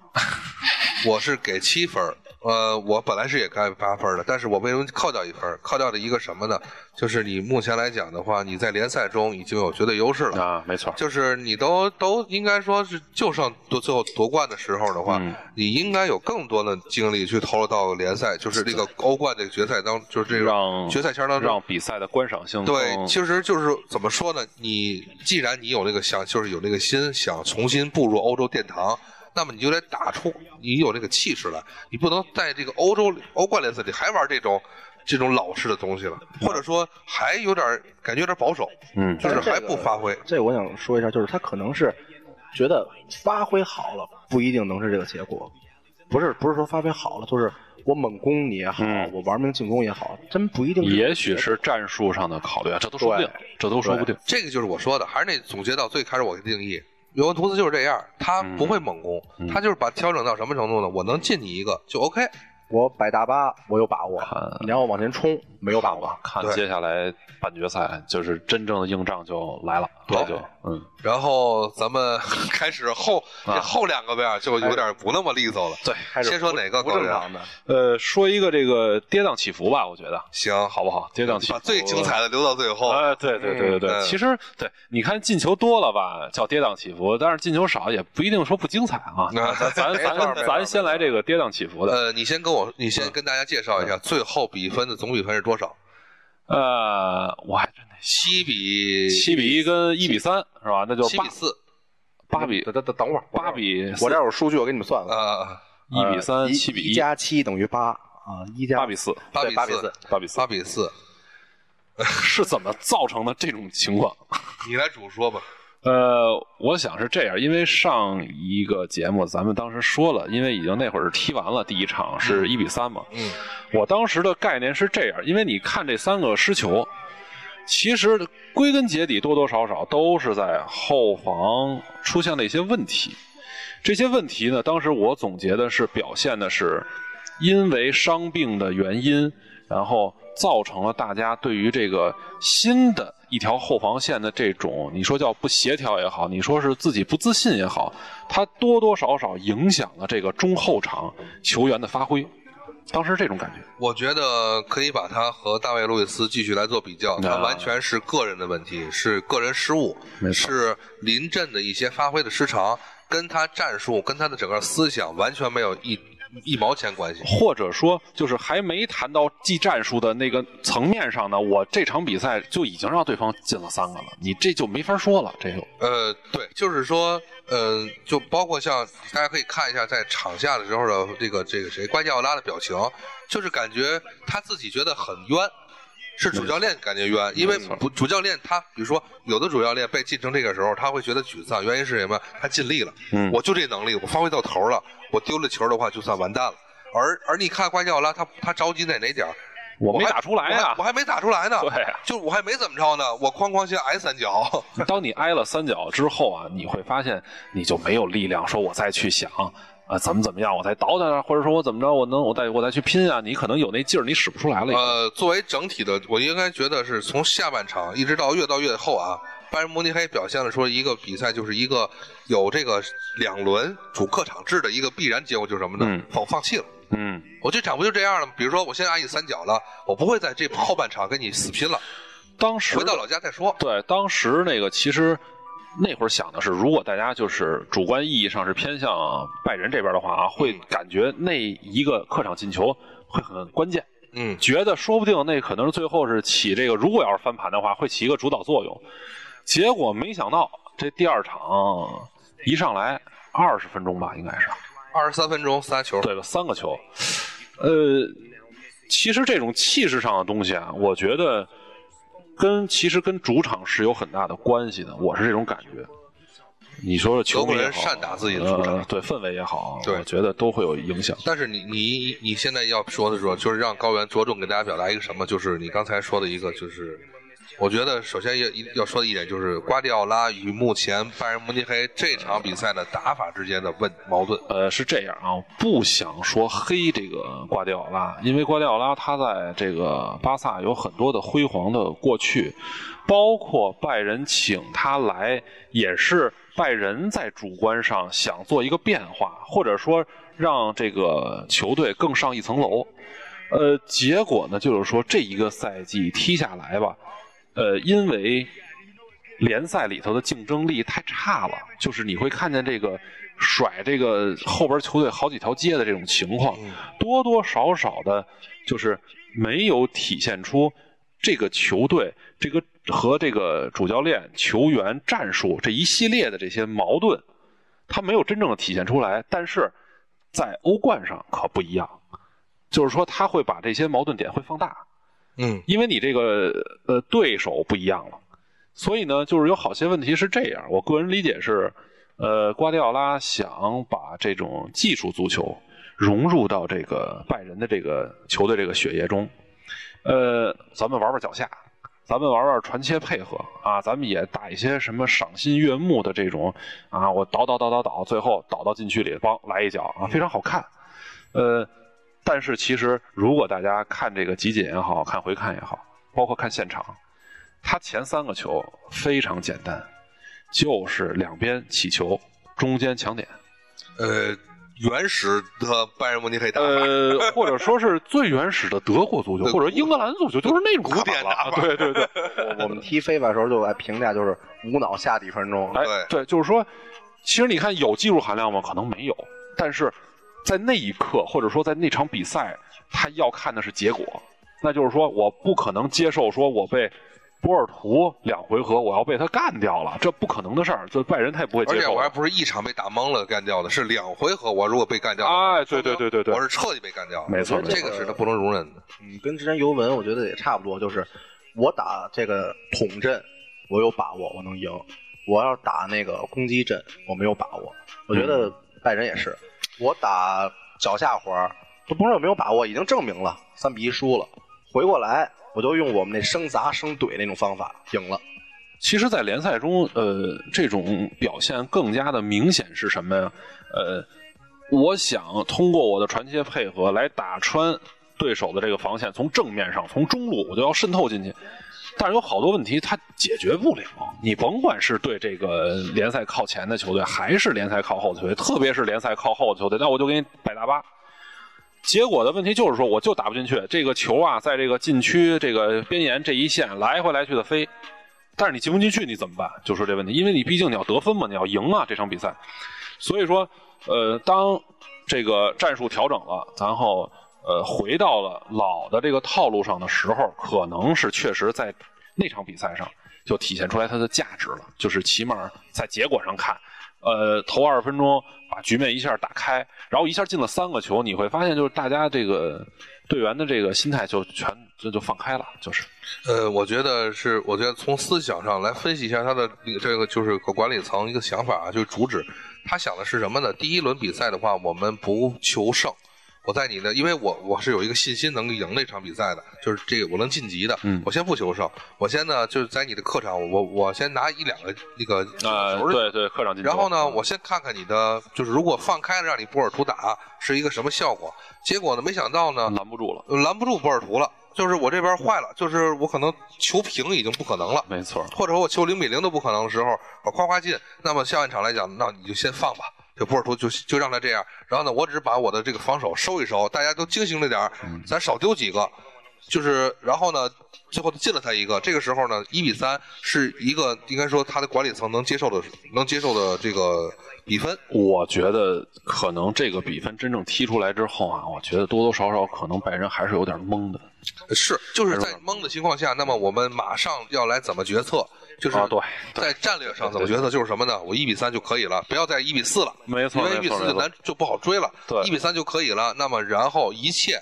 Speaker 1: 我是给七分儿。呃，我本来是也该八分儿的，但是我为什么扣掉一分儿？扣掉的一个什么呢？就是你目前来讲的话，你在联赛中已经有绝对优势了。
Speaker 2: 啊，没错。
Speaker 1: 就是你都都应该说是，就剩夺最后夺冠的时候的话，
Speaker 2: 嗯
Speaker 1: 你应该有更多的精力去投入到联赛，就是这个欧冠的决赛当，就是这个
Speaker 2: 让
Speaker 1: 决赛圈当中
Speaker 2: 让。比赛的观赏性
Speaker 1: 对，
Speaker 2: 更
Speaker 1: 嗯其实就是怎么说呢？你既然你有那个想，就是有那个心，想重新步入欧洲殿堂，那么你就得打出你有那个气势来，你不能在这个欧洲呃欧冠联赛里还玩这种这种老式的东西了，或者说还有点儿感觉有点保守，
Speaker 2: 嗯
Speaker 1: 就是还
Speaker 3: 这个
Speaker 1: 不发挥。
Speaker 3: 这个我想说一下，就是他可能是觉得发挥好了不一定能是这个结果，不是不是说发挥好了，就是我猛攻你也好，
Speaker 2: 嗯
Speaker 3: 我玩命进攻也好，真不一定这个结果。
Speaker 2: 也许是战术上的考虑，啊，这都说不定，这都说不定。
Speaker 1: 这个就是我说的，还是那总结到最开始我的定义，尤文图斯就是这样，他不会猛攻，
Speaker 2: 嗯
Speaker 1: 他就是把调整到什么程度呢？我能进你一个就 OK，
Speaker 3: 我摆大巴，我有把握
Speaker 2: 看；
Speaker 3: 你让我往前冲，没有把握。
Speaker 2: 看
Speaker 1: 对
Speaker 2: 接下来半决赛就是真正的硬仗就来了，
Speaker 1: 对
Speaker 2: 这就嗯，
Speaker 1: 然后咱们 开始后、
Speaker 2: 啊
Speaker 1: 这后两个边儿就有点不那么利索了。
Speaker 2: 对，
Speaker 3: 开始
Speaker 1: 先说
Speaker 3: 不
Speaker 1: 哪个
Speaker 3: 不
Speaker 1: 高
Speaker 3: 正
Speaker 1: 原
Speaker 3: 常的？
Speaker 2: 呃，说一个这个跌宕起伏吧，我觉得
Speaker 1: 行，
Speaker 2: 好不好？跌宕起伏，
Speaker 1: 把最精彩的留到最后。
Speaker 2: 哎，对对对对对，
Speaker 1: 嗯
Speaker 2: 其实对，你看进球多了吧，叫跌宕起伏，但是进球少也不一定说不精彩啊。
Speaker 1: 那
Speaker 2: 咱咱
Speaker 1: 没错没错
Speaker 2: 咱咱先来这个跌宕起伏的，
Speaker 1: 呃，你先跟我，你先跟大家介绍一下
Speaker 3: 嗯
Speaker 1: 最后比分的总比分是多少？
Speaker 2: 呃，我还真得
Speaker 1: 七比
Speaker 2: 七比一跟一比三是吧？那就
Speaker 1: 七
Speaker 2: 八
Speaker 1: 比四
Speaker 2: 八比
Speaker 3: 等等等等会儿，
Speaker 2: 八比四
Speaker 3: 我这儿有数据，我给你们算算。
Speaker 1: 啊，
Speaker 2: 一比
Speaker 3: 呃
Speaker 2: 三，七比
Speaker 3: 一加七等于八啊，一加
Speaker 2: 八比四，
Speaker 1: 八
Speaker 3: 对
Speaker 1: 比
Speaker 3: 八比
Speaker 1: 四
Speaker 3: 四，
Speaker 2: 八比四
Speaker 1: 八比四，
Speaker 2: 是怎么造成的这种情况？
Speaker 1: 你来主说吧。
Speaker 2: 呃，我想是这样，因为上一个节目咱们当时说了，因为已经那会儿是踢完了第一场是一比三嘛，
Speaker 1: 嗯，
Speaker 2: 我当时的概念是这样，因为你看这三个失球，其实归根结底多多少少都是在后防出现了一些问题。这些问题呢，当时我总结的是表现的是，因为伤病的原因，然后造成了大家对于这个新的一条后防线的这种，你说叫不协调也好，你说是自己不自信也好，它多多少少影响了这个中后场球员的发挥。当时这种感觉。
Speaker 1: 我觉得可以把他和大卫·路易斯继续来做比较，他
Speaker 2: 啊
Speaker 1: 完全是个人的问题，是个人失误，
Speaker 2: 没错
Speaker 1: 是临阵的一些发挥的失常，跟他战术、跟他的整个思想完全没有一一毛钱关系。
Speaker 2: 或者说，就是还没谈到技战术的那个层面上呢，我这场比赛就已经让对方进了三个了，你这就没法说了，这就
Speaker 1: 呃，对，就是说，呃，就包括像大家可以看一下在场下的时候的这个这个谁瓜迪奥拉的表情，就是感觉他自己觉得很冤，是主教练感觉冤，因为不主教练他比如说有的主教练被晋成这个时候，他会觉得沮丧，原因是什么？他尽力了，
Speaker 2: 嗯
Speaker 1: 我就这能力，我发挥到头了，我丢了球的话就算完蛋了。而而你看瓜迪奥拉，他他着急在哪点儿
Speaker 2: 我没
Speaker 1: 还
Speaker 2: 打出来
Speaker 1: 我
Speaker 2: 呀、
Speaker 1: 还我还没打出来呢，
Speaker 2: 对啊呀
Speaker 1: 就我还没怎么着呢，我哐哐先挨三脚。
Speaker 2: 当你挨了三脚之后啊，你会发现你就没有力量，说我再去想啊怎么怎么样，我再倒腾啊，或者说我怎么着，我能我再我再去拼啊，你可能有那劲儿，你使不出来了已经。
Speaker 1: 呃，作为整体的，我应该觉得是从下半场一直到越到越后啊，拜仁慕尼黑表现了说一个比赛就是一个有这个两轮主客场制的一个必然结果就是什么呢？
Speaker 2: 嗯
Speaker 1: 放放弃了。
Speaker 2: 嗯，
Speaker 1: 我这场不就这样了吗？比如说我现在按你三角了，我不会在这后半场跟你死拼了，
Speaker 2: 当时
Speaker 1: 回到老家再说。
Speaker 2: 对，当时那个其实那会儿想的是，如果大家就是主观意义上是偏向拜仁这边的话啊，会感觉那一个客场进球会很关键，
Speaker 1: 嗯，
Speaker 2: 觉得说不定那可能是最后是起这个，如果要是翻盘的话，会起一个主导作用。结果没想到这第二场一上来二十分钟吧，应该是
Speaker 1: 二十三分钟仨球，
Speaker 2: 对了三个球，呃，其实这种气势上的东西啊，我觉得跟其实跟主场是有很大的关系的，我是这种感觉。你说说球迷也
Speaker 1: 德
Speaker 2: 好
Speaker 1: 国人善打自己的主场
Speaker 2: 呃对氛围也好，
Speaker 1: 对
Speaker 2: 我觉得都会有影响。
Speaker 1: 但是你你你现在要说的时候，就是让高原着重给大家表达一个什么，就是你刚才说的一个，就是我觉得首先要要说的一点就是瓜迪奥拉与目前拜仁慕尼黑这场比赛的打法之间的问矛盾。
Speaker 2: 呃，是这样啊，我不想说黑这个瓜迪奥拉，因为瓜迪奥拉他在这个巴萨有很多的辉煌的过去，包括拜仁请他来，也是拜仁在主观上想做一个变化，或者说让这个球队更上一层楼。呃，结果呢，就是说这一个赛季踢下来吧，呃，因为联赛里头的竞争力太差了，就是你会看见这个甩这个后边球队好几条街的这种情况，多多少少的，就是没有体现出这个球队这个和这个主教练、球员、战术这一系列的这些矛盾，他没有真正的体现出来，但是在欧冠上可不一样。就是说，他会把这些矛盾点会放大，
Speaker 1: 嗯，
Speaker 2: 因为你这个呃对手不一样了，所以呢，就是有好些问题是这样。我个人理解是，呃，瓜迪奥拉想把这种技术足球融入到这个拜仁的这个球队这个血液中。呃，咱们玩玩脚下，咱们玩玩传切配合啊，咱们也打一些什么赏心悦目的这种啊，我倒倒倒倒倒，最后倒到禁区里，帮来一脚啊，非常好看。呃，但是其实如果大家看这个集锦也好看回看也好，包括看现场，他前三个球非常简单，就是两边起球，中间抢点，
Speaker 1: 呃，原始的拜仁慕尼黑打法，
Speaker 2: 呃，或者说是最原始的德国足球
Speaker 1: 对
Speaker 2: 或者英格兰足球，就是那种
Speaker 1: 古典
Speaker 2: 打法了啊对对对，
Speaker 3: 我们踢非法的时候就哎评价就是无脑下几分钟，
Speaker 2: 哎
Speaker 1: 对
Speaker 2: 对，就是说，其实你看有技术含量吗？可能没有，但是在那一刻，或者说在那场比赛，他要看的是结果。那就是说，我不可能接受说我被波尔图两回合我要被他干掉了，这不可能的事儿。这拜仁他也不会
Speaker 1: 而
Speaker 2: 接
Speaker 1: 且
Speaker 2: 受
Speaker 1: 我还
Speaker 2: 的。
Speaker 1: 不是一场被打懵了干掉的，是两回合我如果被干掉，
Speaker 2: 哎，对对对对对
Speaker 1: 我，是彻底被干掉的，
Speaker 2: 没错
Speaker 1: 我觉得这
Speaker 3: 没
Speaker 1: 个
Speaker 3: 错
Speaker 1: 是他不能容忍的。
Speaker 3: 嗯，跟之前尤文我觉得也差不多，就是我打这个统阵，我有把握我能赢；我要打那个攻击阵，我没有把握。我觉
Speaker 2: 嗯
Speaker 3: 得拜仁也是，我打脚下活儿都不是有没有把握，已经证明了三比一输了，回过来我就用我们那生砸生怼那种方法赢了。
Speaker 2: 其实，在联赛中，呃，这种表现更加的明显是什么呀？呃，我想通过我的传切配合来打穿对手的这个防线，从正面上，从中路我就要渗透进去。但是有好多问题他解决不了，你甭管是对这个联赛靠前的球队，还是联赛靠后的球队，特别是联赛靠后的球队，那我就给你摆大巴。结果的问题就是说，我就打不进去这个球啊，在这个禁区这个边沿这一线来回来去的飞，但是你进不进去，你怎么办？就是这问题，因为你毕竟你要得分嘛，你要赢啊这场比赛。所以说，呃，当这个战术调整了，然后呃回到了老的这个套路上的时候，可能是确实在那场比赛上就体现出来它的价值了，就是起码在结果上看，呃，头二十分钟把局面一下打开，然后一下进了三个球，你会发现就是大家这个队员的这个心态就全这就放开了，就是
Speaker 1: 呃，我觉得是，我觉得从思想上来分析一下他的这个就是管理层一个想法啊，就是主旨。他想的是什么呢？第一轮比赛的话，我们不求胜，我在你的，因为我我是有一个信心能够赢那场比赛的，就是这个我能晋级的。
Speaker 2: 嗯
Speaker 1: 我先不求胜，我先呢就是在你的客场，我我先拿一两个那个
Speaker 2: 呃
Speaker 1: 球儿
Speaker 2: 对对客场进球，
Speaker 1: 然后呢，我先看看你的，就是如果放开了让你波尔图打是一个什么效果。结果呢，没想到呢，
Speaker 2: 拦不住了，
Speaker 1: 呃拦不住波尔图了，就是我这边坏了，就是我可能球平已经不可能了，
Speaker 2: 没错，
Speaker 1: 或者说我球零比零都不可能的时候，我夸夸进，那么下半场来讲，那你就先放吧。这波尔图就就让他这样，然后呢，我只把我的这个防守收一收，大家都精醒着点儿咱少丢几个，就是然后呢，最后进了他一个，这个时候呢，一比三是一个应该说他的管理层能接受的能接受的这个比分，
Speaker 2: 我觉得可能这个比分真正踢出来之后啊，我觉得多多少少可能拜仁还是有点懵的。
Speaker 1: 呃是就是在懵的情况下，那么我们马上要来怎么决策，就是
Speaker 2: 啊，对，
Speaker 1: 在战略上怎么决策就是什么呢？我一比三就可以了，不要再一比四了，
Speaker 2: 没
Speaker 1: 因
Speaker 2: 错，
Speaker 1: 为一
Speaker 2: 没
Speaker 1: 比
Speaker 2: 错，
Speaker 1: 四
Speaker 2: 没
Speaker 1: 就
Speaker 2: 错
Speaker 1: 难。就不好追了，
Speaker 2: 对
Speaker 1: 一比三就可以了。那么然后一切，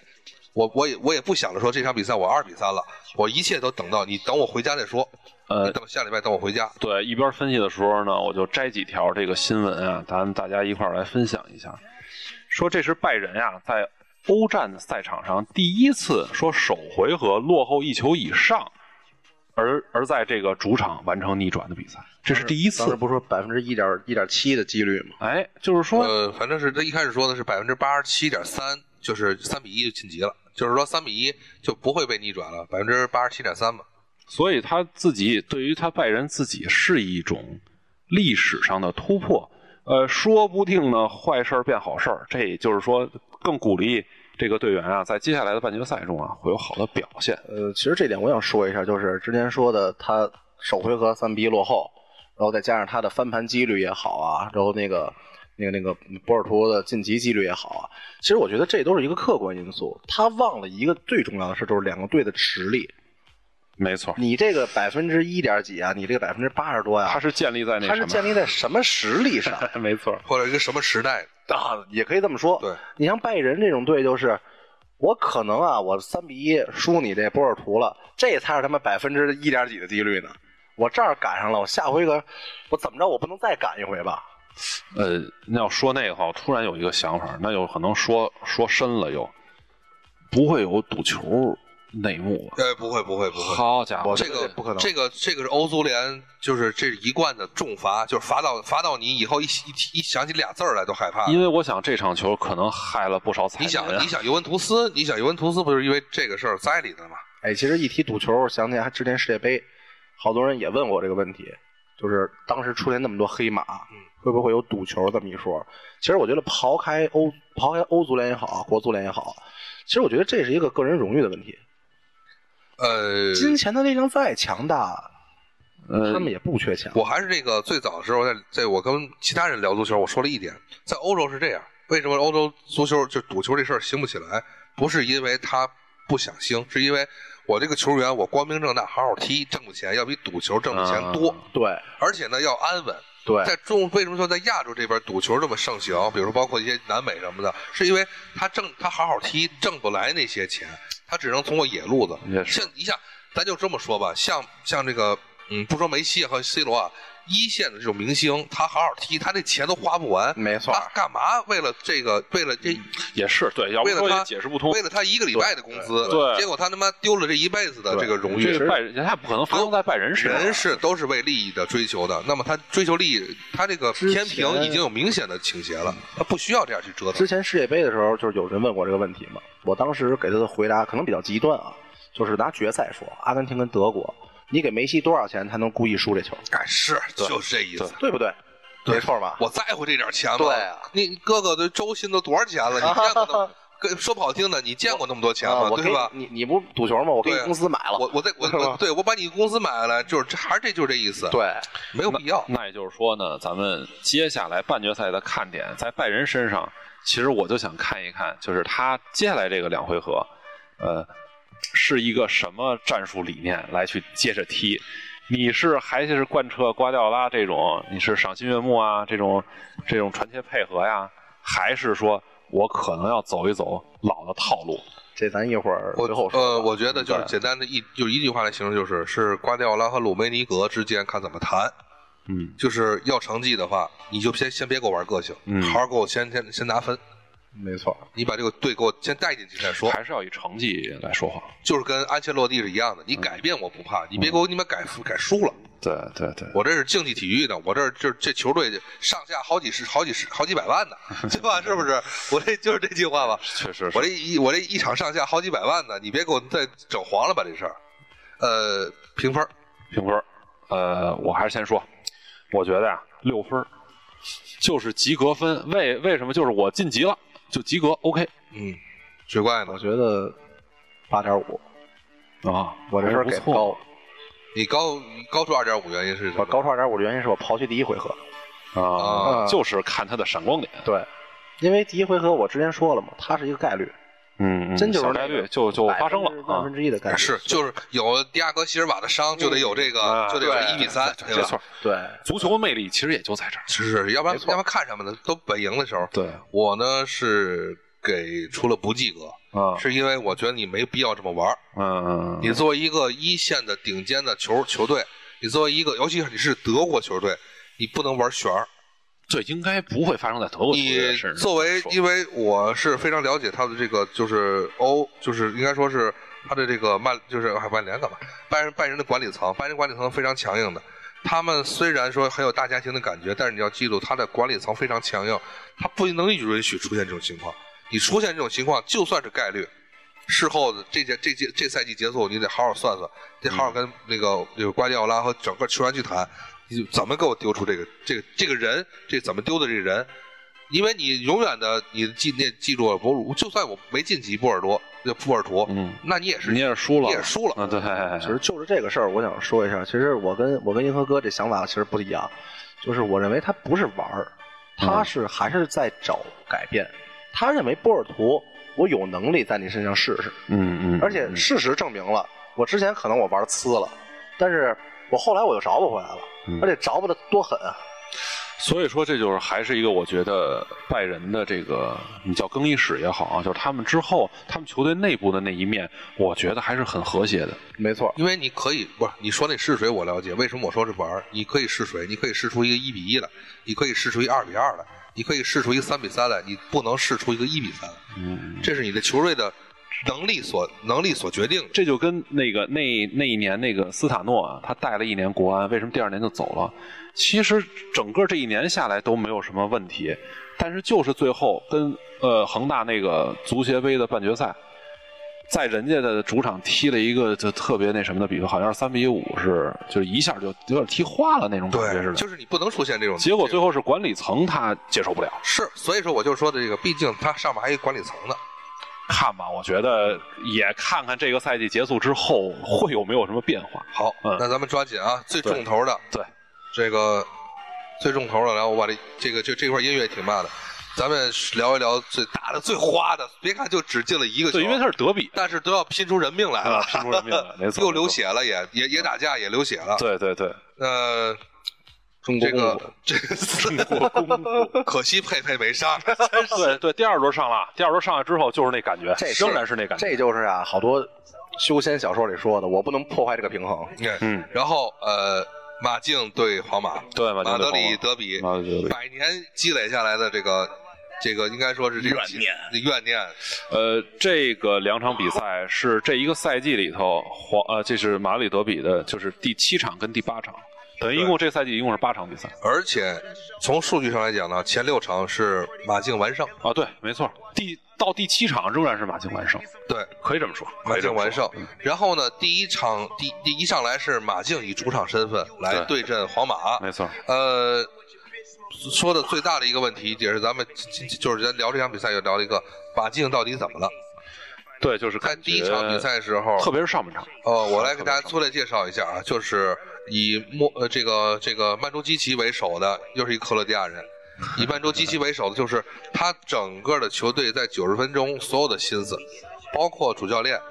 Speaker 1: 我我也我也不想着说这场比赛我二比三了，我一切都等到你等我回家再说，
Speaker 2: 呃
Speaker 1: 你，等下礼拜等我回家。
Speaker 2: 对，一边分析的时候呢，我就摘几条这个新闻啊，咱们大家一块儿来分享一下。说这是拜仁呀，在欧战赛场上第一次说首回合落后一球以上，而而在这个主场完成逆转的比赛，这是第一
Speaker 3: 当时
Speaker 2: 次。
Speaker 3: 不是说百分之一点一点七的几率吗？
Speaker 2: 哎，就是说，
Speaker 1: 呃，反正是他一开始说的是百分之八十七点三，就是三比一就晋级了，就是说三比一就不会被逆转了，百分之八十七点三嘛。
Speaker 2: 所以他自己对于他拜仁自己是一种历史上的突破，呃，说不定呢坏事儿变好事儿，这也就是说更鼓励这个队员啊，在接下来的半决赛中啊会有好的表现。
Speaker 3: 呃，其实这点我想说一下，就是之前说的，他首回合三比一落后，然后再加上他的翻盘几率也好啊，然后那个那个那个波尔图的晋级几率也好啊，其实我觉得这都是一个客观因素。他忘了一个最重要的事，就是两个队的实力。
Speaker 2: 没错，
Speaker 3: 你这个百分之一点几啊，你这个百分之八十多呀、
Speaker 2: 他是建立在那
Speaker 3: 他是建
Speaker 2: 立
Speaker 3: 立在什么实力 上？
Speaker 2: 没错，
Speaker 1: 或者一个什么时代？
Speaker 3: 啊，也可以这么说。
Speaker 1: 对，
Speaker 3: 你像拜仁这种队，就是我可能啊，我三比一输你这波尔图了，这才是他妈百分之一点几的几率呢。我这儿赶上了，我下回合我怎么着，我不能再赶一回吧？
Speaker 2: 呃，那要说那个话，我突然有一个想法，那有可能说说深了又，不会有赌球内幕啊吧？
Speaker 1: 呃，不会不会不会。
Speaker 2: 好家伙，
Speaker 3: 我
Speaker 1: 这个
Speaker 3: 哦不可能
Speaker 1: 这个这个是欧足联，就是这是一贯的重罚，就是罚到罚到你以后一一一想起俩字儿来都害怕。
Speaker 2: 因为我想这场球可能害了不少彩
Speaker 1: 你
Speaker 2: 民啊。
Speaker 1: 想你想尤文图斯，你想尤文图斯不就是因为这个事儿栽里的吗？
Speaker 3: 哎，其实一提赌球，想起来之前世界杯，好多人也问我这个问题，就是当时出现那么多黑马，
Speaker 1: 嗯
Speaker 3: 会不会有赌球这么一说？其实我觉得刨开欧刨开欧足联也好，啊国足联也好，其实我觉得这是一个个人荣誉的问题。
Speaker 1: 呃，
Speaker 3: 金钱的力量再强大，
Speaker 2: 呃
Speaker 3: 他们也不缺钱。
Speaker 1: 我还是这个最早的时候在在我跟其他人聊足球，我说了一点，在欧洲是这样，为什么欧洲足球就赌球这事儿兴不起来？不是因为他不想兴，是因为我这个球员我光明正大好好踢，挣的钱要比赌球挣的钱多，
Speaker 2: 啊
Speaker 3: 对
Speaker 1: 而且呢要安稳。
Speaker 3: 对，
Speaker 1: 在中为什么说在亚洲这边赌球这么盛行？比如说包括一些南美什么的，是因为他挣他好好踢挣不来那些钱，他只能通过野路子。
Speaker 2: 也是
Speaker 1: 像你像，咱就这么说吧，像像这个，嗯，不说梅西和 C 罗啊，一线的这种明星，他好好踢，他这钱都花不完。
Speaker 3: 没错
Speaker 1: 他。干嘛为了这个，为了这，
Speaker 2: 也是对，要不
Speaker 1: 为了
Speaker 2: 说
Speaker 1: 他
Speaker 2: 也解释嗯不通。
Speaker 1: 为了他一个礼拜的工资，
Speaker 2: 对对
Speaker 1: 结果他他妈丢了这一辈子的
Speaker 3: 对
Speaker 1: 这个荣誉
Speaker 2: 这。个拜仁，人家不可能发生在拜仁身上。
Speaker 1: 人是都是为利益的追求的，那么他追求利益，他这个
Speaker 3: 之前
Speaker 1: 天平已经有明显的倾斜了，他不需要这样去折腾
Speaker 3: 之。前世界杯的时候，就是有人问我这个问题嘛，我当时给他的回答可能比较极端啊，就是拿决赛说，阿根廷跟德国，你给梅西多少钱才能故意输这球，
Speaker 1: 哎，是就是这意思。
Speaker 3: 对不对？
Speaker 1: 对
Speaker 3: 没错吧？
Speaker 1: 我在乎这点钱吗？
Speaker 3: 对啊
Speaker 1: 你哥哥的周薪都多少钱了？你见过他吗？跟说不好听的，你见过那么多钱
Speaker 3: 啊
Speaker 1: 吗？
Speaker 3: 我给
Speaker 1: 对吧？
Speaker 3: 你你不是赌球吗？我给你
Speaker 1: 对啊
Speaker 3: 公司买了，
Speaker 1: 我我在我
Speaker 3: 是吧
Speaker 1: 我对我把你公司买下来，就是这还是这就是这意思，，
Speaker 3: 对，嗯
Speaker 1: 没有必要。
Speaker 2: 那也就是说呢，咱们接下来半决赛的看点在拜仁身上，其实我就想看一看，就是他接下来这个两回合，呃，是一个什么战术理念来去接着踢。你是还是贯彻瓜迪奥拉这种，你是赏心悦目啊，这种这种传切配合呀，还是说我可能要走一走老的套路？
Speaker 3: 这咱一会儿
Speaker 1: 我
Speaker 3: 最后嗯说。
Speaker 1: 呃，我觉得就是
Speaker 2: 对
Speaker 1: 简单的一就一句话来形容，就是是瓜迪奥拉和鲁梅尼格之间看怎么谈。
Speaker 2: 嗯，
Speaker 1: 就是要成绩的话，你就先先别给我玩个性，
Speaker 2: 嗯
Speaker 1: 好好给我先先先拿分，
Speaker 3: 没错，
Speaker 1: 你把这个队给我先带进去再说。
Speaker 2: 还是要以成绩来说话。
Speaker 1: 就是跟安切洛蒂是一样的，
Speaker 2: 嗯
Speaker 1: 你改变我不怕，你别给我你们改服改输了。
Speaker 2: 对对对，
Speaker 1: 我这是竞技体育的，我这这这球队上下好几十、好几十、好几百 万呢，对吧？是不是？我这就是这句话吧。
Speaker 2: 确实是
Speaker 1: 我。这一我这一场上下好几百万呢，你别给我再整黄了吧这事儿。呃，评分儿
Speaker 2: 评分儿，呃，我还是先说，我觉得呀、六分儿就是及格分。为为什么？就是我晋级了，就及格，OK
Speaker 1: 嗯，水怪呢
Speaker 3: 我？觉得八点五，
Speaker 2: 啊。
Speaker 3: 我这分儿
Speaker 2: 还
Speaker 3: 给
Speaker 2: 是
Speaker 3: 不
Speaker 2: 不错
Speaker 3: 高，
Speaker 1: 你高高出二点五，原因是什
Speaker 3: 我
Speaker 1: 么？
Speaker 3: 高出二点五的原因是我刨去第一回合，
Speaker 2: 啊，
Speaker 3: 啊
Speaker 2: 就是看他的闪光点。
Speaker 3: 对，因为第一回合我之前说了嘛，它是一个概率，
Speaker 2: 嗯，嗯
Speaker 3: 真就是
Speaker 2: 小
Speaker 3: 那个
Speaker 2: 概率就就发生了
Speaker 3: 万
Speaker 2: 啊
Speaker 3: 分。之一的概率，
Speaker 1: 是，就是有迪亚哥席尔瓦的伤，就得有这个
Speaker 2: 啊，
Speaker 1: 就得有
Speaker 2: 对
Speaker 1: 一比三，
Speaker 2: 对
Speaker 1: 对
Speaker 2: 没
Speaker 1: 吧
Speaker 2: 错？，
Speaker 3: 对，
Speaker 2: 足球的魅力其实也就在这儿。
Speaker 1: 是是，要不然要
Speaker 3: 没错
Speaker 1: 不然看什么呢？都本赢的时候，
Speaker 2: 对
Speaker 1: 我呢是给出了不及格，
Speaker 2: 啊，
Speaker 1: 是因为我觉得你没必要这么玩儿。
Speaker 2: 嗯，
Speaker 1: 你作为一个一线的顶尖的球球队，你作为一个，尤其是你是德国球队，你不能玩旋儿。
Speaker 2: 这应该不会发生在德国球队
Speaker 1: 你
Speaker 2: 的身上。
Speaker 1: 作为，
Speaker 2: 说
Speaker 1: 因为我是非常了解他的这个，就是欧，就是应该说是他的这个曼，就是哎曼联干嘛？拜仁拜仁的管理层，拜仁管理层非常强硬的。他们虽然说很有大家庭的感觉，但是你要记住，他的管理层非常强硬，他不能允许出现这种情况。你出现这种情况，就算是概率，事后的这届这届这赛季结束，你得好好算算，得
Speaker 2: 嗯
Speaker 1: 好好跟那个那个瓜迪奥拉和整个球员去谈，你怎么给我丢出这个这个这个人，这怎么丢的这个人？因为你永远的你记念记住了博鲁，就算我没晋级波尔多，那波尔图，
Speaker 2: 嗯，
Speaker 1: 那你也是
Speaker 2: 你也是输了，
Speaker 1: 你也输了
Speaker 2: 啊，对，
Speaker 3: 其实就是这个事儿，我想说一下。其实我跟我跟银河哥这想法其实不一样，就是我认为他不是玩儿，他是还是在找改变。他认为波尔图，我有能力在你身上试试，
Speaker 2: 嗯嗯，
Speaker 3: 而且
Speaker 2: 嗯
Speaker 3: 事实证明了，我之前可能我玩呲了，但是我后来我又着不回来了，
Speaker 2: 嗯
Speaker 3: 而且着不的多狠啊！
Speaker 2: 所以说，这就是还是一个我觉得拜仁的这个，你叫更衣室也好啊，就是他们之后他们球队内部的那一面，我觉得还是很和谐的。
Speaker 3: 没错，
Speaker 1: 因为你可以不是你说那试水我了解，为什么我说是玩儿？你可以试水，你可以试出一个一比一来，你可以试出一个二比二来，你可以试出一个三比三来，你不能试出一个一比三来，
Speaker 2: 嗯，
Speaker 1: 这是你的球队的能力所能力所决定的。
Speaker 2: 这就跟那个那那一年那个斯塔诺啊，他带了一年国安，为什么第二年就走了？其实整个这一年下来都没有什么问题，但是就是最后跟呃恒大那个足协杯的半决赛，在人家的主场踢了一个就特别那什么的比分，好像是三比五，是就一下就有点踢花了那种感觉似
Speaker 1: 对，
Speaker 2: 的。
Speaker 1: 就是你不能出现这种
Speaker 2: 结果
Speaker 1: 这
Speaker 2: 最
Speaker 1: 种
Speaker 2: 后是管理层他接受不了，
Speaker 1: 是，所以说我就说的这个，毕竟他上面还有一管理层呢。
Speaker 2: 看吧，我觉得也看看这个赛季结束之后会有没有什么变化。
Speaker 1: 好，
Speaker 2: 嗯
Speaker 1: 那咱们抓紧啊，最
Speaker 2: 对
Speaker 1: 重头的，
Speaker 2: 对，
Speaker 1: 这个最重头的，然后我把这这个这这块音乐挺慢的，咱们聊一聊最大的、最花的。别看就只进了一个球，
Speaker 2: 对，因为他是德比
Speaker 1: 但是都要拼出人命来了，
Speaker 2: 啊，拼出人命来，没错，
Speaker 1: 又流
Speaker 2: 没错。
Speaker 1: 血了，也也也打架，也流血了。
Speaker 2: 对对对，
Speaker 1: 呃，
Speaker 3: 中国
Speaker 1: 这
Speaker 3: 功夫、
Speaker 1: 个这个
Speaker 2: 中国功 夫，
Speaker 1: 可惜佩佩没上，
Speaker 2: 对对，第二轮上了，第二轮上来之后就是那感觉，
Speaker 3: 这是
Speaker 2: 仍然是那感觉，
Speaker 3: 这就是啊，好多修仙小说里说的，我不能破坏这个平衡。
Speaker 1: 嗯，
Speaker 2: 嗯，
Speaker 1: 然后呃，马竞对皇马，
Speaker 2: 对吧？
Speaker 1: 马
Speaker 2: 就
Speaker 1: 德
Speaker 2: 这
Speaker 1: 里
Speaker 2: 种
Speaker 1: 德比，
Speaker 2: 马德里，
Speaker 1: 百年积累下来的这个这个应该说是这个怨念，怨念
Speaker 2: 呃，这个两场比赛是这一个赛季里头，皇呃，这是马德里德比的，就是第七场跟第八场，等于一共这赛季一共是八场比赛
Speaker 1: 而且从数据上来讲呢，前六场是马竞完胜，
Speaker 2: 啊，对，没错，第到第七场仍然是马竞完胜，
Speaker 1: 对，
Speaker 2: 可以这么说，
Speaker 1: 马
Speaker 2: 可以这
Speaker 1: 竞
Speaker 2: 么
Speaker 1: 完
Speaker 2: 说
Speaker 1: 胜。嗯然后呢，第一场第第一上来是马竞以主场身份来对阵皇马，
Speaker 2: 没错，
Speaker 1: 呃，说的最大的一个问题，也是咱们今就是咱聊这场比赛又聊了一个马竞到底怎么了？
Speaker 2: 对，就是
Speaker 1: 在
Speaker 2: 感
Speaker 1: 第一
Speaker 2: 觉
Speaker 1: 场比赛的时候，
Speaker 2: 特别是上半场，
Speaker 1: 呃，我来给大家粗略介绍一下啊，就是以莫呃这个这个曼朱基奇为首的，又是一克罗地亚人。以曼朱基奇为首的，就是他整个的球队在九十分钟所有的心思，包括主教练，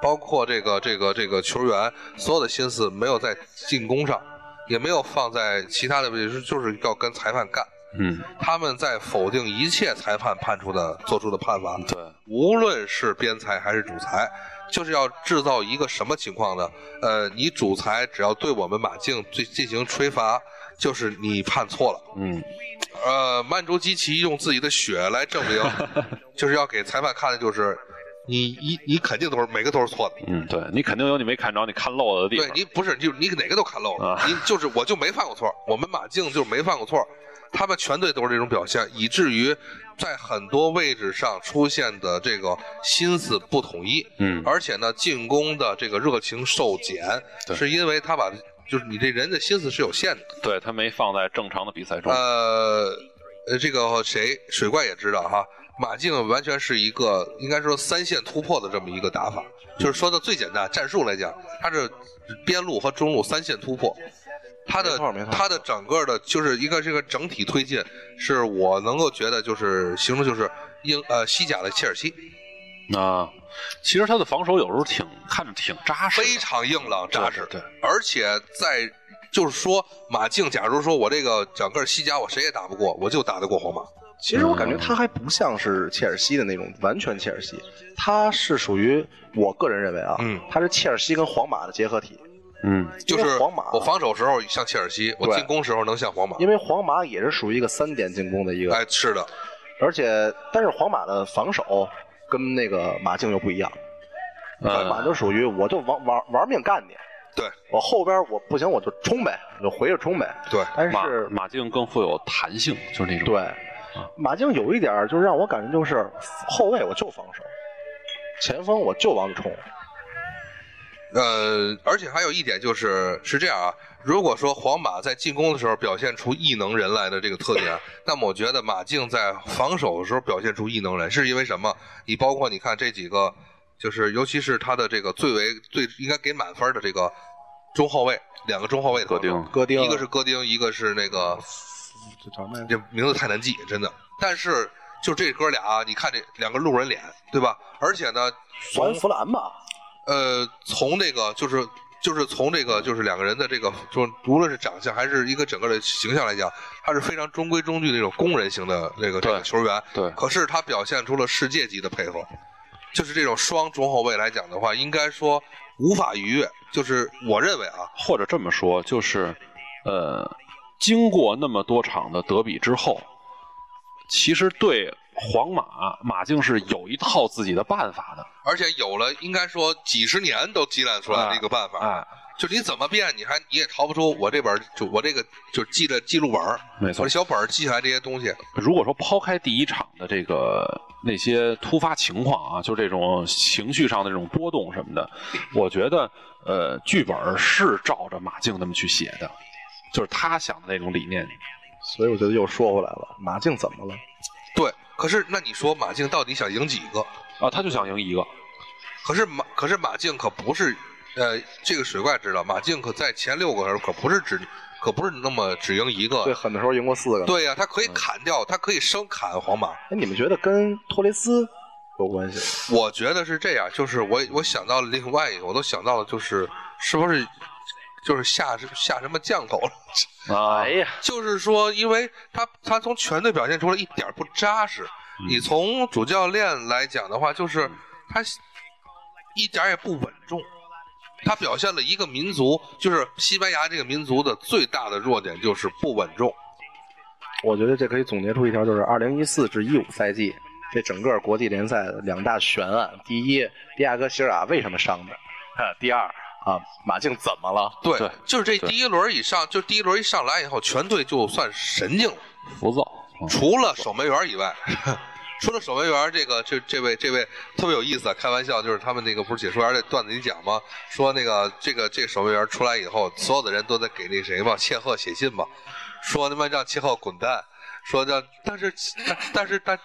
Speaker 1: 包括这个这个这个球员，所有的心思没有在进攻上，也没有放在其他的，就是就是要跟裁判干。
Speaker 2: 嗯，
Speaker 1: 他们在否定一切裁判判出的做出的判罚，
Speaker 2: 对，
Speaker 1: 无论是边裁还是主裁，就是要制造一个什么情况呢？呃，你主裁只要对我们马竞进进行吹罚，就是你判错了。
Speaker 2: 嗯，
Speaker 1: 呃，曼朱基奇用自己的血来证明，就是要给裁判看的就是你一你肯定都是每个都是错的。
Speaker 2: 嗯，对你肯定有你没看着、你看漏了的地
Speaker 1: 对
Speaker 2: 方。
Speaker 1: 你不是就你哪个都看漏了，
Speaker 2: 啊
Speaker 1: 你就是我就没犯过错，我们马竞就没犯过错，他们全队都是这种表现，以至于在很多位置上出现的这个心思不统一，
Speaker 2: 嗯，
Speaker 1: 而且呢进攻的这个热情受减，
Speaker 2: 对
Speaker 1: 是因为他把就是你这人的心思是有限的，
Speaker 2: 对他没放在正常的比赛中。
Speaker 1: 呃，呃，这个谁水怪也知道哈，马竞完全是一个应该说三线突破的这么一个打法，就是说的最简单，战术来讲，它是边路和中路三线突破。它的
Speaker 3: 没错没错
Speaker 1: 它的整个的，就是一个这个整体推进，是我能够觉得就是形容就是英呃西甲的切尔西，
Speaker 2: 啊，其实他的防守有时候挺看着挺扎实的，
Speaker 1: 非常硬朗扎实，
Speaker 2: 对对
Speaker 1: 而且在就是说马竞，假如说我这个整个西甲我谁也打不过，我就打得过皇马，
Speaker 3: 其实我感觉
Speaker 1: 嗯
Speaker 3: 他还不像是切尔西的那种完全切尔西，他是属于我个人认为啊，
Speaker 1: 嗯
Speaker 3: 他是切尔西跟皇马的结合体，
Speaker 2: 嗯，
Speaker 1: 就是
Speaker 3: 皇马
Speaker 1: 我防守时候像切尔西，我
Speaker 3: 对
Speaker 1: 进攻时候能像皇马。
Speaker 3: 因为皇马也是属于一个三点进攻的一个，
Speaker 1: 哎，是的，
Speaker 3: 而且但是皇马的防守跟那个马竞又不一样，皇马
Speaker 2: 呃，
Speaker 3: 就属于我就玩玩玩命干你，
Speaker 1: 嗯对
Speaker 3: 我后边我不行我就冲呗，我就回着冲呗，
Speaker 1: 对，嗯
Speaker 3: 但
Speaker 2: 马
Speaker 3: 是
Speaker 2: 马竞更富有弹性，就是那种
Speaker 3: 对，马竞有一点儿就是让我感觉就是后卫我就防守，前锋我就往里冲，
Speaker 1: 呃，而且还有一点就是是这样啊，如果说皇马在进攻的时候表现出异能人来的这个特点，那么我觉得马竞在防守的时候表现出异能人，是因为什么？你包括你看这几个，就是尤其是他的这个最为最应该给满分的这个中后卫，两个中后卫当
Speaker 2: 戈
Speaker 1: 中
Speaker 2: 丁，
Speaker 3: 戈丁
Speaker 1: 一个是戈丁，一个是那个
Speaker 3: 这叫什么来着
Speaker 1: 这名字太难记，真的。但是就这哥俩啊，你看这两个路人脸，对吧？而且呢，
Speaker 3: 环
Speaker 1: 从
Speaker 3: 弗兰吧，
Speaker 1: 呃从这个就是就是从这个就是两个人的这个，就是无论是长相还是一个整个的形象来讲，他是非常中规中矩的那种工人型的那个这个
Speaker 2: 对
Speaker 1: 球员。
Speaker 2: 对
Speaker 1: 可是他表现出了世界级的配合，就是这种双中后卫来讲的话，应该说无法逾越。就是我认为啊，
Speaker 2: 或者这么说，就是呃，经过那么多场的德比之后，其实对皇马马竞是有一套自己的办法的，
Speaker 1: 而且有了应该说几十年都积攒出来的一个办法。
Speaker 2: 哎，
Speaker 1: 就你怎么变，你还你也逃不出我这本儿就我这个就记着记录本儿，
Speaker 2: 没
Speaker 1: 我
Speaker 2: 错
Speaker 1: 这。小本儿记下来这些东西。
Speaker 2: 如果说抛开第一场的这个那些突发情况啊，就这种情绪上的这种波动什么的，我觉得呃，剧本是照着马竞那么去写的，就是他想的那种理念。
Speaker 3: 所以我觉得又说回来了，马竞怎么了？
Speaker 1: 对，可是那你说马竞到底想赢几个？
Speaker 2: 啊，他就想赢一个，
Speaker 1: 可是马可是马竞可不是，呃，这个水怪知道，马竞可在前六个时候可不是只可不是那么只赢一
Speaker 3: 最
Speaker 1: 个。
Speaker 3: 狠的时候赢过四个。，
Speaker 1: 对呀、他可以砍掉，他可以生砍皇马。
Speaker 3: 哎，你们觉得跟托雷斯有关系吗？
Speaker 1: 我觉得是这样，就是我我想到了另外一个，我都想到了，就是是不是就是下下什么降头了？
Speaker 2: 啊，
Speaker 3: 呀，
Speaker 1: 就是说，因为他他从全队表现出来一点儿不扎实。你从主教练来讲的话，就是他一点儿也不稳重。他表现了一个民族，就是西班牙这个民族的最大的弱点就是不稳重。
Speaker 3: 我觉得这可以总结出一条，就是二零一四至一五赛季这整个国际联赛的两大悬案：第一，迪亚哥席尔瓦为什么伤的；哈第二，啊，马竞怎么了？
Speaker 1: 对，
Speaker 2: 对
Speaker 1: 就是这
Speaker 2: 对
Speaker 1: 第一轮以上，就第一轮一上来以后，全队就算神经了，
Speaker 2: 浮躁，嗯
Speaker 1: 除了守门员以外。 除了守门员，这个这这位这位特别有意思，啊开玩笑就是他们那个不是解说员的段子里讲吗？说那个这个这个守门员出来以后，所有的人都在给那谁嘛切赫写信嘛，说他妈让七号滚蛋，说让但是但但是但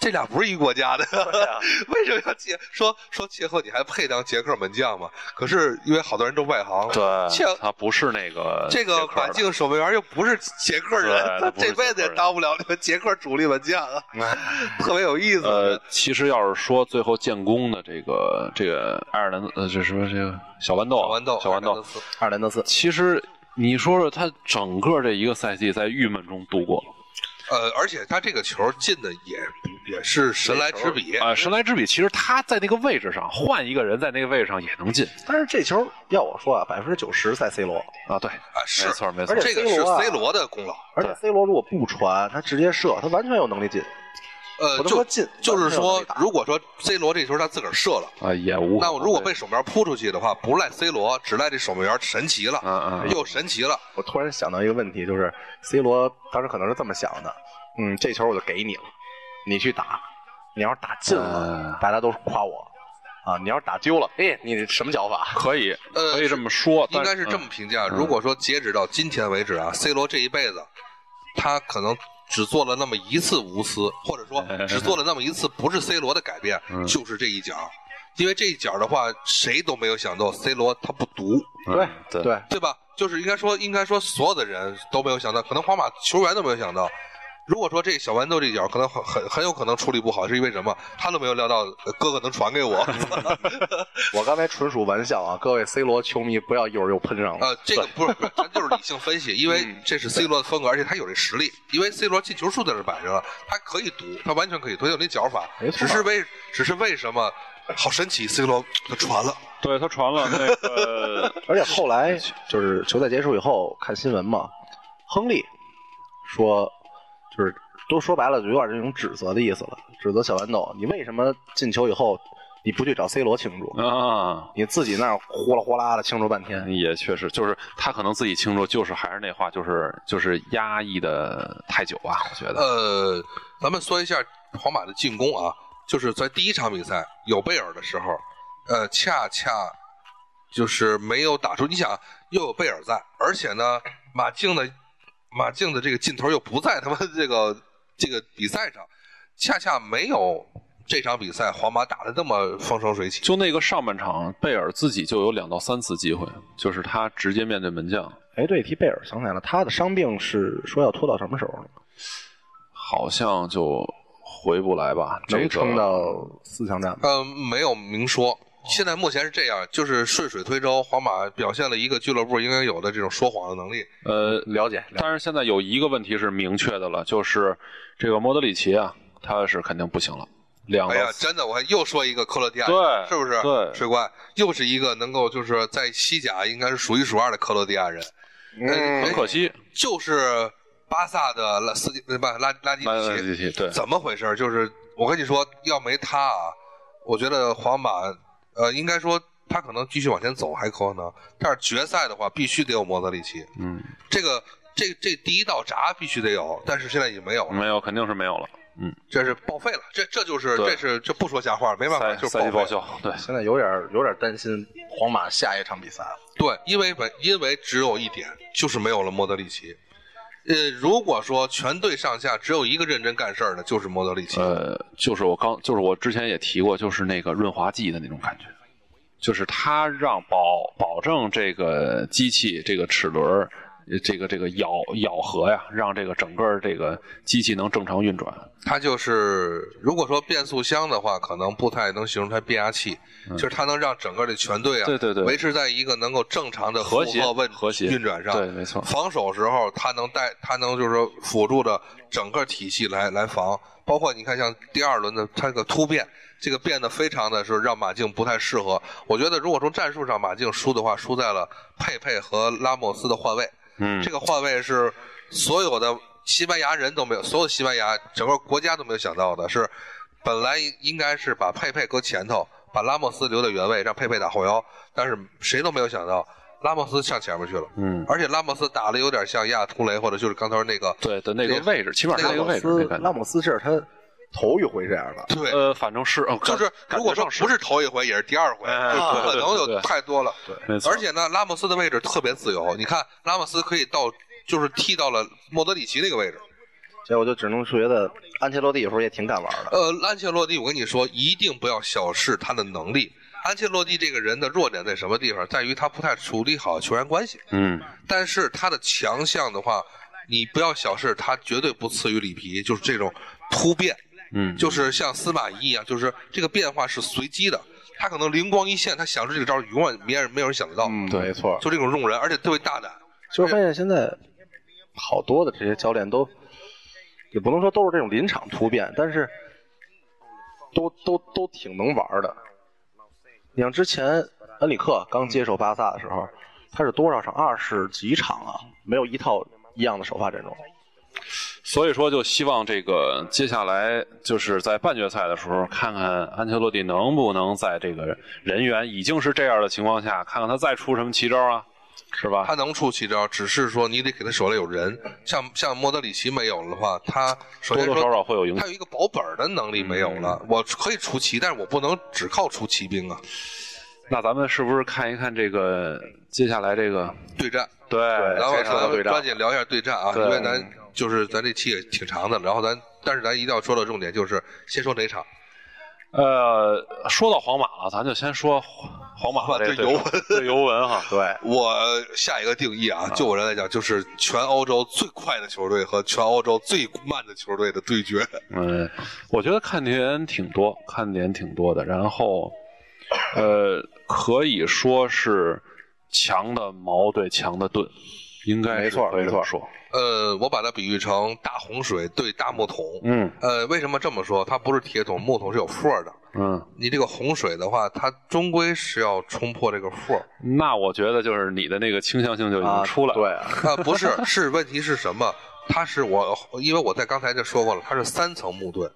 Speaker 1: 这俩不是一国家的，
Speaker 2: 啊
Speaker 1: 为什么要切？说说切赫你还配当捷克门将吗？可是因为好多人都外行，切
Speaker 2: 对，他不是那个
Speaker 1: 这
Speaker 2: 捷
Speaker 1: 个
Speaker 2: 呃克的
Speaker 1: 板镜守门员又不是捷克人，他
Speaker 2: 对他不是
Speaker 1: 这辈子也
Speaker 2: 捷克人哎
Speaker 1: 当不了你们捷克主力门将 啊，特别有意思。
Speaker 2: 呃，其实要是说最后建功的这个这个爱尔兰呃，这什么这个小豌豆啊，
Speaker 1: 小豌豆，
Speaker 2: 小豌豆，，
Speaker 3: 阿尔兰德斯，
Speaker 2: 其实你说说他整个这一个赛季在郁闷中度过
Speaker 1: 呃，而且他这个球进的也也是神来之笔，
Speaker 2: 啊、神来之笔，其实他在那个位置上换一个人在那个位置上也能进
Speaker 3: 但是这球要我说啊，百分之九十在 C 罗，
Speaker 2: 啊，对，
Speaker 1: 啊，是
Speaker 2: 没错没错
Speaker 3: 而，且
Speaker 1: 这个是
Speaker 3: C 罗啊
Speaker 1: C 罗的功劳。
Speaker 3: 而且 C 罗如果不传，他直接射，他完全有能力进。
Speaker 1: 呃，
Speaker 3: 不能
Speaker 1: 就
Speaker 3: 说进
Speaker 1: 就是说
Speaker 3: 完全有能力，打
Speaker 1: 如果说 C 罗这球他自个儿射了，
Speaker 2: 啊也无
Speaker 1: 那我如果被守门员扑出去的话，不赖 C 罗，只赖这守门员神奇了，
Speaker 2: 啊啊
Speaker 1: 又神奇了。
Speaker 3: 我突然想到一个问题，就是 C 罗当时可能是这么想的，嗯，这球我就给你了，你去打，你要是打进了，
Speaker 2: 嗯
Speaker 3: 大家都夸我，啊，你要是打丢了，哎，你什么脚法？
Speaker 2: 可以
Speaker 1: 呃
Speaker 2: 可以这么说，
Speaker 1: 应
Speaker 2: 但
Speaker 1: 该是这么
Speaker 2: 嗯
Speaker 1: 评价。如果说截止到今天为止啊，C 罗这一辈子，他可能只做了那么一次无私，或者 说只做了那么一次不是 C 罗的改变，
Speaker 2: 嗯
Speaker 1: 就是这一脚。因为这一脚的话，谁都没有想到 C 罗他不毒，
Speaker 3: 对
Speaker 2: 嗯 对
Speaker 3: 对，
Speaker 1: 对吧？就是应该说，应该说所有的人都没有想到，可能皇马球员都没有想到。如果说这小豌豆这脚可能很很很有可能处理不好，是因为什么？他都没有料到呃哥哥能传给我。
Speaker 3: 我刚才纯属玩笑啊，各位 C 罗球迷不要一会儿又喷上了。
Speaker 2: 啊
Speaker 1: 呃，这个不是，不是咱就是理性分析，因为
Speaker 3: 嗯
Speaker 1: 这是 C 罗的风格，而且他有这实力。因为 C 罗进球数在这摆着了，他可以赌，他完全可以，他有那脚法
Speaker 3: 没。错
Speaker 1: 只是为，只是为什么？好神奇，C 罗他传了，
Speaker 2: 对，他传了那个
Speaker 3: 而且后来就是球赛结束以后看新闻嘛，亨利说，就是都说白了，就有点这种指责的意思了，指责小豌豆，你为什么进球以后你不去找 C 罗庆祝，
Speaker 2: 啊。
Speaker 3: 你自己那儿呼啦呼啦的庆祝半天？
Speaker 2: 也确实，就是他可能自己清楚，就是还是那话，就是就是压抑的太久啊，我觉得。
Speaker 1: 呃，咱们说一下皇马的进攻啊，就是在第一场比赛有贝尔的时候，呃，恰恰就是没有打出。你想，又有贝尔在，而且呢，马竞的马竞的这个劲头又不在他们这个这个比赛上，恰恰没有这场比赛皇马打的那么风生水起。
Speaker 2: 就那个上半场，贝尔自己就有两到三次机会，就是他直接面对门将，
Speaker 3: 哎，对，提贝尔想起来了，他的伤病是说要拖到什么时候呢？
Speaker 2: 好像就回不来吧。这
Speaker 3: 能
Speaker 2: 个
Speaker 3: 撑到四强战吗？
Speaker 1: 呃，没有明说。现在目前是这样，就是顺水推舟，皇马表现了一个俱乐部应该有的这种说谎的能力。
Speaker 2: 呃，
Speaker 3: 了解，
Speaker 2: 但是现在有一个问题是明确的了，就是这个莫德里奇啊，他是肯定不行了，两到
Speaker 1: 哎呀，
Speaker 2: 四
Speaker 1: 真的，我还又说一个克罗地亚，
Speaker 2: 对
Speaker 1: 是不是？
Speaker 2: 对
Speaker 1: 水怪又是一个能够就是在西甲应该是数一数二的克罗地亚人，呃
Speaker 3: 嗯
Speaker 2: 很可惜，
Speaker 1: 就是巴萨的拉斯那不拉拉基
Speaker 2: 拉拉
Speaker 1: 奇，
Speaker 2: 基奇对，
Speaker 1: 怎么回事？就是我跟你说，要没他啊，我觉得皇马呃，应该说他可能继续往前走还可能，但是决赛的话必须得有莫德里奇，
Speaker 2: 嗯，
Speaker 1: 这个这这第一道闸必须得有，但是现在已经没有了，
Speaker 2: 没有，肯定是没有了，
Speaker 1: 这是报废了，这这就是
Speaker 2: 对
Speaker 1: 这是这不说瞎话，没办法，
Speaker 2: 赛
Speaker 1: 就是
Speaker 2: 赛季
Speaker 1: 报
Speaker 2: 报
Speaker 1: 废。
Speaker 2: 销，对，
Speaker 3: 现在有点有点担心皇马下一场比赛了。
Speaker 1: 对，因为本因为只有一点，就是没有了莫德里奇。呃，如果说全队上下只有一个认真干事儿的，就是莫德里奇。
Speaker 2: 呃，就是我刚，就是我之前也提过，就是那个润滑剂的那种感觉，就是它让保保证这个机器这个齿轮儿，呃这个这个咬咬合呀，让这个整个儿这个机器能正常运转。
Speaker 1: 他就是，如果说变速箱的话，可能不太能形容它变压器，就是它能让整个的全队啊，
Speaker 2: 嗯对对对
Speaker 1: 维持在一个能够正常的
Speaker 2: 和谐
Speaker 1: 负荷问
Speaker 2: 和谐
Speaker 1: 运转上。
Speaker 2: 对没错
Speaker 1: 防守时候，它能带，它能就是说辅助着整个体系来来防，包括你看像第二轮的它这个突变，这个变得非常的是让马竞不太适合。我觉得如果从战术上马竞输的话，输在了佩佩和拉莫斯的换位。
Speaker 2: 嗯
Speaker 1: 这个换位是所有的西班牙人都没有，所有西班牙整个国家都没有想到的是，本来应该是把佩佩搁前头，把拉莫斯留在原位，让佩佩打后腰，但是谁都没有想到拉莫斯向前面去了，
Speaker 2: 嗯，
Speaker 1: 而且拉莫斯打的有点像亚图雷或者就是刚才那个，
Speaker 2: 对的那个位置，起码是
Speaker 1: 拉
Speaker 2: 那个
Speaker 3: 拉
Speaker 2: 位
Speaker 3: 姆
Speaker 2: 置那
Speaker 3: 斯
Speaker 2: 感
Speaker 3: 拉
Speaker 2: 觉。
Speaker 3: 姆斯这是他头一回这样的，
Speaker 1: 对，
Speaker 2: 呃，反正是，哦、
Speaker 1: 就是
Speaker 2: 感
Speaker 1: 如果说
Speaker 2: 感觉上
Speaker 1: 不是头一回，也是第二回，
Speaker 2: 哎
Speaker 1: 就
Speaker 2: 对
Speaker 1: 不可
Speaker 2: 对
Speaker 1: 能
Speaker 2: 对
Speaker 1: 有
Speaker 2: 对
Speaker 1: 太多了。
Speaker 2: 没错
Speaker 1: 而且呢，拉莫斯的位置特别自由，你看拉莫斯可以到就是踢到了莫德里奇那个位置。
Speaker 3: 结果就只能觉得安切洛蒂有时候也挺敢玩的。
Speaker 1: 呃，安切洛蒂，我跟你说，一定不要小视他的能力。安切洛蒂这个人的弱点在什么地方？在于他不太处理好球员关系，
Speaker 2: 嗯，
Speaker 1: 但是他的强项的话，你不要小视他，绝对不次于里皮，就是这种突变，
Speaker 2: 嗯，
Speaker 1: 就是像司马懿一样，就是这个变化是随机的，他可能灵光一现，他想出这个招，永远没人没有人想得到，
Speaker 3: 嗯，没错。
Speaker 1: 就这种用人，而且特别大胆。
Speaker 3: 就是
Speaker 1: 哎
Speaker 3: 发现现在好多的这些教练都，也不能说都是这种临场突变，但是都都都挺能玩的。你像之前恩里克刚接手巴萨的时候，他是多少场二十几场啊，没有一套一样的首发阵容。
Speaker 2: 所以说，就希望这个接下来就是在半决赛的时候，看看安切洛蒂能不能在这个人员已经是这样的情况下，看看他再出什么奇招啊，是吧
Speaker 1: 他？能出奇招，只是说你得给他手里有人，像像莫德里奇没有的话，他首
Speaker 2: 多
Speaker 1: 先
Speaker 2: 多
Speaker 1: 说
Speaker 2: 少少会有影
Speaker 1: 他
Speaker 2: 响。
Speaker 1: 有一个保本的能力没有了，我可以出奇，但是我不能只靠出奇兵啊。
Speaker 2: 那咱们是不是看一看这个接下来这个？
Speaker 1: 对战，
Speaker 2: 对，
Speaker 1: 然后
Speaker 3: 非常
Speaker 1: 咱
Speaker 3: 的对
Speaker 1: 们
Speaker 3: 战
Speaker 1: 抓紧聊一下对战啊，
Speaker 2: 对
Speaker 1: 因为咱就是咱这期也挺长的，然后咱但是咱一定要说的重点就是先说哪场，
Speaker 2: 呃，说到皇马了，咱就先说皇马吧，
Speaker 1: 对
Speaker 2: 这个对手
Speaker 1: 尤文，
Speaker 2: 对尤 文哈，
Speaker 3: 对，
Speaker 1: 我下一个定义啊，就我人来讲，就是全欧洲最快的球队和全欧洲最慢的球队的对决。
Speaker 2: 嗯，我觉得看点挺多，看点挺多的。然后，呃，可以说是强的矛对强的盾，应该是
Speaker 3: 没错
Speaker 2: 可以这么
Speaker 3: 没错
Speaker 2: 说。
Speaker 1: 呃，我把它比喻成大洪水对大木桶。
Speaker 2: 嗯
Speaker 1: 呃，为什么这么说？它不是铁桶，木桶是有缝儿的。
Speaker 2: 嗯，
Speaker 1: 你这个洪水的话，它终归是要冲破这个缝儿。
Speaker 2: 那我觉得就是你的那个倾向性就已经
Speaker 3: 啊，
Speaker 2: 出来了。
Speaker 3: 对啊，
Speaker 1: 啊，不是，是问题是什么？它是我，因为我在刚才就说过了，它是三层木盾，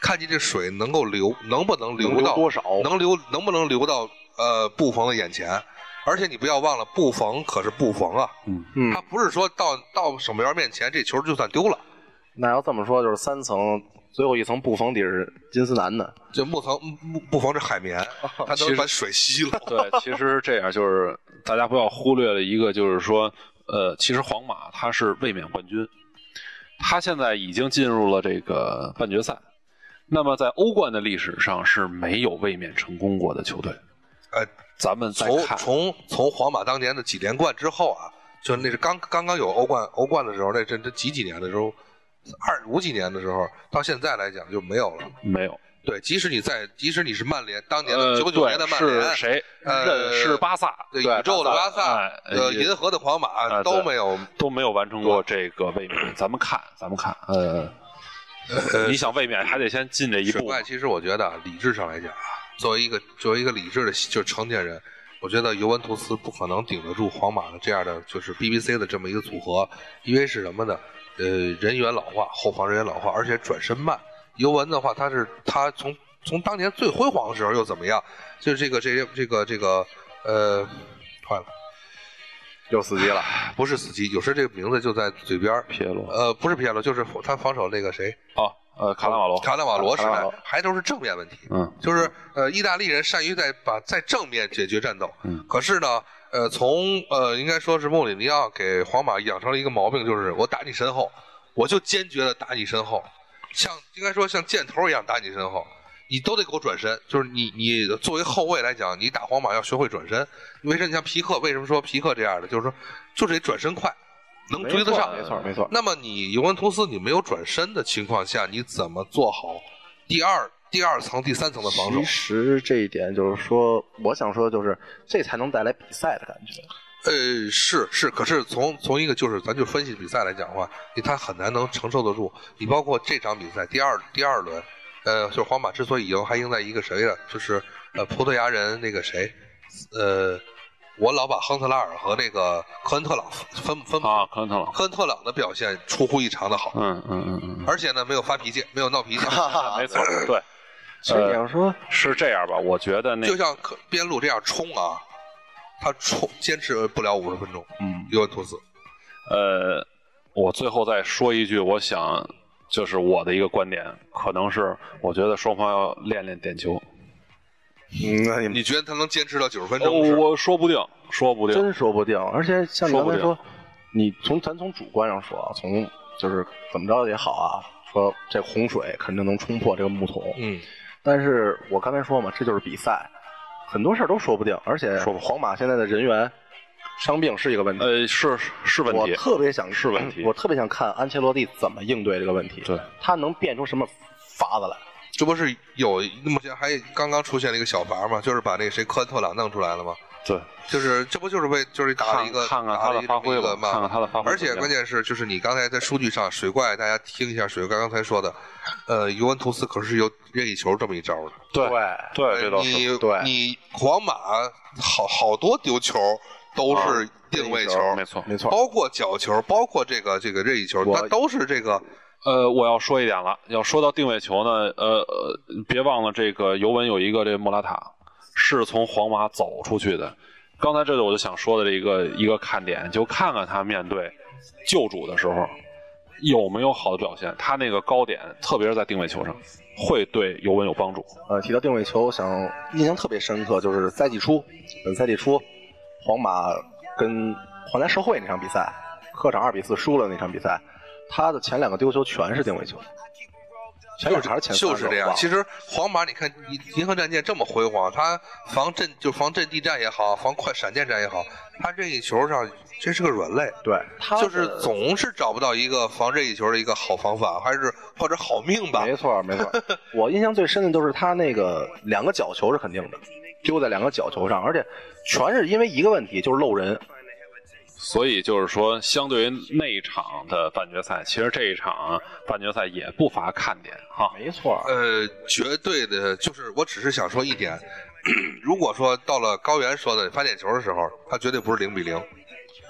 Speaker 1: 看你这水能够流，能不能流
Speaker 3: 能
Speaker 1: 到，
Speaker 3: 多少？
Speaker 1: 能流能不能流到呃布冯的眼前？而且你不要忘了，布冯可是布冯啊，
Speaker 2: 嗯
Speaker 3: 嗯
Speaker 1: 他不是说到到守门员面前这球就算丢了，
Speaker 3: 那要这么说，就是三层，最后一层布封底是金丝楠的。
Speaker 1: 这木层木布冯是海绵，他
Speaker 2: 哦其实
Speaker 1: 能把水吸了。
Speaker 2: 对，其实这样就是大家不要忽略了一个，就是说，呃，其实皇马他是卫冕冠军，他现在已经进入了这个半决赛。那么在欧冠的历史上是没有卫冕成功过的球队。
Speaker 1: 呃，
Speaker 2: 咱们再
Speaker 1: 从
Speaker 2: 看，
Speaker 1: 从从皇马当年的几连冠之后啊，就那是刚刚刚有欧冠欧冠的时候，那这这几几年的时候，二五几年的时候，到现在来讲就没有了。
Speaker 2: 没有。
Speaker 1: 对，即使你在，即使你是曼联当年
Speaker 2: 呃，
Speaker 1: 的九九
Speaker 2: 对
Speaker 1: 年的曼联
Speaker 2: 是，谁？
Speaker 1: 呃
Speaker 2: 任是巴萨，
Speaker 1: 对宇宙的巴萨，
Speaker 2: 哎
Speaker 1: 呃，
Speaker 2: 也
Speaker 1: 银河的皇马
Speaker 2: 啊
Speaker 1: 都
Speaker 2: 对
Speaker 1: 没有。
Speaker 2: 都没有完成过这个卫冕。咱们看，咱们看，呃，
Speaker 1: 呃
Speaker 2: 你想卫冕还得先进这一
Speaker 1: 水
Speaker 2: 步嘛。
Speaker 1: 怪其实我觉得啊理智上来讲啊，作为一个作为一个理智的就是成年人，我觉得尤文图斯不可能顶得住皇马的这样的就是 BBC 的这么一个组合，因为是什么呢？呃，人员老化，后防人员老化，而且转身慢。尤文的话，他是他从从当年最辉煌的时候又怎么样？就是这个这个这个这个呃，坏了，
Speaker 3: 又死机了，
Speaker 1: 不是死机，有时候这个名字就在嘴边儿。
Speaker 2: 撇罗
Speaker 1: 呃，不是皮耶罗，就是他防守那个谁，
Speaker 2: 哦，呃，卡纳瓦罗，
Speaker 1: 卡纳瓦罗时
Speaker 3: 卡纳
Speaker 1: 代
Speaker 3: 瓦罗，
Speaker 1: 还都是正面问题。
Speaker 2: 嗯，
Speaker 1: 就是呃，意大利人善于在把在正面解决战斗，
Speaker 2: 嗯
Speaker 1: 可是呢，呃，从呃，应该说是穆里尼奥啊给皇马养成了一个毛病，就是我打你身后，我就坚决的打你身后，像应该说像箭头一样打你身后，你都得给我转身。就是你你作为后卫来讲，你打皇马要学会转身。为什么你像皮克？为什么说皮克这样的？就是说，就是得转身快，能追得上
Speaker 3: 没。错没错。
Speaker 1: 那么你尤文图斯你没有转身的情况下，你怎么做好第二第二层、第三层的防守
Speaker 3: 其？实这一点就是说，我想说的就是，这才能带来比赛的感觉。
Speaker 1: 呃，是是，可是从从一个就是咱就分析比赛来讲的话，你他很难能承受得住。你包括这场比赛第二第二轮，呃，就是皇马之所以赢，还赢在一个谁了？就是呃葡萄牙人那个谁，呃，我老把亨特拉尔和那个科恩特朗分分、
Speaker 2: 啊，科恩特朗，
Speaker 1: 科恩特朗的表现出乎意常的好，
Speaker 2: 嗯嗯嗯嗯
Speaker 1: 而且呢没有发脾气，没有闹 脾气，
Speaker 2: 嗯，没错，对，
Speaker 3: 所以你要说，
Speaker 2: 是这样吧？我觉得那
Speaker 1: 就像科边路这样冲啊，他冲坚持不了五十分钟。
Speaker 2: 嗯
Speaker 1: 尤文图斯，
Speaker 2: 呃，我最后再说一句，我想就是我的一个观点，可能是我觉得双方要练练点球，
Speaker 3: 嗯，那你们
Speaker 1: 你觉得他能坚持到九十分
Speaker 2: 哦
Speaker 1: 钟是吧？
Speaker 2: 我说不定，说不定，
Speaker 3: 呃真说不定。而且像你
Speaker 2: 说
Speaker 3: 刚
Speaker 2: 不
Speaker 3: 才
Speaker 2: 定
Speaker 3: 说，你从咱从主观上说啊，从就是怎么着也好啊，说这洪水肯定能冲破这个木桶。
Speaker 1: 嗯，
Speaker 3: 但是我刚才说嘛，这就是比赛，很多事儿都说不定。而且
Speaker 2: 说不
Speaker 3: 皇马现在的人员伤病是一个问题，
Speaker 2: 呃，是是是问
Speaker 3: 我
Speaker 2: 题，
Speaker 3: 特别想
Speaker 2: 是问题
Speaker 3: 我特别想看安切洛蒂怎么应对这个问题，
Speaker 2: 对，
Speaker 3: 他能变出什么法子来？
Speaker 1: 这不是有目前还刚刚出现了一个小法吗？就是把那谁科恩特朗弄出来了吗？
Speaker 2: 对，
Speaker 1: 就是这不就是为就是打了一个
Speaker 2: 看看
Speaker 1: 打
Speaker 2: 看
Speaker 1: 了一
Speaker 2: 他
Speaker 1: 个
Speaker 2: 的发挥
Speaker 1: 这么一
Speaker 2: 吧
Speaker 1: 个，嘛
Speaker 2: 看看他的发挥
Speaker 1: 而
Speaker 2: 怎么
Speaker 1: 且
Speaker 2: 样。
Speaker 1: 关键是，就是你刚才在数据上，水怪大家听一下，水怪刚才说的，呃，尤文图斯可是有任意球这么一招的。
Speaker 2: 对对，
Speaker 3: 对
Speaker 2: 这倒是
Speaker 1: 你
Speaker 3: 对
Speaker 1: 你皇马好好多丢球都
Speaker 2: 啊
Speaker 1: 是定位球，
Speaker 2: 没错。
Speaker 3: 没错，
Speaker 1: 包括角球，包括这个这个任意球，
Speaker 3: 我
Speaker 1: 它都是这个
Speaker 2: 呃，我要说一点了，要说到定位球呢，呃呃，别忘了这个尤文有一个这莫拉塔是从皇马走出去的。刚才这个我就想说的这一个一个看点，就看看他面对救主的时候有没有好的表现。他那个高点，特别是在定位球上，会对尤文有帮助。
Speaker 3: 呃，提到定位球，想印象特别深刻，就是赛季初，本赛季初，皇马跟华南社会那场比赛，客场二比四输了那场比赛，他的前两个丢球全是定位球，前两场还是前三个
Speaker 1: 就是这样
Speaker 3: 我忘。了
Speaker 1: 其实皇马，你看银银河战舰这么辉煌，它防阵就防阵地战也好，防快闪电战也好，它任意球上这是个软肋。
Speaker 3: 对，他的
Speaker 1: 就是总是找不到一个防任意球的一个好方法，还是或者好命吧
Speaker 3: 没。错没错。 我印象最深的就是他那个两个角球是肯定的，丢在两个角球上，而且全是因为一个问题，就是漏人。
Speaker 2: 所以就是说，相对于那一场的半决赛，其实这一场半决赛也不乏看点哈。
Speaker 3: 没错，
Speaker 1: 呃，绝对的，就是我只是想说一点， 如果说到了高原说的发点球的时候，他绝对不是零比零，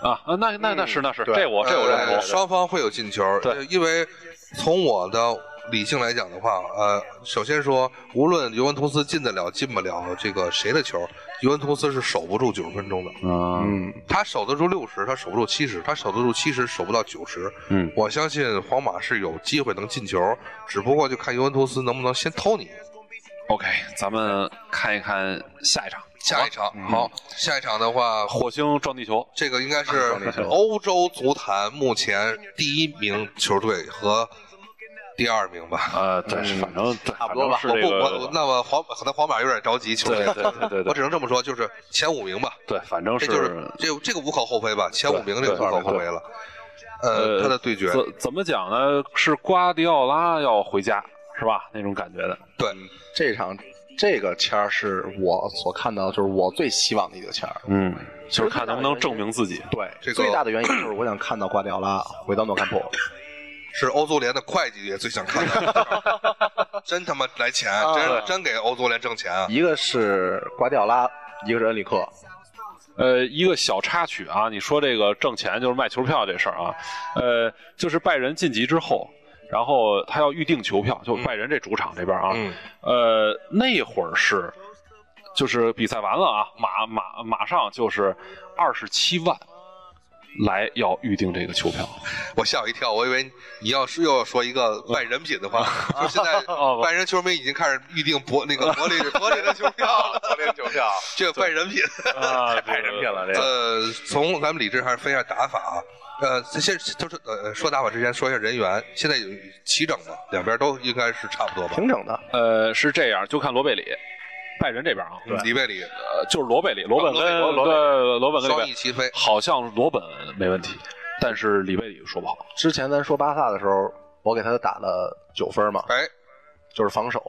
Speaker 2: 啊，呃那那那是那是，
Speaker 3: 对
Speaker 2: 这我哦这我
Speaker 1: 嗯
Speaker 2: 认
Speaker 1: 呃
Speaker 2: 同。嗯
Speaker 1: 双方会有进球。
Speaker 2: 对
Speaker 1: 呃因为从我的理性来讲的话，呃，首先说，无论尤文图斯进得了进不了这个谁的球，尤文图斯是守不住九十分钟的。
Speaker 2: 嗯
Speaker 3: 嗯，
Speaker 1: 他守得住六十，他守不住七十，他守得住七十，守不到九十。
Speaker 2: 嗯，
Speaker 1: 我相信皇马是有机会能进球，只不过就看尤文图斯能不能先偷你。
Speaker 2: OK，咱们看一看下一场，
Speaker 1: 下一场好，下一场的话，
Speaker 2: 火星撞地球。
Speaker 1: 这个应该是欧洲足坛目前第一名球队和第二名吧。
Speaker 2: 呃，对，反正对，
Speaker 3: 差不多吧
Speaker 2: 反
Speaker 1: 我
Speaker 2: 正
Speaker 1: 嗯
Speaker 2: 是
Speaker 1: 不，
Speaker 2: 这个，
Speaker 1: 我那么皇可能皇马有点着急，球队
Speaker 2: 对，对对对
Speaker 1: 我
Speaker 2: 对
Speaker 1: 只能这么说，就是前五名吧，
Speaker 2: 对，反正
Speaker 1: 这就是这这个无可厚非吧，前五名这个
Speaker 2: 对
Speaker 1: 无可厚非了。呃，他的对决，
Speaker 2: 怎怎么讲呢？是瓜迪奥拉要回家是吧？那种感觉的。
Speaker 1: 对，
Speaker 3: 这场这个签儿是我所看到，就是我最希望的一个签儿。
Speaker 2: 嗯，就是看能不能证明自己。
Speaker 3: 对，
Speaker 1: 这个
Speaker 3: 最大的原因 就是我想看到瓜迪奥拉回到诺坎普。
Speaker 1: 是欧足联的会计也最想看到， 真他妈来钱，
Speaker 2: 啊
Speaker 1: 真真给欧足联挣钱啊！
Speaker 3: 一个是瓜迪奥拉，一个是恩里克。
Speaker 2: 呃，一个小插曲啊，你说这个挣钱就是卖球票这事儿啊，呃，就是拜仁晋级之后，然后他要预定球票，就拜仁这主场这边啊，
Speaker 1: 嗯
Speaker 2: 呃，那会儿是就是比赛完了啊，马马马上就是二十七万来要预定这个球票，
Speaker 1: 我吓我一跳，我以为你要是又要说一个卖人品的话，就现在
Speaker 2: 哦
Speaker 1: 拜仁球迷已经开始预定柏那 个柏林柏林的球票了，柏林球票，这个拜人品。
Speaker 2: 啊，
Speaker 3: 太人品了这个
Speaker 1: 呃，从咱们理智还是分一下打法啊。呃，先就是呃说打法之前说一下人员，现在有齐整吗？两边都应该是差不多吧。
Speaker 3: 平整的，
Speaker 2: 呃，是这样，就看罗贝里，拜仁这边啊，
Speaker 1: 嗯里贝里
Speaker 2: 呃，就是罗贝里，罗本
Speaker 1: 罗贝
Speaker 2: 跟
Speaker 1: 罗罗贝
Speaker 2: 对罗本跟里
Speaker 1: 双
Speaker 2: 贝
Speaker 1: 翼齐飞，
Speaker 2: 好像罗本没问题，但是里贝里说不好。
Speaker 3: 之前咱说巴萨的时候，我给他打了九分嘛，
Speaker 1: 哎，
Speaker 3: 就是防守。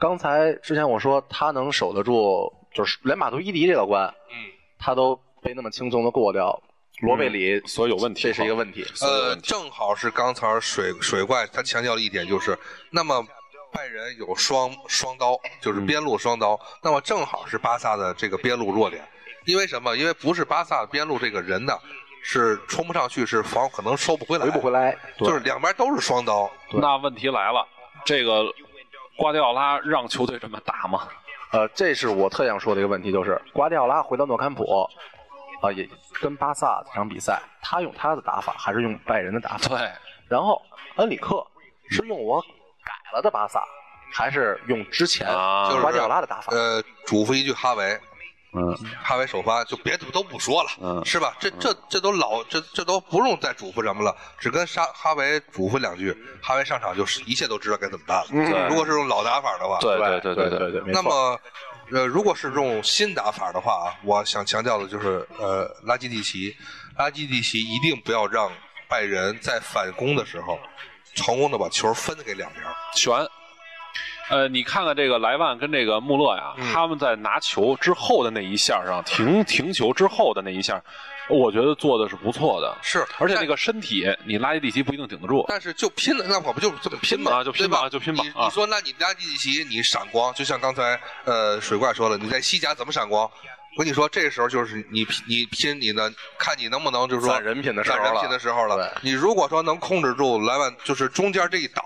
Speaker 3: 刚才之前我说他能守得住，就是连马图伊迪这道关，
Speaker 1: 嗯，
Speaker 3: 他都被那么轻松的过掉。罗贝里，
Speaker 2: 嗯所以有问题
Speaker 3: 这是一个
Speaker 2: 哈
Speaker 3: 嗯问题。
Speaker 1: 呃，正好是刚才水水怪他强调的一点就是，那么拜仁有双双刀，
Speaker 3: 嗯
Speaker 1: 就是边路双刀，那么正好是巴萨的这个边路弱点，因为什么？因为不是巴萨边路这个人呢，是冲不上去，是防可能收不回来，
Speaker 3: 回不回来？对
Speaker 1: 就是两边都是双刀，
Speaker 2: 那问题来了，这个瓜迪奥拉让球队这么打吗？
Speaker 3: 呃，这是我特想说的一个问题，就是瓜迪奥拉回到诺坎普，啊、也跟巴萨这场比赛，他用他的打法还是用拜仁的打法？
Speaker 2: 对，
Speaker 3: 然后恩里克是用我改了的巴萨，还是用之前
Speaker 2: 啊
Speaker 1: 就是呃
Speaker 3: 瓜迪奥拉的打法？
Speaker 1: 呃，嘱咐一句哈维，
Speaker 2: 嗯
Speaker 1: 哈维首发就别的都不说了，
Speaker 2: 嗯
Speaker 1: 是吧？这这这都老这这都不用再嘱咐什么了，只跟沙哈维嘱咐两句，哈维上场就是一切都知道该怎么办了。
Speaker 2: 对
Speaker 1: 如果是用老打法的话，
Speaker 2: 嗯对对
Speaker 3: 对
Speaker 2: 对
Speaker 3: 对
Speaker 2: 对
Speaker 3: 对，没
Speaker 1: 那
Speaker 3: 错。
Speaker 1: 么，呃，如果是这种新打法的话啊，我想强调的就是，呃，拉基蒂奇，拉基蒂奇一定不要让拜仁在反攻的时候成功的把球分给两边儿。
Speaker 2: 悬。呃，你看看这个莱万跟这个穆勒呀，
Speaker 1: 嗯
Speaker 2: 他们在拿球之后的那一下上停停球之后的那一下，我觉得做的是不错的，
Speaker 1: 是，
Speaker 2: 而且
Speaker 1: 但
Speaker 2: 那个身体你拉基蒂奇不一定顶得住。
Speaker 1: 但是就拼了，那我不就这么拼嘛？
Speaker 2: 啊就拼吧
Speaker 1: 对吧，
Speaker 2: 就拼吧
Speaker 1: 你
Speaker 2: 啊
Speaker 1: 你说，那你拉基里奇，你闪光，就像刚才呃水怪说了，你在西甲怎么闪光？我跟你说，这个时候就是你拼你拼你的，看你能不能就是说
Speaker 3: 攒人品的时候了
Speaker 1: 攒人品的时候了。你如果说能控制住莱万，就是中间这一倒。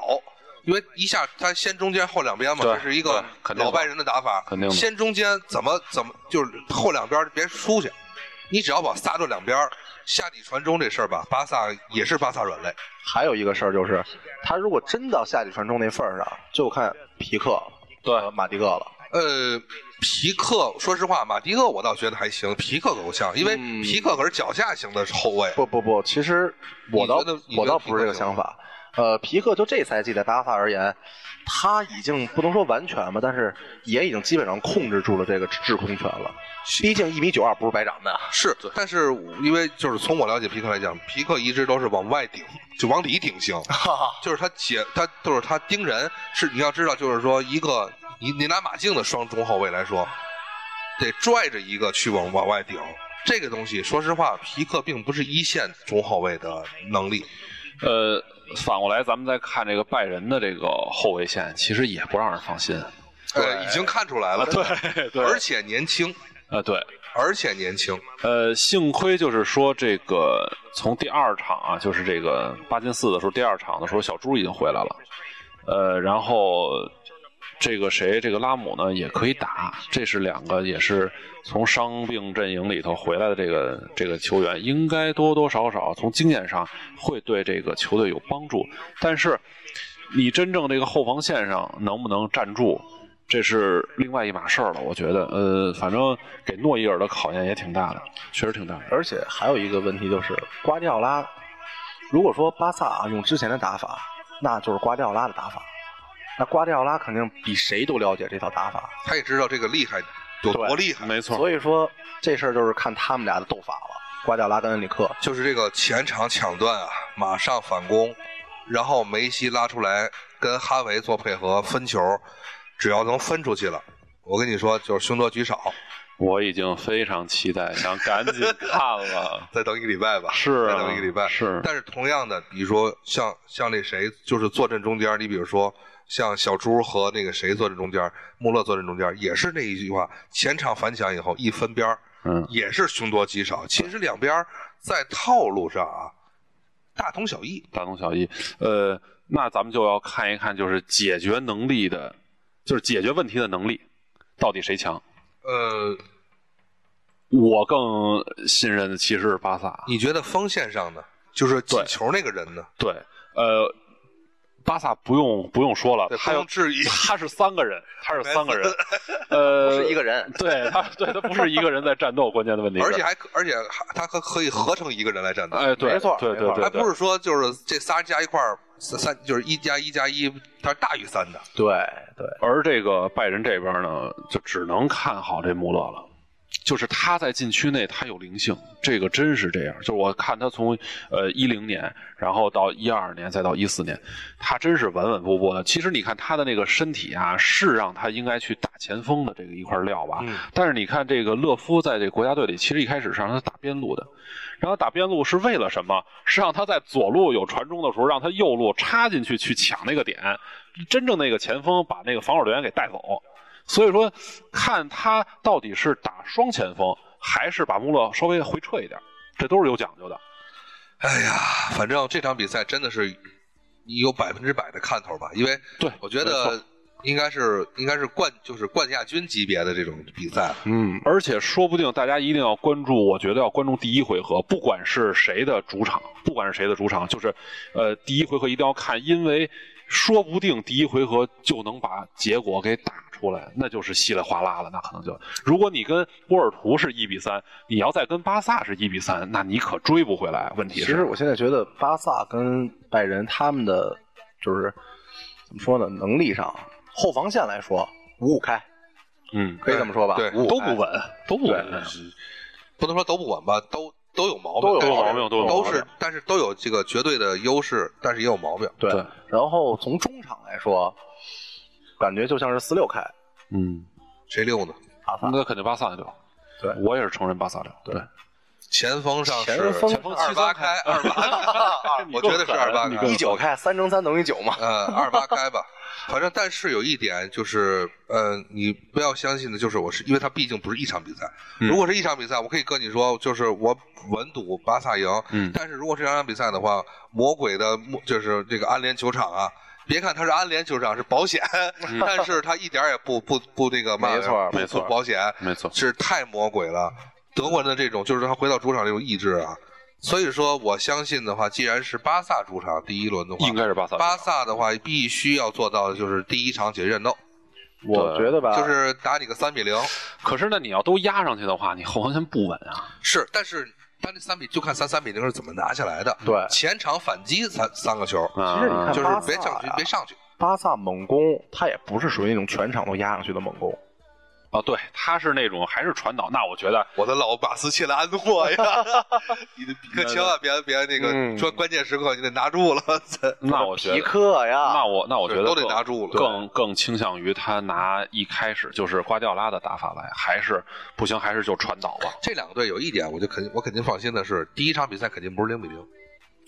Speaker 1: 因为一下他先中间后两边嘛，
Speaker 2: 对
Speaker 1: 这是一个
Speaker 2: 对肯定的
Speaker 1: 老拜仁的打法。
Speaker 2: 肯定的
Speaker 1: 先中间怎么怎么就是后两边别出去，你只要把撒到两边儿下底传中这事儿吧，巴萨也是巴萨软肋。
Speaker 3: 还有一个事儿就是，他如果真到下底传中那份儿上，就看皮克
Speaker 2: 对
Speaker 3: 和马蒂克了。
Speaker 1: 呃，皮克，说实话，马迪克我倒觉得还行，皮克够呛，因为
Speaker 3: 嗯
Speaker 1: 皮克可是脚下型的后卫。
Speaker 3: 不不不，其实我倒
Speaker 1: 你觉得你觉得
Speaker 3: 我倒不是这个想法。呃，皮克就这赛季在巴萨而言，他已经不能说完全吧，但是也已经基本上控制住了这个制空权了。毕竟一米九二不是白长的，
Speaker 1: 是，但是因为就是从我了解皮克来讲，皮克一直都是往外顶，就往里顶型，
Speaker 2: 啊
Speaker 1: 就是他解他就是他盯人是你要知道，就是说一个你你拿马竞的双中后卫来说，得拽着一个去往往外顶。这个东西，说实话，皮克并不是一线中后卫的能力。
Speaker 2: 呃，反过来咱们再看这个拜仁的这个后卫线，其实也不让人放心。
Speaker 1: 呃，已经看出来了，
Speaker 2: 对对
Speaker 1: 而且年轻，
Speaker 2: 呃，对，
Speaker 1: 而且年轻。
Speaker 2: 呃，幸亏就是说这个从第二场啊，就是这个八进四的时候，第二场的时候，小猪已经回来了，呃，然后这个谁，这个拉姆呢也可以打，这是两个也是从伤病阵营里头回来的这个这个球员，应该多多少少从经验上会对这个球队有帮助，但是你真正这个后防线上能不能站住？这是另外一码事儿了，我觉得，呃，反正给诺伊尔的考验也挺大的，确实挺大的。
Speaker 3: 而且还有一个问题就是，瓜迪奥拉，如果说巴萨啊用之前的打法，那就是瓜迪奥拉的打法。那瓜迪奥拉肯定比谁都了解这套打法，
Speaker 1: 他也知道这个厉害有多厉害，
Speaker 2: 没错，
Speaker 3: 所以说这事儿就是看他们俩的斗法了。瓜迪奥拉跟恩里克，
Speaker 1: 就是这个前场抢断啊，马上反攻，然后梅西拉出来跟哈维做配合分球，只要能分出去了，我跟你说就是凶多吉少。。
Speaker 2: 我已经非常期待，想赶紧看了
Speaker 1: 再等一个礼拜吧，
Speaker 2: 是啊
Speaker 1: 再等一个礼拜
Speaker 2: 是
Speaker 1: 但是同样的，比如说像像那谁，就是坐镇中间，你比如说像小猪和那个谁坐镇中间，穆勒坐镇中间，也是那一句话，前场反抢以后一分边儿
Speaker 2: 嗯，
Speaker 1: 也是凶多吉少。其实两边儿在套路上啊，大同小异。
Speaker 2: 大同小异。呃，那咱们就要看一看，就是解决能力的，就是解决问题的能力，到底谁强？
Speaker 1: 呃，
Speaker 2: 我更信任的其实是巴萨。
Speaker 1: 你觉得锋线上呢，就是进
Speaker 2: 对
Speaker 1: 球那个人呢？
Speaker 2: 对，呃，巴萨不用不用说了
Speaker 1: 对，，不
Speaker 2: 他
Speaker 1: 用
Speaker 2: 有
Speaker 1: 质疑。
Speaker 2: 他是三个人，他是三 个人，呃，
Speaker 3: 不是一个人，
Speaker 2: 对他，对他不是一个人在战斗，关键的问题是，
Speaker 1: 而且还可，而且还他可可以合成一个人来战斗，
Speaker 2: 哎，对，
Speaker 3: 没错
Speaker 2: 对对
Speaker 3: 没错
Speaker 2: 对，
Speaker 1: 还
Speaker 2: 对
Speaker 1: 不是说就是这仨加一块儿三三就是一加一加一，它是大于三的。
Speaker 3: 对对，
Speaker 2: 而这个拜仁这边呢，就只能看好这穆勒了。就是他在禁区内，他有灵性，这个真是这样。就是我看他从呃一零年，然后到一二年，再到一四年，他真是稳稳步步的。其实你看他的那个身体啊，是让他应该去打前锋的这个一块料吧。
Speaker 1: 嗯
Speaker 2: 但是你看这个勒夫在这国家队里，其实一开始是让他打边路的，然后打边路是为了什么？是让他在左路有传中的时候，让他右路插进去去抢那个点，真正那个前锋把那个防守队员给带走。所以说，看他到底是打双前锋，还是把穆勒稍微回撤一点，这都是有讲究的。
Speaker 1: 哎呀，反正这场比赛真的是有百分之百的看头吧，因为
Speaker 2: 对
Speaker 1: 我觉
Speaker 2: 没
Speaker 1: 得应该是应该是冠就是冠亚军级别的这种比赛。
Speaker 3: 嗯，
Speaker 2: 而且说不定大家一定要关注，我觉得要关注第一回合，不管是谁的主场，不管是谁的主场，就是，呃，第一回合一定要看，因为说不定第一回合就能把结果给打出来，那就是稀里哗啦了。那可能就，如果你跟波尔图是一比三，你要再跟巴萨是一比三，那你可追不回来。问题
Speaker 3: 其
Speaker 2: 是，
Speaker 3: 实我现在觉得巴萨跟拜仁他们的就是怎么说呢，能力上后防线来说五五开，
Speaker 2: 嗯，
Speaker 3: 可以这么说吧？
Speaker 1: 对
Speaker 3: 五五
Speaker 2: 都
Speaker 3: 开
Speaker 2: 不稳，
Speaker 1: 都不
Speaker 2: 对
Speaker 1: 稳，不能说都不稳吧，都都有毛病，
Speaker 3: 都有
Speaker 1: 但是
Speaker 2: 毛病都有毛
Speaker 1: 都
Speaker 2: 病
Speaker 1: 是，但是都有这个绝对的优势，但是也有毛病。
Speaker 3: 对。然后从中场来说，感觉就像是四六开，
Speaker 2: 嗯，
Speaker 1: 谁溜呢？
Speaker 3: 巴萨
Speaker 2: 那肯定巴萨六。
Speaker 3: 啊对
Speaker 2: 我也是承认巴萨六。对，
Speaker 1: 前锋上是
Speaker 3: 前锋
Speaker 1: 前锋二八开，二八 开，我觉得是二八
Speaker 2: 哎你
Speaker 1: 开啊
Speaker 2: 更，
Speaker 3: 一九开，三乘三等于九嘛。
Speaker 1: 呃，二八开吧。反正，但是有一点就是，呃，你不要相信的，就是我是，因为它毕竟不是一场比赛。
Speaker 2: 嗯
Speaker 1: 如果是一场比赛，我可以跟你说，就是我稳赌巴萨赢。
Speaker 2: 嗯
Speaker 1: 但是如果是两场比赛的话，魔鬼的魔，就是这个安联球场啊，别看它是安联球场是保险，但是它一点儿也不不不那个嘛，
Speaker 3: 没错
Speaker 1: 不
Speaker 2: 嗯没错
Speaker 1: 不保险
Speaker 2: 没错。
Speaker 1: 是太魔鬼了。德国人的这种，就是他回到主场这种意志啊。所以说，我相信的话，既然是巴萨主场第一轮的话，
Speaker 2: 应该是巴萨六。
Speaker 1: 巴萨的话，必须要做到的就是第一场解决战斗，
Speaker 3: 我觉得吧，
Speaker 1: 就是打你个三比零。
Speaker 2: 可是那你要都压上去的话，你后防线不稳啊。
Speaker 1: 是，但是他那三比就看三三比零是怎么拿下来的。
Speaker 3: 对
Speaker 1: 前场反击三三个球，
Speaker 2: 其
Speaker 3: 实你看
Speaker 1: 就是
Speaker 3: 巴萨
Speaker 1: 别上去
Speaker 3: 呀，
Speaker 1: 别上去。
Speaker 3: 巴萨猛攻，他也不是属于那种全场都压上去的猛攻。
Speaker 2: 啊，对，他是那种还是传导，那我觉得
Speaker 1: 我的老马斯切兰诺 呀，你的可千万别别那个
Speaker 3: 嗯
Speaker 1: 说关键时刻你得拿住了，
Speaker 2: 那我觉得
Speaker 3: 皮克呀
Speaker 2: 那，我那我觉得
Speaker 1: 都得
Speaker 2: 更
Speaker 1: 拿住了
Speaker 2: 更更倾向于他拿一开始就是瓜迪奥拉的打法来，还是不行，还是就传导吧。
Speaker 1: 这两个队有一点，我就肯我肯定放心的是，第一场比赛肯定不是零比零，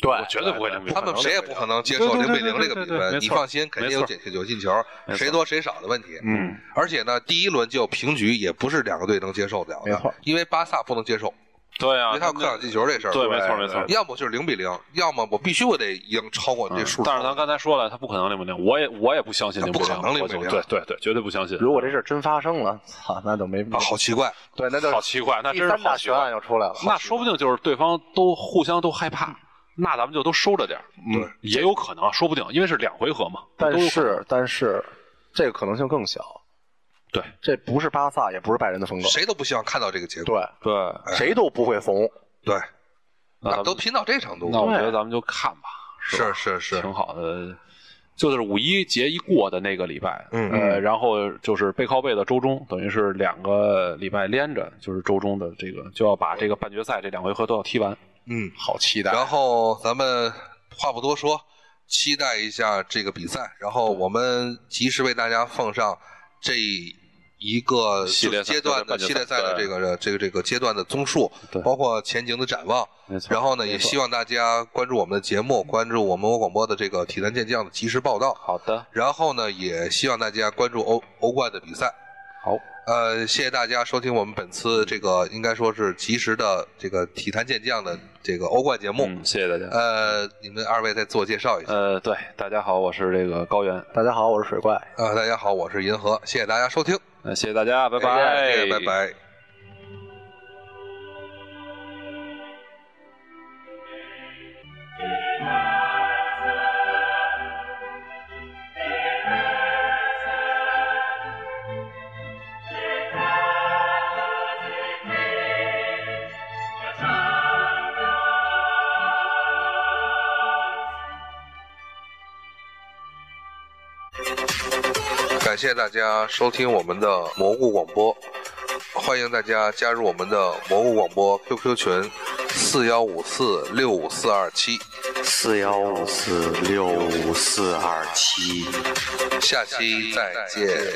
Speaker 3: 对，
Speaker 2: 我绝对不会零比零
Speaker 1: 他们谁也不可能接受
Speaker 2: 对
Speaker 1: 零
Speaker 2: 对
Speaker 1: 比零
Speaker 2: 对
Speaker 1: 这个
Speaker 2: 对
Speaker 1: 比
Speaker 2: 对对没
Speaker 1: 分。你
Speaker 2: 错
Speaker 1: 放心，肯定有
Speaker 2: 没
Speaker 1: 进有进球，
Speaker 2: 没错
Speaker 1: 谁多谁少的问题。
Speaker 3: 嗯，
Speaker 1: 而且呢，第一轮就平局也不是两个队能接受得了
Speaker 3: 没错
Speaker 1: 的，因为巴萨不能接受，
Speaker 2: 对
Speaker 1: 因
Speaker 2: 啊，
Speaker 1: 为他有客场进球这事儿。
Speaker 2: 对，没错没错。
Speaker 1: 要么就是零比零，要么我必须我得赢超过你这数。
Speaker 2: 嗯但是咱刚才说了，他不可能零比零，我也我也不相信
Speaker 1: 他
Speaker 2: 零比
Speaker 1: 不可能零比零
Speaker 2: 我就对对对，绝对不相信。
Speaker 3: 如果这事儿真发生了，操，那就没
Speaker 1: 啊，好奇怪，
Speaker 3: 对，那就
Speaker 2: 好奇怪，那
Speaker 3: 第
Speaker 2: 真是
Speaker 3: 三
Speaker 2: 好
Speaker 3: 大
Speaker 2: 奇
Speaker 3: 悬
Speaker 2: 怪
Speaker 1: 啊
Speaker 3: 案。又出来了。
Speaker 2: 那说不定就是对方都互相都害怕，那咱们就都收着点儿。
Speaker 1: 对，
Speaker 2: 也有可能，啊说不定，因为是两回合嘛。
Speaker 3: 但
Speaker 2: 都有可能
Speaker 3: 是但是这个可能性更小，
Speaker 2: 对
Speaker 3: 这不是巴萨，也不是拜仁的风格，
Speaker 1: 谁都不希望看到这个结果。
Speaker 3: 对，
Speaker 2: 对，
Speaker 3: 谁都不会怂。
Speaker 1: 对，
Speaker 2: 那咱
Speaker 1: 那
Speaker 2: 们
Speaker 1: 都拼到这程度，
Speaker 2: 那我觉
Speaker 3: 对
Speaker 2: 得咱们就看吧，是吧
Speaker 1: 是是是，
Speaker 2: 挺好的。就是五一节一过的那个礼拜，
Speaker 1: 嗯
Speaker 2: 呃，然后就是背靠背的周中，等于是两个礼拜连着，就是周中的这个就要把这个半决赛这两回合都要踢完。
Speaker 1: 嗯。
Speaker 3: 好期待！
Speaker 1: 然后咱们话不多说，期待一下这个比赛。然后我们及时为大家奉上这一个
Speaker 2: 系列赛
Speaker 1: 阶段
Speaker 2: 对
Speaker 1: 的
Speaker 2: 对
Speaker 1: 系列赛的
Speaker 2: 对
Speaker 1: 这个这个这个阶段的综述
Speaker 2: 对，
Speaker 1: 包括前景的展望。
Speaker 2: 没错。
Speaker 1: 然后呢，也
Speaker 2: 没错嗯
Speaker 1: 希望大家关注我们的节目，关注我们欧广播的这个体坛健将的及时报道。
Speaker 2: 好的，
Speaker 1: 然后呢，也希望大家关注欧欧冠的比赛。
Speaker 2: 好，
Speaker 1: 呃，谢谢大家收听我们本次这个应该说是及时的这个体坛健将的这个欧冠节目。
Speaker 2: 嗯，谢谢大家。
Speaker 1: 呃，你们二位再自我介绍一下。
Speaker 2: 呃，对，大家好，我是这个高原，
Speaker 3: 大家好，我是水怪。
Speaker 1: 呃，大家好，我是银河，谢谢大家收听，
Speaker 2: 呃，谢谢大家，拜拜，
Speaker 1: 谢谢拜拜。感谢大家收听我们的蘑菇广播，欢迎大家加入我们的蘑菇广播 QQ 群四幺五四六五四二七，
Speaker 5: 四幺五四六五四二七。
Speaker 1: 下期再见。